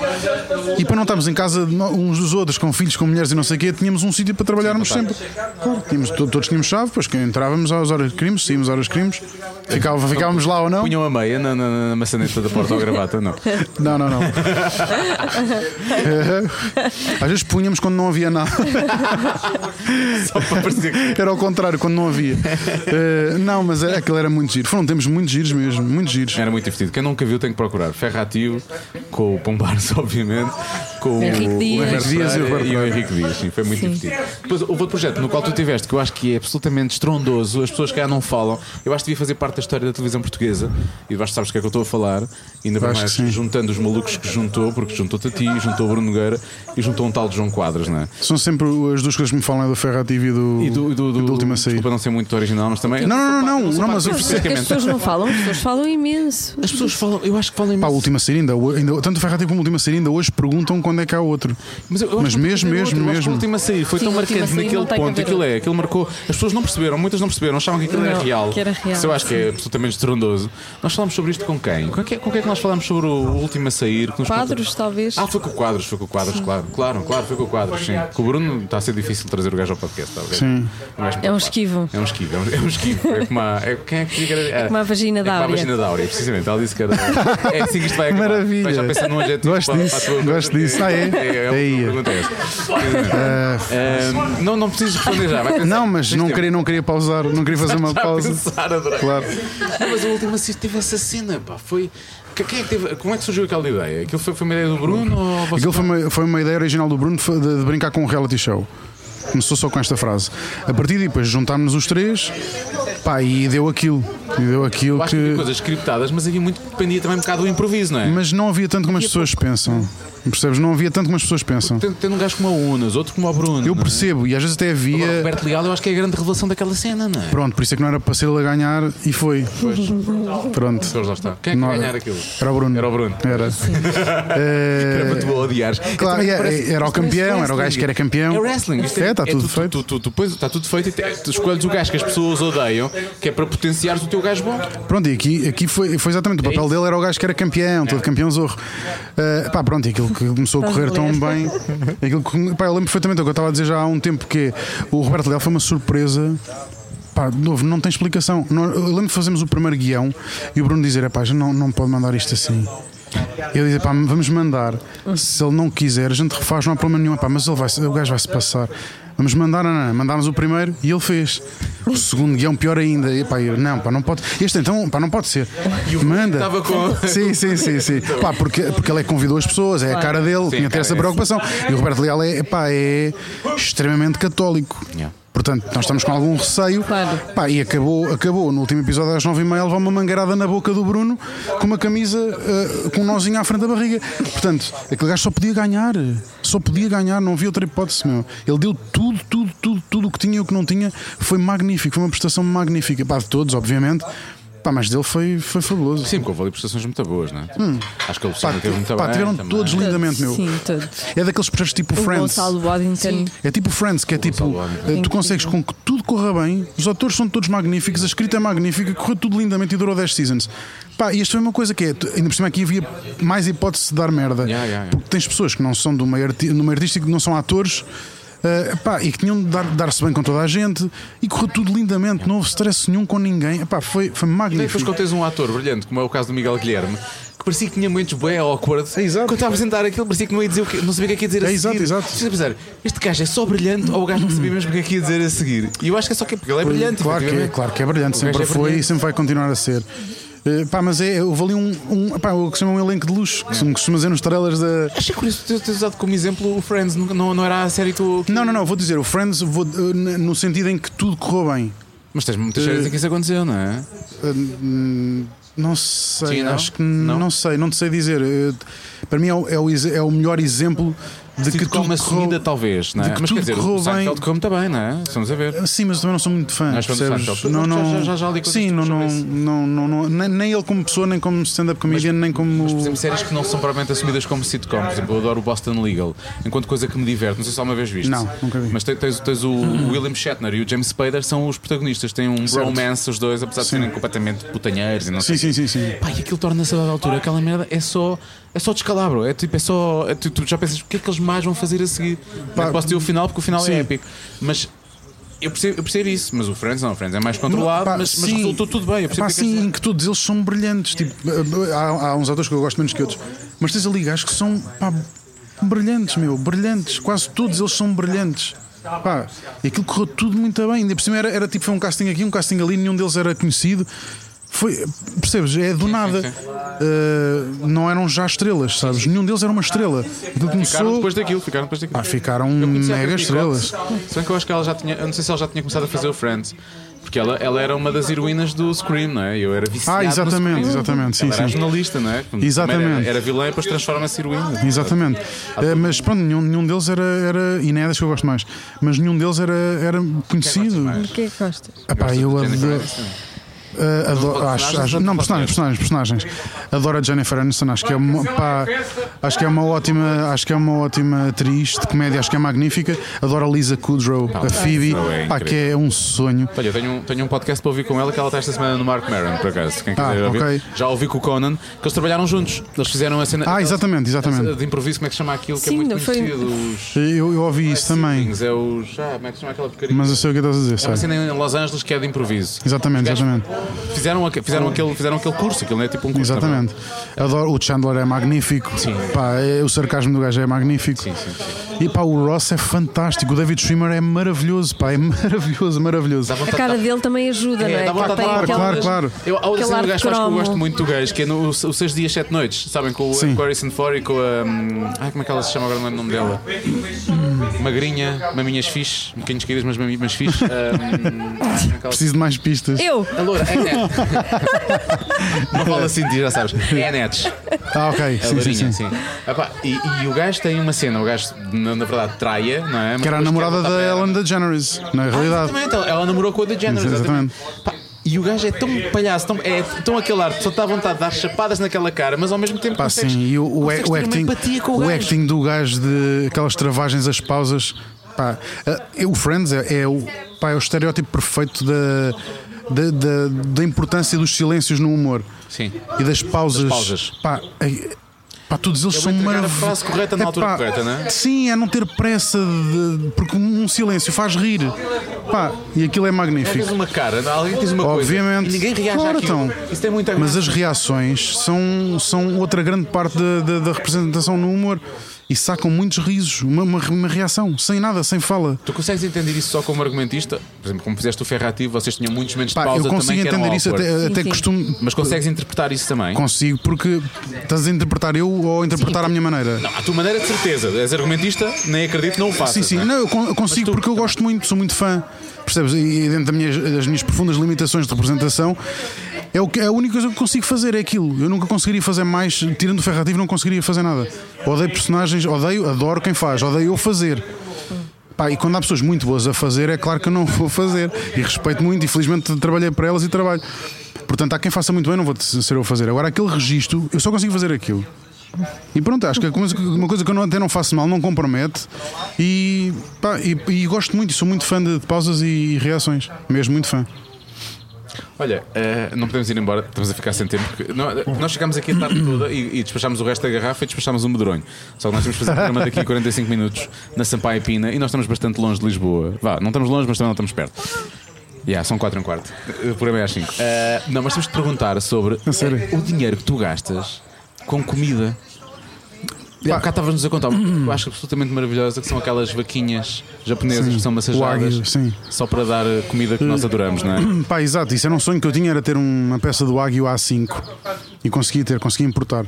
S5: e para não estarmos em casa de no- uns dos outros, com filhos, com mulheres e não sei o quê, tínhamos um sítio para trabalharmos sempre. Claro, tínhamos, to- todos tínhamos chave, pois que entrávamos às horas de crimes, saímos às horas de crimes, ficava, ficávamos lá ou não.
S2: Punham a meia na, na, na- na maçaneta da porta ou gravata, não.
S5: Não, não, não. Eh, Às vezes punhamos quando não havia nada.
S2: Só para parecer que.
S5: Era ao contrário, quando não havia. Eh, não, mas era, aquilo era muito giro. Foram tempos muito giros mesmo, muito giros.
S2: Era muito divertido. Quem nunca viu tem que procurar. Ferrativo, com o Pombares, obviamente, com o
S1: Henrique Dias.
S2: o Henrique Dias e o,
S5: Roberto
S2: e o Henrique Dias. Sim, foi muito
S1: Sim.
S2: divertido. Depois, houve outro projeto no qual tu tiveste, que eu acho que é absolutamente estrondoso, as pessoas que cá não falam. Eu acho que devia fazer parte da história da televisão portuguesa e eu acho que sabes o que é que eu estou a falar. Ainda bem
S5: Acho
S2: mais
S5: que sim.
S2: juntando os malucos que juntou, porque juntou-te a ti, juntou o Bruno Nogueira e juntou um tal de João Quadras, não é?
S5: São sempre as duas coisas que me falam é do Ferrativo e do,
S2: E do, e do, do,
S5: e do último a sair.
S2: Desculpa não ser muito original, mas também.
S5: Não, não, não, não, não,
S1: Mas
S5: mas eu
S1: é que as
S2: especificamente.
S1: pessoas não falam, as pessoas falam imenso.
S2: As pessoas falam, eu acho que falam
S5: Pá,
S2: imenso.
S5: o último a sair ainda, ho- ainda- tanto o Ferrativo como o último a sair ainda hoje perguntam quando é que há outro.
S2: Mas, eu- eu acho
S5: Mas
S2: que
S5: mesmo,
S2: tem outro.
S5: mesmo,
S2: Eu acho que
S5: mesmo.
S2: O último a sair foi
S1: Sim,
S2: tão
S1: o último a
S2: marcante
S1: sair
S2: naquele
S1: não tem que
S2: ponto.
S1: haver
S2: Aquilo é, aquilo marcou. As pessoas não perceberam, muitas não perceberam, achavam que aquilo era
S1: Não,
S2: real.
S1: que era real.
S2: Isso eu acho que é absolutamente estrondoso. Nós falámos sobre isto com quem? Com quem, com quem é que nós falámos sobre o último a sair? Que nos
S1: Quadros,
S2: contou?
S1: talvez.
S2: Ah, foi com o quadros, foi com o quadros, claro. Claro, claro, foi com o quadros, sim. Com o Bruno está a ser difícil trazer o gajo ao podcast, tá talvez. Sim.
S1: É um esquivo.
S2: É um esquivo, é um, é um esquivo. É como a, é, quem é que diz que era- é,
S1: como a vagina
S2: é
S1: da
S2: como
S1: Áurea.
S2: a vagina da Áurea, precisamente. Ela disse que era. É assim que isto vai acabar.
S5: Maravilha.
S2: Vai já pensando num adjetivo
S5: Gosto
S2: para- para a
S5: disso,
S2: tua-
S5: gosto disso. Ah, é?
S2: é,
S5: Aí.
S2: é, uma pergunta é essa. Ahm, não, não preciso responder já. Vai pensar.
S5: Não, mas
S2: Tens
S5: não
S2: tempo.
S5: queria, não queria pausar, não queria fazer uma
S2: é Já
S5: pausa.
S2: pensar, adorei.
S5: Claro.
S2: Não, mas a última assist teve essa cena, pá. Foi. que- Quem é que teve- Como é que surgiu aquela ideia? Aquilo foi, foi uma ideia do Bruno ou você-
S5: Aquilo foi uma, foi uma ideia original do Bruno foi de, de brincar com um reality show. Começou só com esta frase. A partir daí, depois juntámos-nos os três, pá, e deu aquilo. E deu aquilo
S2: Eu acho que havia
S5: que.
S2: coisas scriptadas, mas havia muito que dependia também um bocado do improviso, não é?
S5: Mas não havia tanto como as pessoas pensam. Percebes? Não havia tanto como as pessoas pensam.
S2: Tendo, tendo um gajo como a Unas, outro como o Bruno.
S5: Eu
S2: não é?
S5: percebo, e às vezes até
S2: Agora, o
S5: havia.
S2: Roberto Leal, eu acho que é a grande revelação daquela cena, não é?
S5: Pronto, por isso é que não era para ser ele a ganhar e foi. Pronto.
S2: Pois lá está. Quem é que
S5: Não-
S2: vai ganhar aquilo?
S5: Era o Bruno.
S2: Era o Bruno.
S5: Era. Eh,
S2: Era para tu odiares.
S5: Claro,
S2: Isto parece-
S5: é-
S2: isto
S5: era o
S2: parece
S5: campeão, era o
S2: wrestling.
S5: gajo que era campeão.
S2: É wrestling, isto
S5: É, está tudo
S2: tu- tu-
S5: feito.
S2: tu- tu- tu- pois, Está tudo feito e te- tu escolhes o gajo que as pessoas odeiam, que é para potenciares o teu gajo bom.
S5: Pronto, e aqui, aqui foi, foi exatamente. O papel dele era o gajo que era campeão, todo campeão zorro. Eh, pá, pronto, e aquilo que começou a correr tão bem. Aquilo que, pá, eu lembro perfeitamente o que eu estava a dizer já há um tempo, que é, o Roberto Leal foi uma surpresa. Pá, de novo, não tem explicação. Nó- eu lembro de fazermos o primeiro guião e o Bruno dizer: "Epá, já não, não pode mandar isto assim. Eu dizia, pá, vamos mandar. Se ele não quiser, a gente refaz, não há problema nenhum. Pá, mas ele vai, o gajo vai se passar. Vamos mandar, não, não, não. mandámos o primeiro e ele fez. O segundo guião, pior ainda. E, pá, eu, não, pá, não pode. Este então, pá, não pode ser. Manda.
S2: estava com- Então.
S5: Sim, sim, sim, sim. Pá, porque, porque ele é que convidou as pessoas, é a cara dele, tinha ter
S2: cara,
S5: essa
S2: é.
S5: preocupação. E o Roberto Leal é, pá, é extremamente católico.
S2: Yeah.
S5: Portanto, nós estamos com algum receio.
S1: Claro.
S5: Pá, e acabou, acabou no último episódio às 9h30 ele levar uma mangueirada na boca do Bruno com uma camisa eh, com um nozinho à frente da barriga. Portanto, aquele gajo só podia ganhar. Só podia ganhar, não havia outra hipótese, meu. Ele deu tudo, tudo, tudo, tudo o que tinha e o que não tinha. Foi magnífico, foi uma prestação magnífica. Pá, de todos, obviamente. Pá, mas dele foi, foi fabuloso.
S2: Sim, porque houve ali prestações muito boas, não é? Acho que a Luciana
S5: Pá,
S2: teve muito
S5: pá,
S2: bem.
S5: tiveram
S2: também.
S5: todos lindamente, meu.
S1: Sim, todo.
S5: É daqueles projetos tipo
S1: O
S5: Friends.
S1: Gonçalo Waddington.
S5: É tipo Friends, que é tipo,
S2: Gonçalo Alves.
S5: eh, tu consegues com que tudo corra bem, os atores são todos magníficos, a escrita é magnífica, correu tudo lindamente e durou 10 seasons. Pá, e isto foi uma coisa que é, tu- ainda por cima aqui havia mais hipótese de dar merda.
S2: Yeah, yeah, yeah.
S5: Porque tens pessoas que não são do meio, arti- no meio artístico, que não são atores. eh, pá, e que tinham de dar- dar-se bem com toda a gente e correu tudo lindamente, não houve stress nenhum com ninguém. Epá, foi, foi
S2: E depois
S5: magnífico.
S2: quando tens um ator brilhante, como é o caso do Miguel Guilherme, que parecia que tinha momentos bem awkward.
S5: É, exato.
S2: Quando estava a apresentar aquilo, parecia que não ia dizer o que, não sabia o que é que ia dizer a seguir.
S5: É, exato, exato.
S2: Precisa pensar, este gajo é só brilhante ou o gajo não sabia mesmo o que é que ia dizer a seguir. E eu acho que é só que porque ele é brilhante.
S5: Claro que é,
S2: efetivamente.
S5: claro que é brilhante,
S2: O gajo
S5: sempre
S2: é
S5: foi e
S2: brilhante.
S5: sempre vai continuar a ser. Eh, pá, mas é, houve ali um, um, pá, o que se chama um elenco de luxo, que se me costuma dizer nos trailers da.
S2: Achei curioso ter, ter usado como exemplo o Friends, nunca- não, não era a série que tu.
S5: Não, não, não, vou dizer, o Friends, vou, eh, n- no sentido em que tudo correu bem.
S2: Mas tens muitas séries em que isso aconteceu, não é?
S5: Eh, hum, não sei,
S2: Sim, não?
S5: acho que
S2: Não?
S5: não? sei, não te sei dizer. Eh, para mim é o, é o, exe- é o melhor exemplo de que
S2: Sitcom
S5: tudo
S2: assumida,
S5: correu...
S2: talvez, não é?
S5: de que
S2: mas quer
S5: tudo
S2: dizer, o
S5: correu
S2: Seinfeld
S5: bem.
S2: correu muito bem, não é? Estamos a ver.
S5: Ah, Sim, mas eu também não sou muito fã.
S2: Nós somos
S5: percebes?
S2: fãs, então.
S5: não, não,
S2: Já- já- já li coisas
S5: sim, não, não,
S2: sobre isso.
S5: não, não, não- nem, nem ele como pessoa, nem como stand-up comedian, nem como.
S2: Por exemplo, séries que não são propriamente assumidas como sitcom. Por exemplo, eu adoro o Boston Legal, enquanto coisa que me diverte. Não sei se alguma vez viste.
S5: Não, nunca vi.
S2: Mas te- tens, tens o William Shatner e o James Spader são os protagonistas. Têm um romance os dois, apesar de serem completamente putanheiros e não
S5: sim,
S2: sei.
S5: sim, sim, sim.
S2: Pá, e aquilo torna-se a dada altura. Aquela merda é só, é só descalabro. É tipo, é só. é tu, tu já pensas, o que é que eles mais vão fazer a seguir?
S5: Pá,
S2: não é posso ter o final, porque o final
S5: sim.
S2: é épico. Mas. Eu percebo, eu percebo isso, mas o Friends não, o Friends é mais controlado,
S5: Pá,
S2: mas, mas
S5: sim.
S2: resultou tudo bem. Eu percebo
S5: Pá,
S2: o que é que
S5: sim,
S2: queres É.
S5: em que todos eles são brilhantes. Tipo, há, há uns atores que eu gosto menos que outros, mas tens ali gajos que são pá, brilhantes, meu, brilhantes. Quase todos eles são brilhantes. Pá, e aquilo correu tudo muito bem. Ainda por cima era, era tipo, foi um casting aqui, um casting ali, nenhum deles era conhecido. Foi, percebes? É do nada. Uh, não eram já estrelas, sabes? Nenhum deles era uma estrela. Aquilo
S2: dizer. Ficaram
S5: começou.
S2: depois daquilo, ficaram depois daquilo.
S5: Pá, ficaram
S2: Eu conheci a
S5: Hum, mega
S2: Britney
S5: estrelas.
S2: Cox. Se bem que eu acho que ela já tinha. Eu não sei se ela já tinha começado a fazer o Friends. Porque ela, ela era uma das heroínas do Scream, não é? Eu era viciado
S5: Ah,
S2: no
S5: exatamente,
S2: Scream.
S5: exatamente. Sim,
S2: Ela era
S5: sim.
S2: jornalista, não é? Primeiro
S5: Exatamente.
S2: Era, era vilã e depois transforma-se em heroína.
S5: Exatamente. Eh, mas pronto, nenhum, nenhum deles era, era. E nem é das que eu gosto mais. Mas nenhum deles era, era conhecido.
S1: O que é que gostas?
S5: Ah pá, eu
S2: Jennifer
S5: adoro.
S2: Aniston.
S5: eh, adoro-
S2: Não,
S5: acho-
S2: personagens,
S5: acho- Não,
S2: não,
S5: personagens, personagens, personagens. Adoro a Jennifer Aniston, acho que é uma, pá, acho que é uma ótima, acho que é uma ótima atriz de comédia, acho que é magnífica. Adoro a Lisa Kudrow, a Phoebe,
S2: Kudrow é
S5: pá, que é um sonho.
S2: Olha, eu tenho, um- tenho um podcast para ouvir com ela que ela está esta semana no Mark Maron, por acaso. Quem
S5: Ah,
S2: quiser ouvir.
S5: ok.
S2: Já ouvi com o Conan, que eles trabalharam juntos. Eles fizeram a cena.
S5: Ah, exatamente,
S2: essa
S5: exatamente.
S2: De improviso, como é que se chama aquilo que é
S1: Sim,
S2: muito
S1: não foi-
S2: conhecido? Os.
S5: Eu, eu ouvi isso também,
S2: É os. Ah, como é que se chama aquela porcaria?
S5: mas eu sei o que estás a dizer,
S2: É uma
S5: sabe?
S2: cena em Los Angeles que é de improviso.
S5: Exatamente,
S2: Os gajos
S5: exatamente.
S2: Fizeram, aque- fizeram, aquele, fizeram aquele curso, aquilo não é tipo um curso.
S5: Exatamente. Adoro. O Chandler é magnífico. Pá, é- o sarcasmo do gajo é magnífico. E pá, o Ross é fantástico. O David Schwimmer é maravilhoso. Pá, é maravilhoso, maravilhoso.
S2: Dá
S1: A
S2: vontade-
S1: cara
S2: dá-
S1: dele também ajuda, não
S2: É,
S1: é?
S2: dá vontade de
S1: Tem
S2: falar,
S1: aquela-
S5: claro, claro.
S2: Eu, há outra
S1: Aquele
S2: cena
S1: ar
S2: do
S1: de
S2: gajo que eu acho que eu
S1: cromo.
S2: gosto muito do gajo, que é no, o, o 6 dias, 7 noites, sabem? Com o
S5: Sim.
S2: Harrison Ford e com a. hum, Ai, como é que ela se chama agora? Não lembro o nome dela. Magrinha, maminhas fixe, um bocadinho queridas, mas maminhas fixe. Hum, como é que ela se-
S5: Preciso de mais pistas.
S1: Eu!
S2: A loura, é Neto. Não fala assim, já sabes. É Netes.
S5: Ah, ok.
S2: A
S5: Sim, sim,
S2: lourinha,
S5: sim.
S2: É sim. Epá, e, e o gajo tem uma cena, o gajo, na, na verdade, traia, não é? Mas
S5: Que era a
S2: depois
S5: namorada
S2: quer voltar
S5: da
S2: para ela. né?
S5: Ellen DeGeneres, na realidade.
S2: Ah, Exatamente, ela, ela namorou com a DeGeneres. Exatamente.
S5: Exatamente.
S2: Pá, e o gajo é tão palhaço, tão, é tão aquele ar, só está à vontade de dar chapadas naquela cara, mas ao mesmo tempo.
S5: Pá,
S2: consegues-
S5: sim. E o, o- o
S2: consegues ter uma
S5: acting,
S2: empatia com o,
S5: o,
S2: gajo.
S5: acting do gajo de aquelas travagens, as pausas. Pá, eh, o Friends é, é o, pá, é o estereótipo perfeito da, da, da, da importância dos silêncios no humor.
S2: Sim.
S5: E das pausas.
S2: Das pausas.
S5: Pá, ai- pá, todos eles
S2: Eu vou
S5: são
S2: É entregar a
S5: maravilhosos.
S2: frase correta na altura correta, não é?
S5: Sim, é não ter pressa, de- porque um silêncio faz rir. Pá, e aquilo é
S2: Não Tens
S5: magnífico.
S2: uma cara, não, é? alguém diz uma
S5: Obviamente.
S2: coisa. E ninguém reage
S5: Claro,
S2: àquilo.
S5: então.
S2: Isso é tem muita
S5: Mas
S2: graça.
S5: as reações são, são outra grande parte da, da- da representação no humor e sacam muitos risos, uma, uma- uma reação, sem nada, sem fala.
S2: Tu consegues entender isso só como argumentista? Por exemplo, como fizeste o Ferrativo, vocês tinham muitos momentos de
S5: Pá,
S2: pausa
S5: eu
S2: também
S5: consigo
S2: que eram
S5: entender isso,
S2: awkward.
S5: até, eh, até
S1: sim.
S5: costumo.
S2: Mas consegues interpretar isso também?
S5: Consigo, porque estás a interpretar eu ou a interpretar à minha maneira.
S2: Não, à tua maneira de certeza. És argumentista, nem acredito que não o faças.
S5: Sim, sim,
S2: não é?
S5: não, eu con- eu consigo
S2: tu-
S5: porque eu gosto muito, sou muito fã, percebes? E dentro da minha- das minhas profundas limitações de representação, é, o que, é a única coisa que consigo fazer, é aquilo. Eu nunca conseguiria fazer mais, tirando o Ferrativo, não conseguiria fazer nada. Odeio personagens, odeio, adoro quem faz, odeio eu fazer. Pá, e quando há pessoas muito boas a fazer, é claro que eu não vou fazer. E respeito muito, e felizmente trabalhei para elas e trabalho. Portanto, há quem faça muito bem, não vou te- ser eu a fazer. Agora, aquele registro, eu só consigo fazer aquilo. E pronto, acho que é uma coisa- uma coisa que eu não- até não faço mal, não compromete. E, pá, e, e gosto muito, sou muito fã de, de pausas e reações. Mesmo muito fã.
S2: Olha, eh, não podemos ir embora, estamos a ficar sem tempo. porque nó- nós chegámos aqui a tarde toda e, e despachámos o resto da garrafa e despachámos um medronho. Só que nós temos que fazer o programa daqui a 45 minutos na Sampaia Pina e nós estamos bastante longe de Lisboa. Vá, não estamos longe, mas também não estamos perto. Yeah, são 4 e um quarto. O programa é às 5. não, mas temos de perguntar sobre o dinheiro que tu gastas com comida. E Há bocado estavas-nos a contar, eu acho absolutamente maravilhosa que são aquelas vaquinhas japonesas que são
S5: wagyu,
S2: massajadas
S5: sim.
S2: só para dar eh, comida que nós adoramos, não é?
S5: Pá, exato, isso era um sonho que eu tinha, era ter uma peça do Wagyu A5 e consegui ter, consegui importar.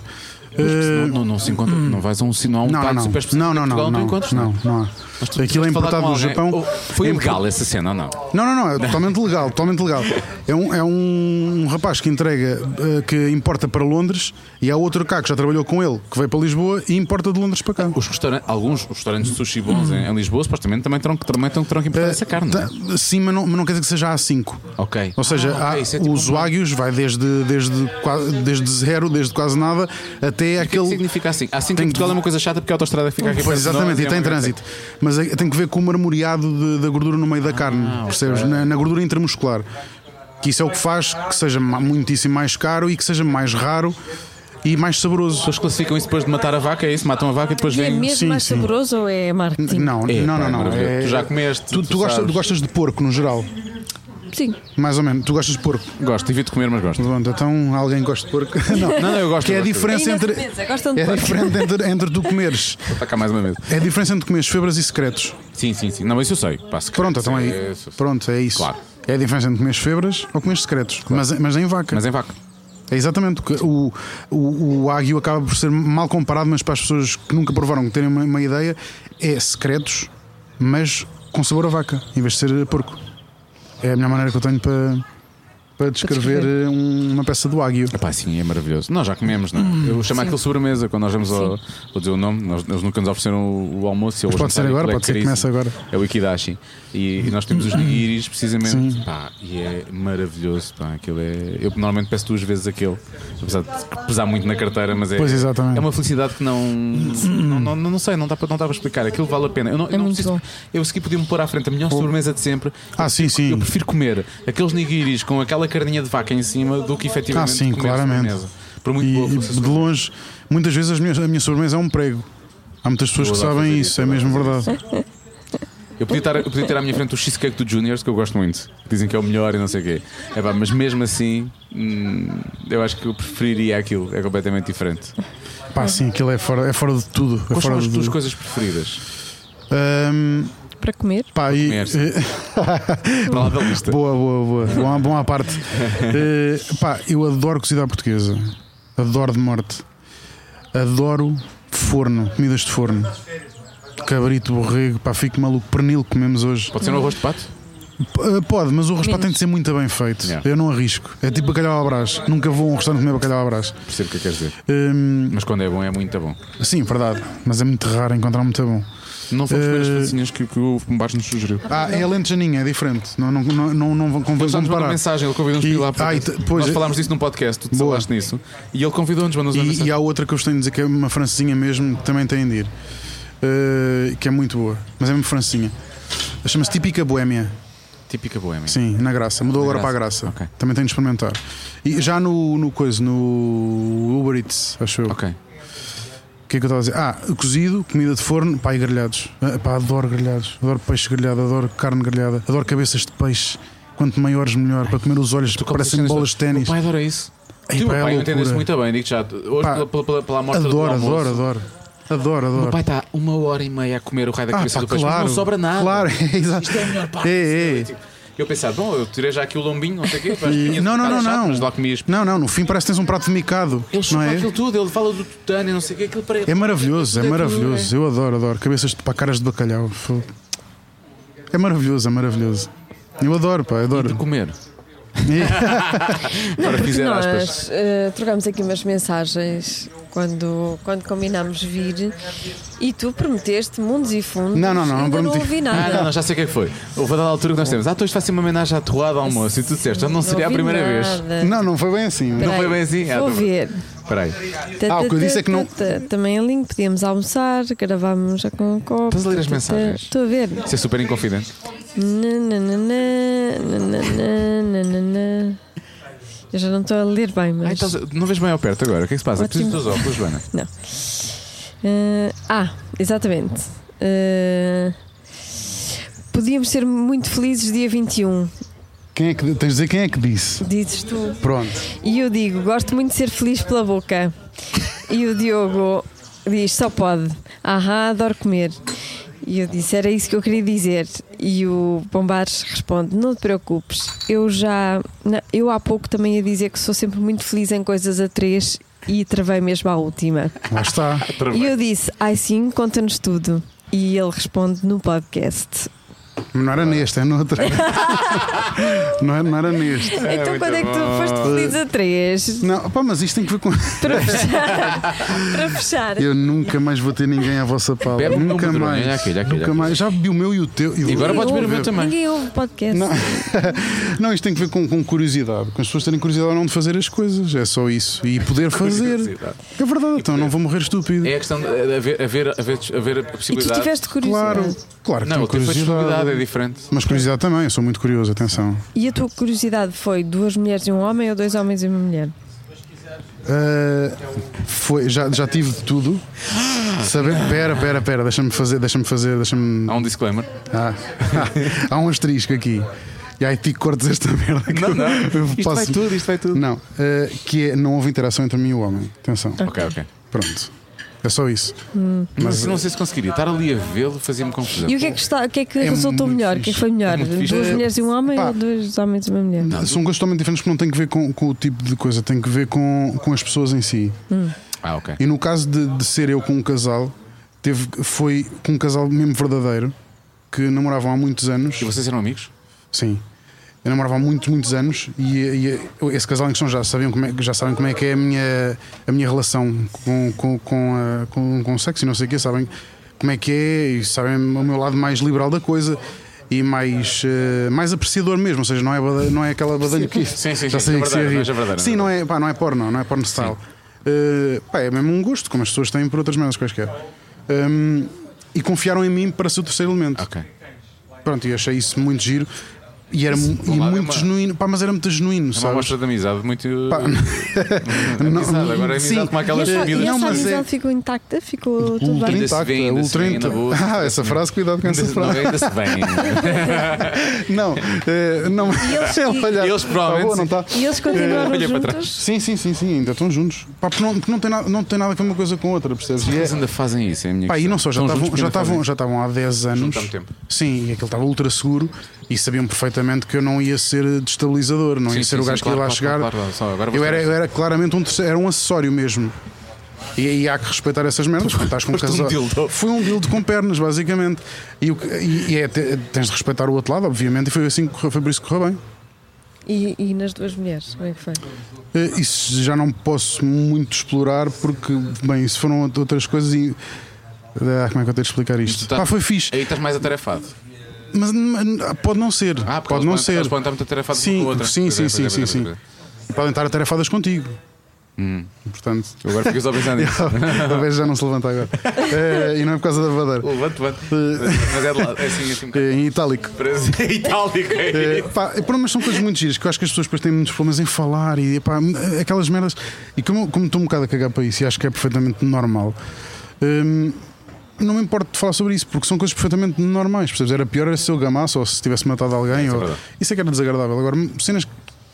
S2: Não,
S5: Eh,
S2: não, não se encontra, não vais a um, não há um
S5: não, não,
S2: parque
S5: não.
S2: super específico
S5: Não, não,
S2: em
S5: não,
S2: Portugal, tu
S5: não,
S2: encontras, é?
S5: não, não há.
S2: Mas tu-
S5: Aquilo é
S2: tens de falar
S5: importado
S2: com
S5: do
S2: alguém.
S5: Japão.
S2: Ou- Foi
S5: É
S2: ilegal essa cena ou não?
S5: Não, não, não, é totalmente legal, totalmente legal. É um, é um rapaz que entrega, eh, que importa para Londres e há outro cá que já trabalhou com ele, que veio para Lisboa e importa de Londres para cá.
S2: Os restauran- alguns restaurantes de sushi bons em, em Lisboa supostamente também terão, que- também terão, terão que importar
S5: Eh,
S2: essa carne. não é?
S5: tá- Sim, mas não, mas não quer dizer que seja A5.
S2: Ok.
S5: Ou seja,
S2: Ah, ok,
S5: há,
S2: isso é tipo
S5: os
S2: um-
S5: Wagyus vai desde, desde, qua- desde zero, desde quase nada, até
S2: O que é que
S5: aquele.
S2: significa assim? Assim que
S5: Tem
S2: em
S5: que-
S2: Portugal é uma coisa chata porque a autostrada fica aqui
S5: Pois,
S2: perto de nós
S5: exatamente,
S2: é
S5: e tem
S2: uma grande-
S5: trânsito. Mas é- tem que ver com o marmoreado de- da gordura no meio
S2: Ah,
S5: da carne, percebes? Na, na gordura intramuscular. Que isso é o que faz que seja ma- muitíssimo mais caro e que seja mais raro e mais
S2: As
S5: saboroso.
S2: pessoas classificam isso depois de matar a vaca, é isso? Matam a vaca e depois
S1: E é
S2: vêm.
S1: mesmo
S5: sim,
S1: mais
S5: sim.
S1: saboroso ou é marketing?
S5: Não,
S2: É,
S5: não,
S2: pá,
S5: não,
S2: é
S5: não.
S2: maravilhoso.
S5: é-
S2: Tu já comeste,
S5: Tu, tu
S2: tu
S5: gostas,
S2: sabes.
S5: tu gostas de porco no geral,
S1: Sim.
S5: mais ou menos. Tu gostas de porco.
S2: Gosto, evito comer, mas gosto.
S5: Pronto, então alguém gosta de porco. Não.
S2: Não, não, eu gosto.
S5: Que é
S2: eu
S5: a
S2: gosto, eu gosto.
S5: diferença
S1: E na
S5: entre.
S1: sobremesa, gostam de
S5: É a
S1: porco?
S5: diferença entre, entre tu comeres.
S2: Vou tacar mais uma vez.
S5: É a diferença entre comeres febras e secretos.
S2: Sim, sim, sim. Não, isso eu sei. Pá, se-
S5: Pronto, então aí.
S2: é isso.
S5: Pronto, é isso.
S2: Claro.
S5: É a diferença entre comeres febras ou comeres secretos. Mas, mas em vaca.
S2: Mas em vaca.
S5: É exatamente. que O, o, o águio acaba por ser mal comparado, mas para as pessoas que nunca provaram, que terem uma, uma ideia, é secretos, mas com sabor a vaca, em vez de ser porco. É a melhor maneira que eu tenho para, para descrever eh, um- uma peça do águio.
S2: Epá, sim, é maravilhoso. Nós já comemos, não é?
S5: Hum,
S2: Eu chamo aquilo sobremesa quando nós vamos ao. Vou dizer o nome, nós, eles nunca nos ofereceram o, o almoço. ou
S5: Mas
S2: o
S5: pode
S2: jantar,
S5: ser agora,
S2: aquilo é
S5: pode ser que comece
S2: caríssimo.
S5: agora.
S2: É o Ikidashi. E, e nós temos os nigiris, precisamente. Pá, e é maravilhoso. Pá, aquilo é... Eu normalmente peço duas vezes aquele, apesar de pesar muito na carteira, mas é,
S5: Pois, exatamente.
S2: é uma felicidade que não. Não, não, não sei, não dá para não dá para explicar. Aquilo vale a pena. Eu, não,
S5: É
S2: eu, não
S1: muito
S2: preciso-
S1: bom.
S2: eu se aqui podia-me pôr à frente a melhor sobremesa de sempre.
S5: Ah, sim, sim.
S2: Eu prefiro comer aqueles nigiris com aquela carninha de vaca em cima do que efetivamente
S5: Ah, sim,
S2: comer
S5: claramente.
S2: sobremesa. Por muito
S5: E
S2: boa que
S5: e
S2: fosse a
S5: de longe, muitas vezes as minhas- a minha sobremesa é um prego. Há muitas pessoas
S2: Eu
S5: que
S2: adoro
S5: sabem
S2: fazer
S5: isso,
S2: isso,
S5: é
S2: eu
S5: mesmo verdade.
S2: Eu podia, estar, eu podia ter à minha frente o cheesecake do Juniors, que eu gosto muito. Dizem que é o melhor e não sei o quê. É pá, mas mesmo assim, hum, eu acho que eu preferiria aquilo. É completamente diferente.
S5: Pá, sim, aquilo é fora, é fora de tudo. É
S2: Quais são
S5: fora
S2: as
S5: de
S2: tuas
S5: tudo.
S2: coisas preferidas?
S5: Ahm,
S1: Para comer?
S5: pá, e-
S2: comer, sim. Para lá da lista.
S5: Boa, boa, boa. Bom, à- bom à parte. Eh, pá, eu adoro cozida à portuguesa. Adoro de morte. Adoro forno, comidas de forno. Cabrito, borrego, pá, fico maluco. Pernil que comemos hoje.
S2: Pode ser no arroz de pato?
S5: P- eh, Pode, mas o raspato
S1: Menos.
S5: tem de ser muito bem feito.
S2: Yeah.
S5: Eu não arrisco. É tipo bacalhau à brás. Nunca vou a um restaurante comer bacalhau à brás.
S2: Percebo o que é que queres dizer.
S5: Hum,
S2: Mas quando é bom, é muito bom.
S5: sim, verdade. Mas é muito raro encontrar muito bom.
S2: Não fomos comer as
S5: Eh,
S2: francinhas que, que o Bares nos sugeriu.
S5: Ah, é a lentejaninha, é diferente. Não, não, não, não, não convém
S2: Ele já nos mandou
S5: comparar.
S2: mensagem, ele convidou-nos
S5: E-
S2: para ir lá.
S5: ah, e
S2: porque
S5: te- pois,
S2: Nós
S5: eh,
S2: falámos disso num podcast, tu te
S5: Boa.
S2: falaste nisso. E ele convidou-nos, mandou-nos uma
S5: E,
S2: mensagem.
S5: e há outra que eu vos tenho de dizer que é uma francesinha mesmo, que também tem de ir. Eh, que é muito boa, mas é mesmo francesinha. Chama-se típica boémia.
S2: Típica boêmia.
S5: Sim, na graça. Mudou agora para a
S2: Graça.
S5: graça.
S2: Ok.
S5: Também tenho de experimentar. E já no, no coisa, no Uber Eats, acho eu. O
S2: Ok.
S5: que é que eu estava a dizer? Ah, cozido, comida de forno, pá, e grelhados. Ah, pá, adoro grelhados. Adoro peixe grelhado, adoro carne grelhada, adoro cabeças de peixe. Quanto maiores, melhor. Para comer os olhos,
S2: Tu compras
S5: parecem
S2: cenas
S5: bolas de ténis.
S2: O pai adora isso.
S5: Ei,
S2: Sim, o
S5: pá, é
S2: meu pai
S5: loucura.
S2: entende-se muito bem, digo já. Hoje,
S5: Pá,
S2: pela, pela, pela, pela amostra do
S5: Adoro,
S2: almoço,
S5: adoro, adoro. Adoro,
S2: O
S5: adoro.
S2: meu pai está uma hora e meia a comer o raio da
S5: Ah,
S2: cabeça
S5: pá,
S2: do peixe,
S5: claro.
S2: mas não sobra nada.
S5: Claro, é, exato.
S2: Isto é a melhor parte.
S5: É, é.
S2: Eu, tipo, Eu pensava, bom, eu tirei já aqui o lombinho, não sei o quê. pá,
S5: E-
S2: tinha-se
S5: Não,
S2: um
S5: não, não,
S2: bocado chato,
S5: não.
S2: Mas lá comias.
S5: Não, não, no fim parece que tens um prato de micado.
S2: Ele
S5: não
S2: chupa
S5: é?
S2: aquilo tudo, ele fala do tutano e não sei o quê. Aquilo para ele.
S5: É maravilhoso, é
S2: Tudo aquilo,
S5: maravilhoso. Eu adoro, adoro. Cabeças de pá, caras de bacalhau. Fogo. É maravilhoso, é maravilhoso. Eu adoro, pá,
S2: é. De
S5: adoro.
S2: comer.
S5: É.
S2: Para
S1: Porque
S2: fizer aspas.
S1: nós eh, trocamos aqui umas mensagens quando, quando combinámos vir e tu prometeste mundos e fundos.
S5: Não, não, não, não
S1: ainda não
S5: prometi.
S1: ouvi
S2: Ah,
S1: nada.
S2: não, não, já sei o que é que foi. Houve a dada altura que nós temos. Ah, tu isto vai ser uma homenagem à torrada ao almoço. E tu disseste, já não seria a
S1: ouvi
S2: primeira vez.
S1: nada.
S5: Não, não foi bem assim.
S1: Espera
S2: foi
S1: aí,
S2: bem assim? Ah,
S1: Vou
S2: tá bem.
S1: ver.
S2: Espera aí.
S5: Ah, o que eu disse é que não-
S1: Tá, tá, Também ali podíamos almoçar, gravámos já com o copo.
S2: Estás a ler as
S1: tá, tá,
S2: mensagens?
S1: Estou a ver.
S2: Isso é super inconfidente.
S1: Nananana, nananana, nananana. Eu já não estou a ler bem,
S2: Ah,
S1: mas.
S2: então, não vês bem ao perto agora. O que é que se passa?
S1: Ótimo.
S2: Preciso dos óculos, Joana.
S1: Não. Eh, ah, exatamente. Eh, podíamos ser muito felizes dia 21,
S5: Quem é que, tens de dizer quem é que disse.
S1: dizes tu.
S5: Pronto.
S1: E eu digo, gosto muito de ser feliz pela boca. E o Diogo diz, só pode. Ahá, adoro comer. E eu disse, era isso que eu queria dizer. E o Bombares responde, não te preocupes. Eu já. não, eu há pouco também ia dizer que sou sempre muito feliz em coisas a três e travei mesmo à última.
S5: Lá está.
S1: E eu disse, ai sim, conta-nos tudo. E ele responde no podcast.
S5: Não era neste, é noutra. não, era, não era neste.
S1: então quando é que tu foste feliz a três?
S5: Não, pá, mas isto tem que ver com.
S1: Para fechar. Para fechar.
S5: Eu nunca mais vou ter ninguém à vossa pala.
S2: Bebe um né? o meu
S5: nunca
S2: Maduro,
S5: mais.
S2: olha aquele, aquele,
S5: nunca
S2: aquele.
S5: mais. Já bebi o meu e o teu.
S2: E agora
S1: Ninguém
S2: podes ver o
S1: ouve-
S2: meu também.
S1: Ninguém ouve podcast.
S5: Não. não, isto tem que ver com, com curiosidade. Com as pessoas terem curiosidade ou não de fazer as coisas. É só isso. E poder fazer.
S2: Curiosidade.
S5: É verdade, então não vou morrer estúpido.
S2: É a questão de haver, haver, haver, haver a
S1: E tu
S2: possibilidade.
S1: tiveste curiosidade.
S5: Claro, claro que
S2: Não,
S5: tenho
S2: eu tive a possibilidade, é
S5: curiosidade.
S2: diferente.
S5: Mas curiosidade também, eu sou muito curioso, atenção.
S1: E a tua curiosidade foi duas mulheres e um homem ou dois homens e uma mulher?
S5: Ah, foi, já, já tive de tudo. Saber, pera, pera, pera, deixa-me fazer, deixa-me fazer, deixa-me.
S2: Há um disclaimer.
S5: Ah, há um asterisco aqui. E aí, ti cortes esta merda que eu- eu
S2: Isto vai
S5: posso-
S2: tudo, isto vai tudo.
S5: Não, eh, que é não houve interação entre mim e o homem. Atenção.
S2: Ok, ok.
S5: Pronto. É só isso.
S2: Mas não sei se conseguiria. Estar ali a vê-lo fazia-me confusão.
S1: E o que é que, está, o que, é que
S5: É
S1: resultou
S5: muito
S1: melhor? O que
S5: fixe.
S1: é que foi melhor?
S2: É muito fixe.
S1: duas
S2: É-
S1: mulheres e um homem
S5: Pá.
S1: ou dois homens e uma mulher?
S5: São gostos totalmente diferentes porque não tem que ver com, com o tipo de coisa, tem que ver com, com as pessoas em si.
S2: Ah, ok.
S5: E no caso de, de ser eu com um casal, teve, foi com um casal mesmo verdadeiro que namoravam há muitos anos.
S2: E vocês eram amigos?
S5: Sim. Eu namorava há muitos, muitos anos e, e esse casal em questão já, sabiam como é, já sabem como é que é a minha, a minha relação com, com, com, a- com, com o sexo e não sei o quê, sabem como é que é e sabem o meu lado mais liberal da coisa e mais, eh, mais apreciador mesmo, ou seja, não é, bada- não é aquela badanha que
S2: Sim, sim,
S5: já
S2: sim,
S5: sei
S2: é
S5: que se ia
S2: verdade,
S5: rir.
S2: mas é verdade,
S5: Sim,
S2: é
S5: não é, pá, não é porno, não é porno style. Eh, pá, é mesmo um gosto, como as pessoas têm por outras merdas quaisquer. Hum, e confiaram em mim para ser o terceiro elemento.
S2: Ok. É
S5: Pronto, e achei isso muito giro e era mu-
S2: por um
S5: e
S2: lado é
S5: muito
S2: uma-
S5: genuíno, pá, mas era muito
S2: É
S5: genuíno,
S2: uma
S5: sabes?
S2: amostra de amizade muito.
S5: Pá,
S2: amizade, agora é amizade
S5: sim.
S2: como
S1: E
S2: aquelas
S1: essa, e
S2: comidas.
S1: essa
S5: Não, mas
S1: amizade
S5: é-
S1: ficou intacta? Ficou tudo
S5: Ultra
S1: bem?
S2: Ainda se
S5: intacta,
S2: vê, ainda se
S5: ultra
S2: vê, ainda
S5: intacta.
S2: vou-
S5: Ah, essa frase, cuidado com essa
S2: Ainda se- não,
S5: frase.
S2: ainda se bem.
S5: Não, eh, não,
S1: eles-
S5: é um olhar.
S2: eles
S5: Tá
S2: provavelmente
S5: boa, não tá?
S1: E eles continuaram
S2: Olha para trás.
S1: juntos?
S5: Sim, sim, sim, sim, ainda estão juntos. Pá, porque não, porque não tem nada, não tem nada a ver uma coisa com outra, percebes? E é-
S2: Eles ainda fazem isso, é a minha
S5: Pá, e
S2: questão.
S5: não só, já
S2: Estão juntos
S5: estavam,
S2: porque
S5: já,
S2: ainda fazem
S5: estavam,
S2: isso.
S5: já estavam há 10 anos.
S2: Juntam-me tempo.
S5: Sim, e aquilo estava ultra seguro e sabiam perfeitamente que eu não ia ser destabilizador, não
S2: Sim,
S5: ia ser
S2: sim,
S5: o gajo
S2: sim,
S5: que ia lá
S2: claro,
S5: chegar.
S2: claro, claro, só agora vou
S5: eu, era,
S2: saber.
S5: eu era claramente um terceiro, era um acessório mesmo. E, e há que respeitar essas merdas. Quando estás com um
S2: Foste um
S5: casal.
S2: dildo.
S5: Foi um dildo com pernas, basicamente. E, o que- e- e é, te- tens de respeitar o outro lado, obviamente, e foi assim que correu, foi por isso que correu bem.
S1: E, e nas duas mulheres, como é que foi?
S5: Eh, Isso já não posso muito explorar porque, bem, isso foram out- outras coisas e. Ah, como é que eu tenho de explicar isto?
S2: tá-
S5: Pá, foi fixe.
S2: Aí estás mais atarefado.
S5: Mas, mas, pode não ser.
S2: Ah, porque eles
S5: pode não
S2: podem-
S5: ser.
S2: Eles podem estar muito atarefados
S5: Sim,
S2: com outra.
S5: sim,
S2: Pois é,
S5: sim,
S2: pois é,
S5: sim,
S2: pois é,
S5: sim,
S2: pois é.
S5: Podem estar atarefadas contigo.
S2: Hum.
S5: Portanto.
S2: Eu Agora fico só pensando nisso.
S5: Talvez já não se levanta agora. Eh, e não é por causa da badeira.
S2: Levante, levante. Mas é de lado, é assim, assim um bocado.
S5: Eh, em itálico.
S2: Preso em itálico.
S5: Eh, pá, pá, mas são coisas muito giras que eu acho que as pessoas depois têm muitos problemas em falar e pá, aquelas merdas. E como, como estou um bocado a cagar para isso e acho que é perfeitamente normal, hum, não me importo de falar sobre isso porque são coisas perfeitamente normais. Percebes? Era pior era se eu gamasse ou se tivesse matado alguém. ou-
S2: verdade.
S5: Isso é que era desagradável. Agora, cenas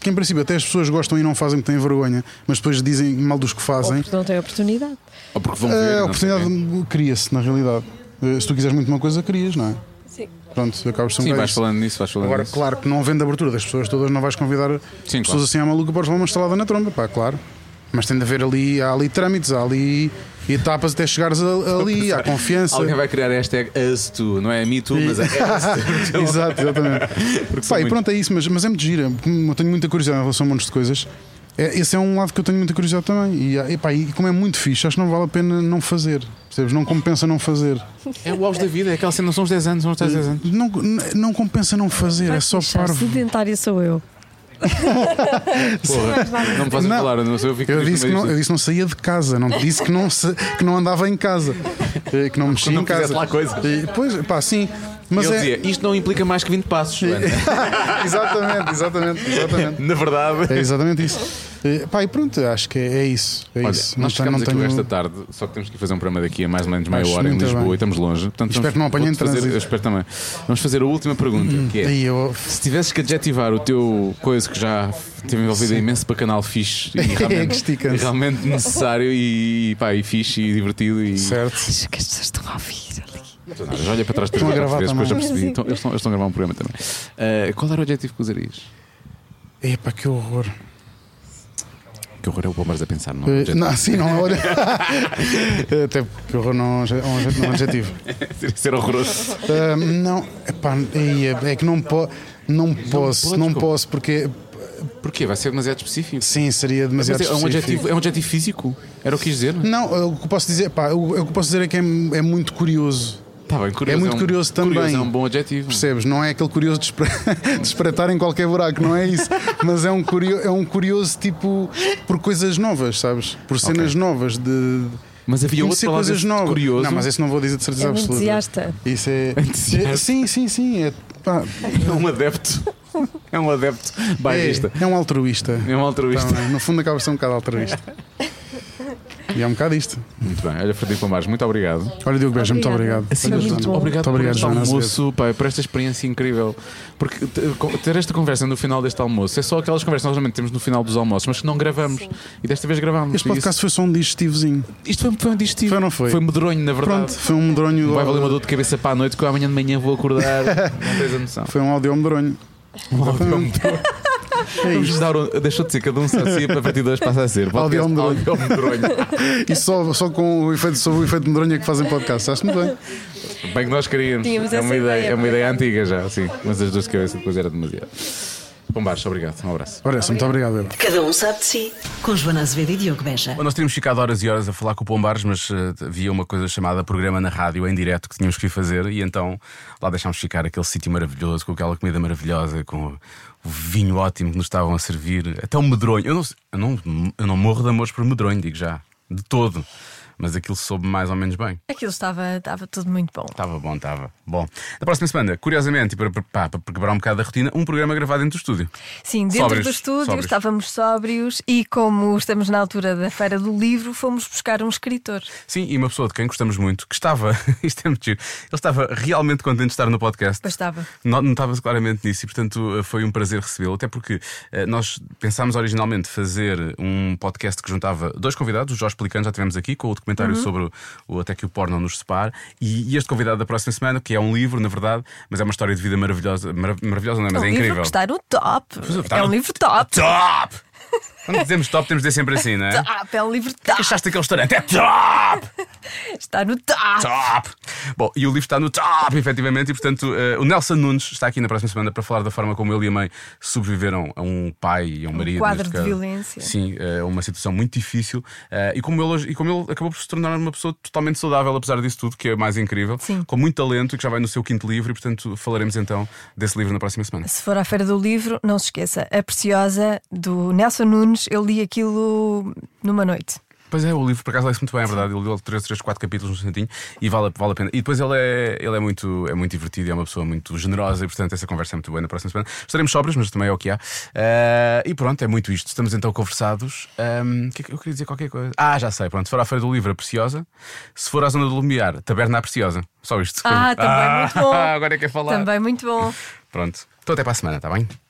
S5: que em princípio até as pessoas gostam e não fazem porque têm vergonha, mas depois dizem mal dos que
S1: Ou
S5: fazem. eh,
S1: porque não tem oportunidade.
S2: Ou porque vão ver.
S5: A
S2: não sei
S5: oportunidade
S2: quê.
S5: cria-se, na realidade. Eh, Se tu quiseres muito uma coisa, crias, não é?
S8: Sim.
S5: Pronto, acabas de ser
S2: Sim,
S5: um bocado
S2: vais
S5: isso.
S2: falando nisso, vais falando
S5: Agora,
S2: nisso.
S5: claro que não havendo abertura das pessoas todas, não vais convidar
S2: Sim,
S5: pessoas
S2: claro.
S5: assim à maluca para levar uma estalada na tromba, pá, claro. Mas tem de haver ali, há ali trâmites, há ali etapas até chegares a- ali, há confiança.
S2: Alguém vai criar a hashtag AsToo, não é me too, mas é AsToo.
S5: Exato, exatamente.
S2: são
S5: Pá, e
S2: muito-
S5: pronto, é isso, mas, mas é muito gira. Como Eu tenho muita curiosidade em relação a um monte de coisas. É, esse é um lado que eu tenho muita curiosidade também. E, ah, epá, e como é muito fixe, acho que não vale a pena não fazer. Percebes? Não compensa não fazer.
S2: É o auge da vida, é aquela cena, são os 10 anos, são os 10 anos.
S5: Não, não compensa não fazer, é só
S1: Puxa,
S5: parvo.
S1: Sedentária sou eu.
S2: Não me fazem
S5: Não.
S2: falar, não sei, eu fico
S5: Eu
S2: triste
S5: disse,
S2: no
S5: que
S2: meio
S5: não,
S2: disto.
S5: eu disse que não saía de casa, não te disse que não, se- que não andava em casa, eh, que não mexia
S2: não
S5: em casa.
S2: fizesse lá coisas.
S5: E, pois, pá, sim. Mas
S2: E ele
S5: é.
S2: dizia, isto não implica mais que 20 passos, Joana.
S5: exatamente, exatamente, exatamente.
S2: Na verdade.
S5: É exatamente isso. Eh, Pá, e pronto, acho que é, é isso. É
S2: Olha,
S5: isso.
S2: nós
S5: tenho-
S2: ficamos aqui esta tarde, só que temos que ir fazer um programa daqui a mais ou menos meia
S5: Acho
S2: hora em
S5: muito
S2: Lisboa
S5: bem.
S2: e estamos longe. Portanto,
S5: Espero
S2: vamos-
S5: que não apanhem
S2: vou-te fazer,
S5: trânsito.
S2: eu Espero também. Vamos fazer a última pergunta, que é,
S5: Aí eu.
S2: se tivesses que adjetivar o teu coisa que já teve envolvido imenso para canal fixe e
S5: É que
S2: realmente,
S5: estica-se.
S2: e realmente necessário e, pá, e fixe e divertido e
S5: Certo.
S1: Acho que as pessoas estão a ouvir ali.
S2: já olha para trás três
S5: Estão a
S2: ou quatro
S5: gravar
S2: vezes, depois já
S5: também.
S2: percebi. Então, eles, estão, eles estão a gravar um programa também. Ah, qual era o adjetivo que usarias?
S5: Epá, que horror.
S2: Que horror é o Palmeiras a pensar, não? é?
S5: Eh, Não, sim, não olha. Até porque que horror não é um je- é um je- não é um adjetivo.
S2: Seria ser horroroso.
S5: Ah, não, epá, ei, é, é que não, po não posso,
S2: podes,
S5: não
S2: como?
S5: posso, porque
S2: Porquê? Vai ser demasiado específico.
S5: sim, seria demasiado
S2: Mas é, é um
S5: específico.
S2: adjetivo, é um adjetivo físico? Era o que quis dizer?
S5: Não, eu- o que eu posso dizer, pá, eu- eu- o que eu posso dizer é que é, é muito curioso.
S2: Tá bem, curioso.
S5: É muito
S2: um-
S5: curioso também.
S2: Curioso é um bom adjetivo.
S5: Percebes? Não é aquele curioso de, espre... de espreitar em qualquer buraco, não é isso. Mas é um, curio... é um curioso tipo por coisas novas, sabes? Por cenas novas de.
S2: Mas havia outro
S5: conhecer
S2: palavra
S5: coisas novas.
S2: curioso.
S5: Não, mas isso não vou dizer de certeza
S1: É um
S5: absoluta.
S1: entusiasta.
S5: Isso é.
S2: Entusiasta.
S5: Sim, sim, sim. É, pá,
S2: É um adepto. É um adepto
S5: é,
S2: bairrista.
S5: é Tá um altruísta.
S2: É, um altruísta.
S5: Também. no fundo acaba por ser um bocado altruísta. E é um bocado isto.
S2: Muito bem. Olha, Frederico Palmares, muito obrigado.
S5: Olha, Diogo Beja, muito obrigado.
S1: Foi
S2: de
S1: muito
S2: tudo,
S1: bom.
S2: obrigado,
S5: Muito
S2: por
S5: obrigado,
S2: este
S5: Joana Azevedo.
S2: almoço, pai, por esta experiência incrível. Porque te- co- ter esta conversa no final deste almoço é só aquelas conversas que normalmente temos no final dos almoços, mas que não gravamos. E desta vez gravámos.
S5: Este
S2: E
S5: podcast foi só um digestivozinho.
S2: isso- isto foi, foi um digestivo.
S5: Foi ou não foi?
S2: medronho, na verdade.
S5: Pronto, foi um medronho.
S2: Vai valer uma dor de cabeça para a noite que eu amanhã de manhã vou acordar. não tens a noção.
S5: Foi um áudio medronho. É
S2: Vamos
S5: isto.
S2: dar um- deixou de ser cada um sacia para a partir de hoje passa a ser. Podcast
S5: Audiomedronho.
S2: Audiomedronho.
S5: E só, só com o efeito, sobre o efeito medronho é que fazem podcast. Acho muito bem.
S2: Bem que nós queríamos.
S1: Tínhamos
S2: é
S1: essa
S2: uma ideia,
S1: ideia,
S2: é uma ideia antiga já, sim. Mas as duas de cabeça depois era demasiado. Pombares, obrigado. Um abraço.
S5: Ora, essa, muito obrigado, Bebo.
S3: Cada um sabe de si. Com Joana Azevedo e Diogo Beja.
S10: Bom, Nós tínhamos ficado horas e horas a falar com o Pombares, mas eh, havia uma coisa chamada programa na rádio em direto que tínhamos que ir fazer e então lá deixámos ficar aquele sítio maravilhoso, com aquela comida maravilhosa, com o vinho ótimo que nos estavam a servir, até o medronho. Eu não, sei- eu não, eu não morro de amores por medronho, digo já, de todo, mas aquilo soube mais ou menos bem.
S9: Aquilo estava, estava tudo muito bom.
S10: Estava bom, estava bom. Na próxima semana, curiosamente, e para, pá, para quebrar um bocado da rotina, um programa gravado dentro do estúdio.
S9: Sim, dentro
S10: Sóbrios,
S9: do estúdio
S10: sóbrios.
S9: estávamos sóbrios e, como estamos na altura da Feira do Livro, fomos buscar um escritor.
S10: Sim, e uma pessoa de quem gostamos muito, que estava, isto é muito giro, ele estava realmente contente de estar no podcast.
S9: Pois estava.
S10: No- Notava-se claramente nisso e, portanto, eh, foi um prazer recebê-lo, até porque eh, nós pensámos originalmente fazer um podcast que juntava dois convidados, o Jorge Pelicano, já tivemos aqui, com o documentário
S9: Uhum.
S10: sobre o, o Até que o Porno nos separe, e, e este convidado da próxima semana, que é um livro, na verdade, mas é uma história de vida maravilhosa, mara- maravilhosa não é? Mas
S9: um
S10: é
S9: livro
S10: incrível.
S9: que está no top.
S10: está
S9: é um
S10: no-
S9: livro top.
S10: Top! Quando dizemos top, temos de dizer sempre assim, não é? O
S9: Top, é um livro
S10: que
S9: top.
S10: achaste daquele restaurante? É top!
S9: Está no top.
S10: top. Bom, e o livro está no top, efetivamente, e portanto eh, o Nelson Nunes está aqui na próxima semana para falar da forma como ele e a mãe sobreviveram a um pai e a um marido.
S9: quadro
S10: neste
S9: de
S10: caso.
S9: violência.
S10: Sim, é uma situação muito difícil eh, e, como ele, hoje- e como ele acabou por se tornar uma pessoa totalmente saudável, apesar disso tudo, que é mais incrível,
S9: Sim.
S10: com muito talento e que já vai no seu quinto livro, e portanto falaremos então desse livro na próxima semana.
S9: Se for à Feira do Livro, não se esqueça. A Preciosa, do Nelson Nunes, eu li aquilo numa noite.
S10: Pois é, o livro por acaso lê-se muito bem, é verdade. Ele deu 3, 3, 4 capítulos no santinho e vale, vale a pena. E depois ele é, ele é, muito, é muito divertido, e é uma pessoa muito generosa e, portanto, essa conversa é muito boa na próxima semana. Estaremos sóbrios, mas também é o que há. Ah, e pronto, é muito isto. Estamos então conversados. Ahm, que é que eu queria dizer qualquer coisa. Ah, já sei. Pronto, se for à Feira do Livro, a Preciosa. Se for à Zona do Lumiar, Taberna à Preciosa. Só isto.
S9: Ah, também muito bom.
S10: Agora é que é falar.
S9: Também muito bom.
S10: Pronto. Então até para a semana, está bem?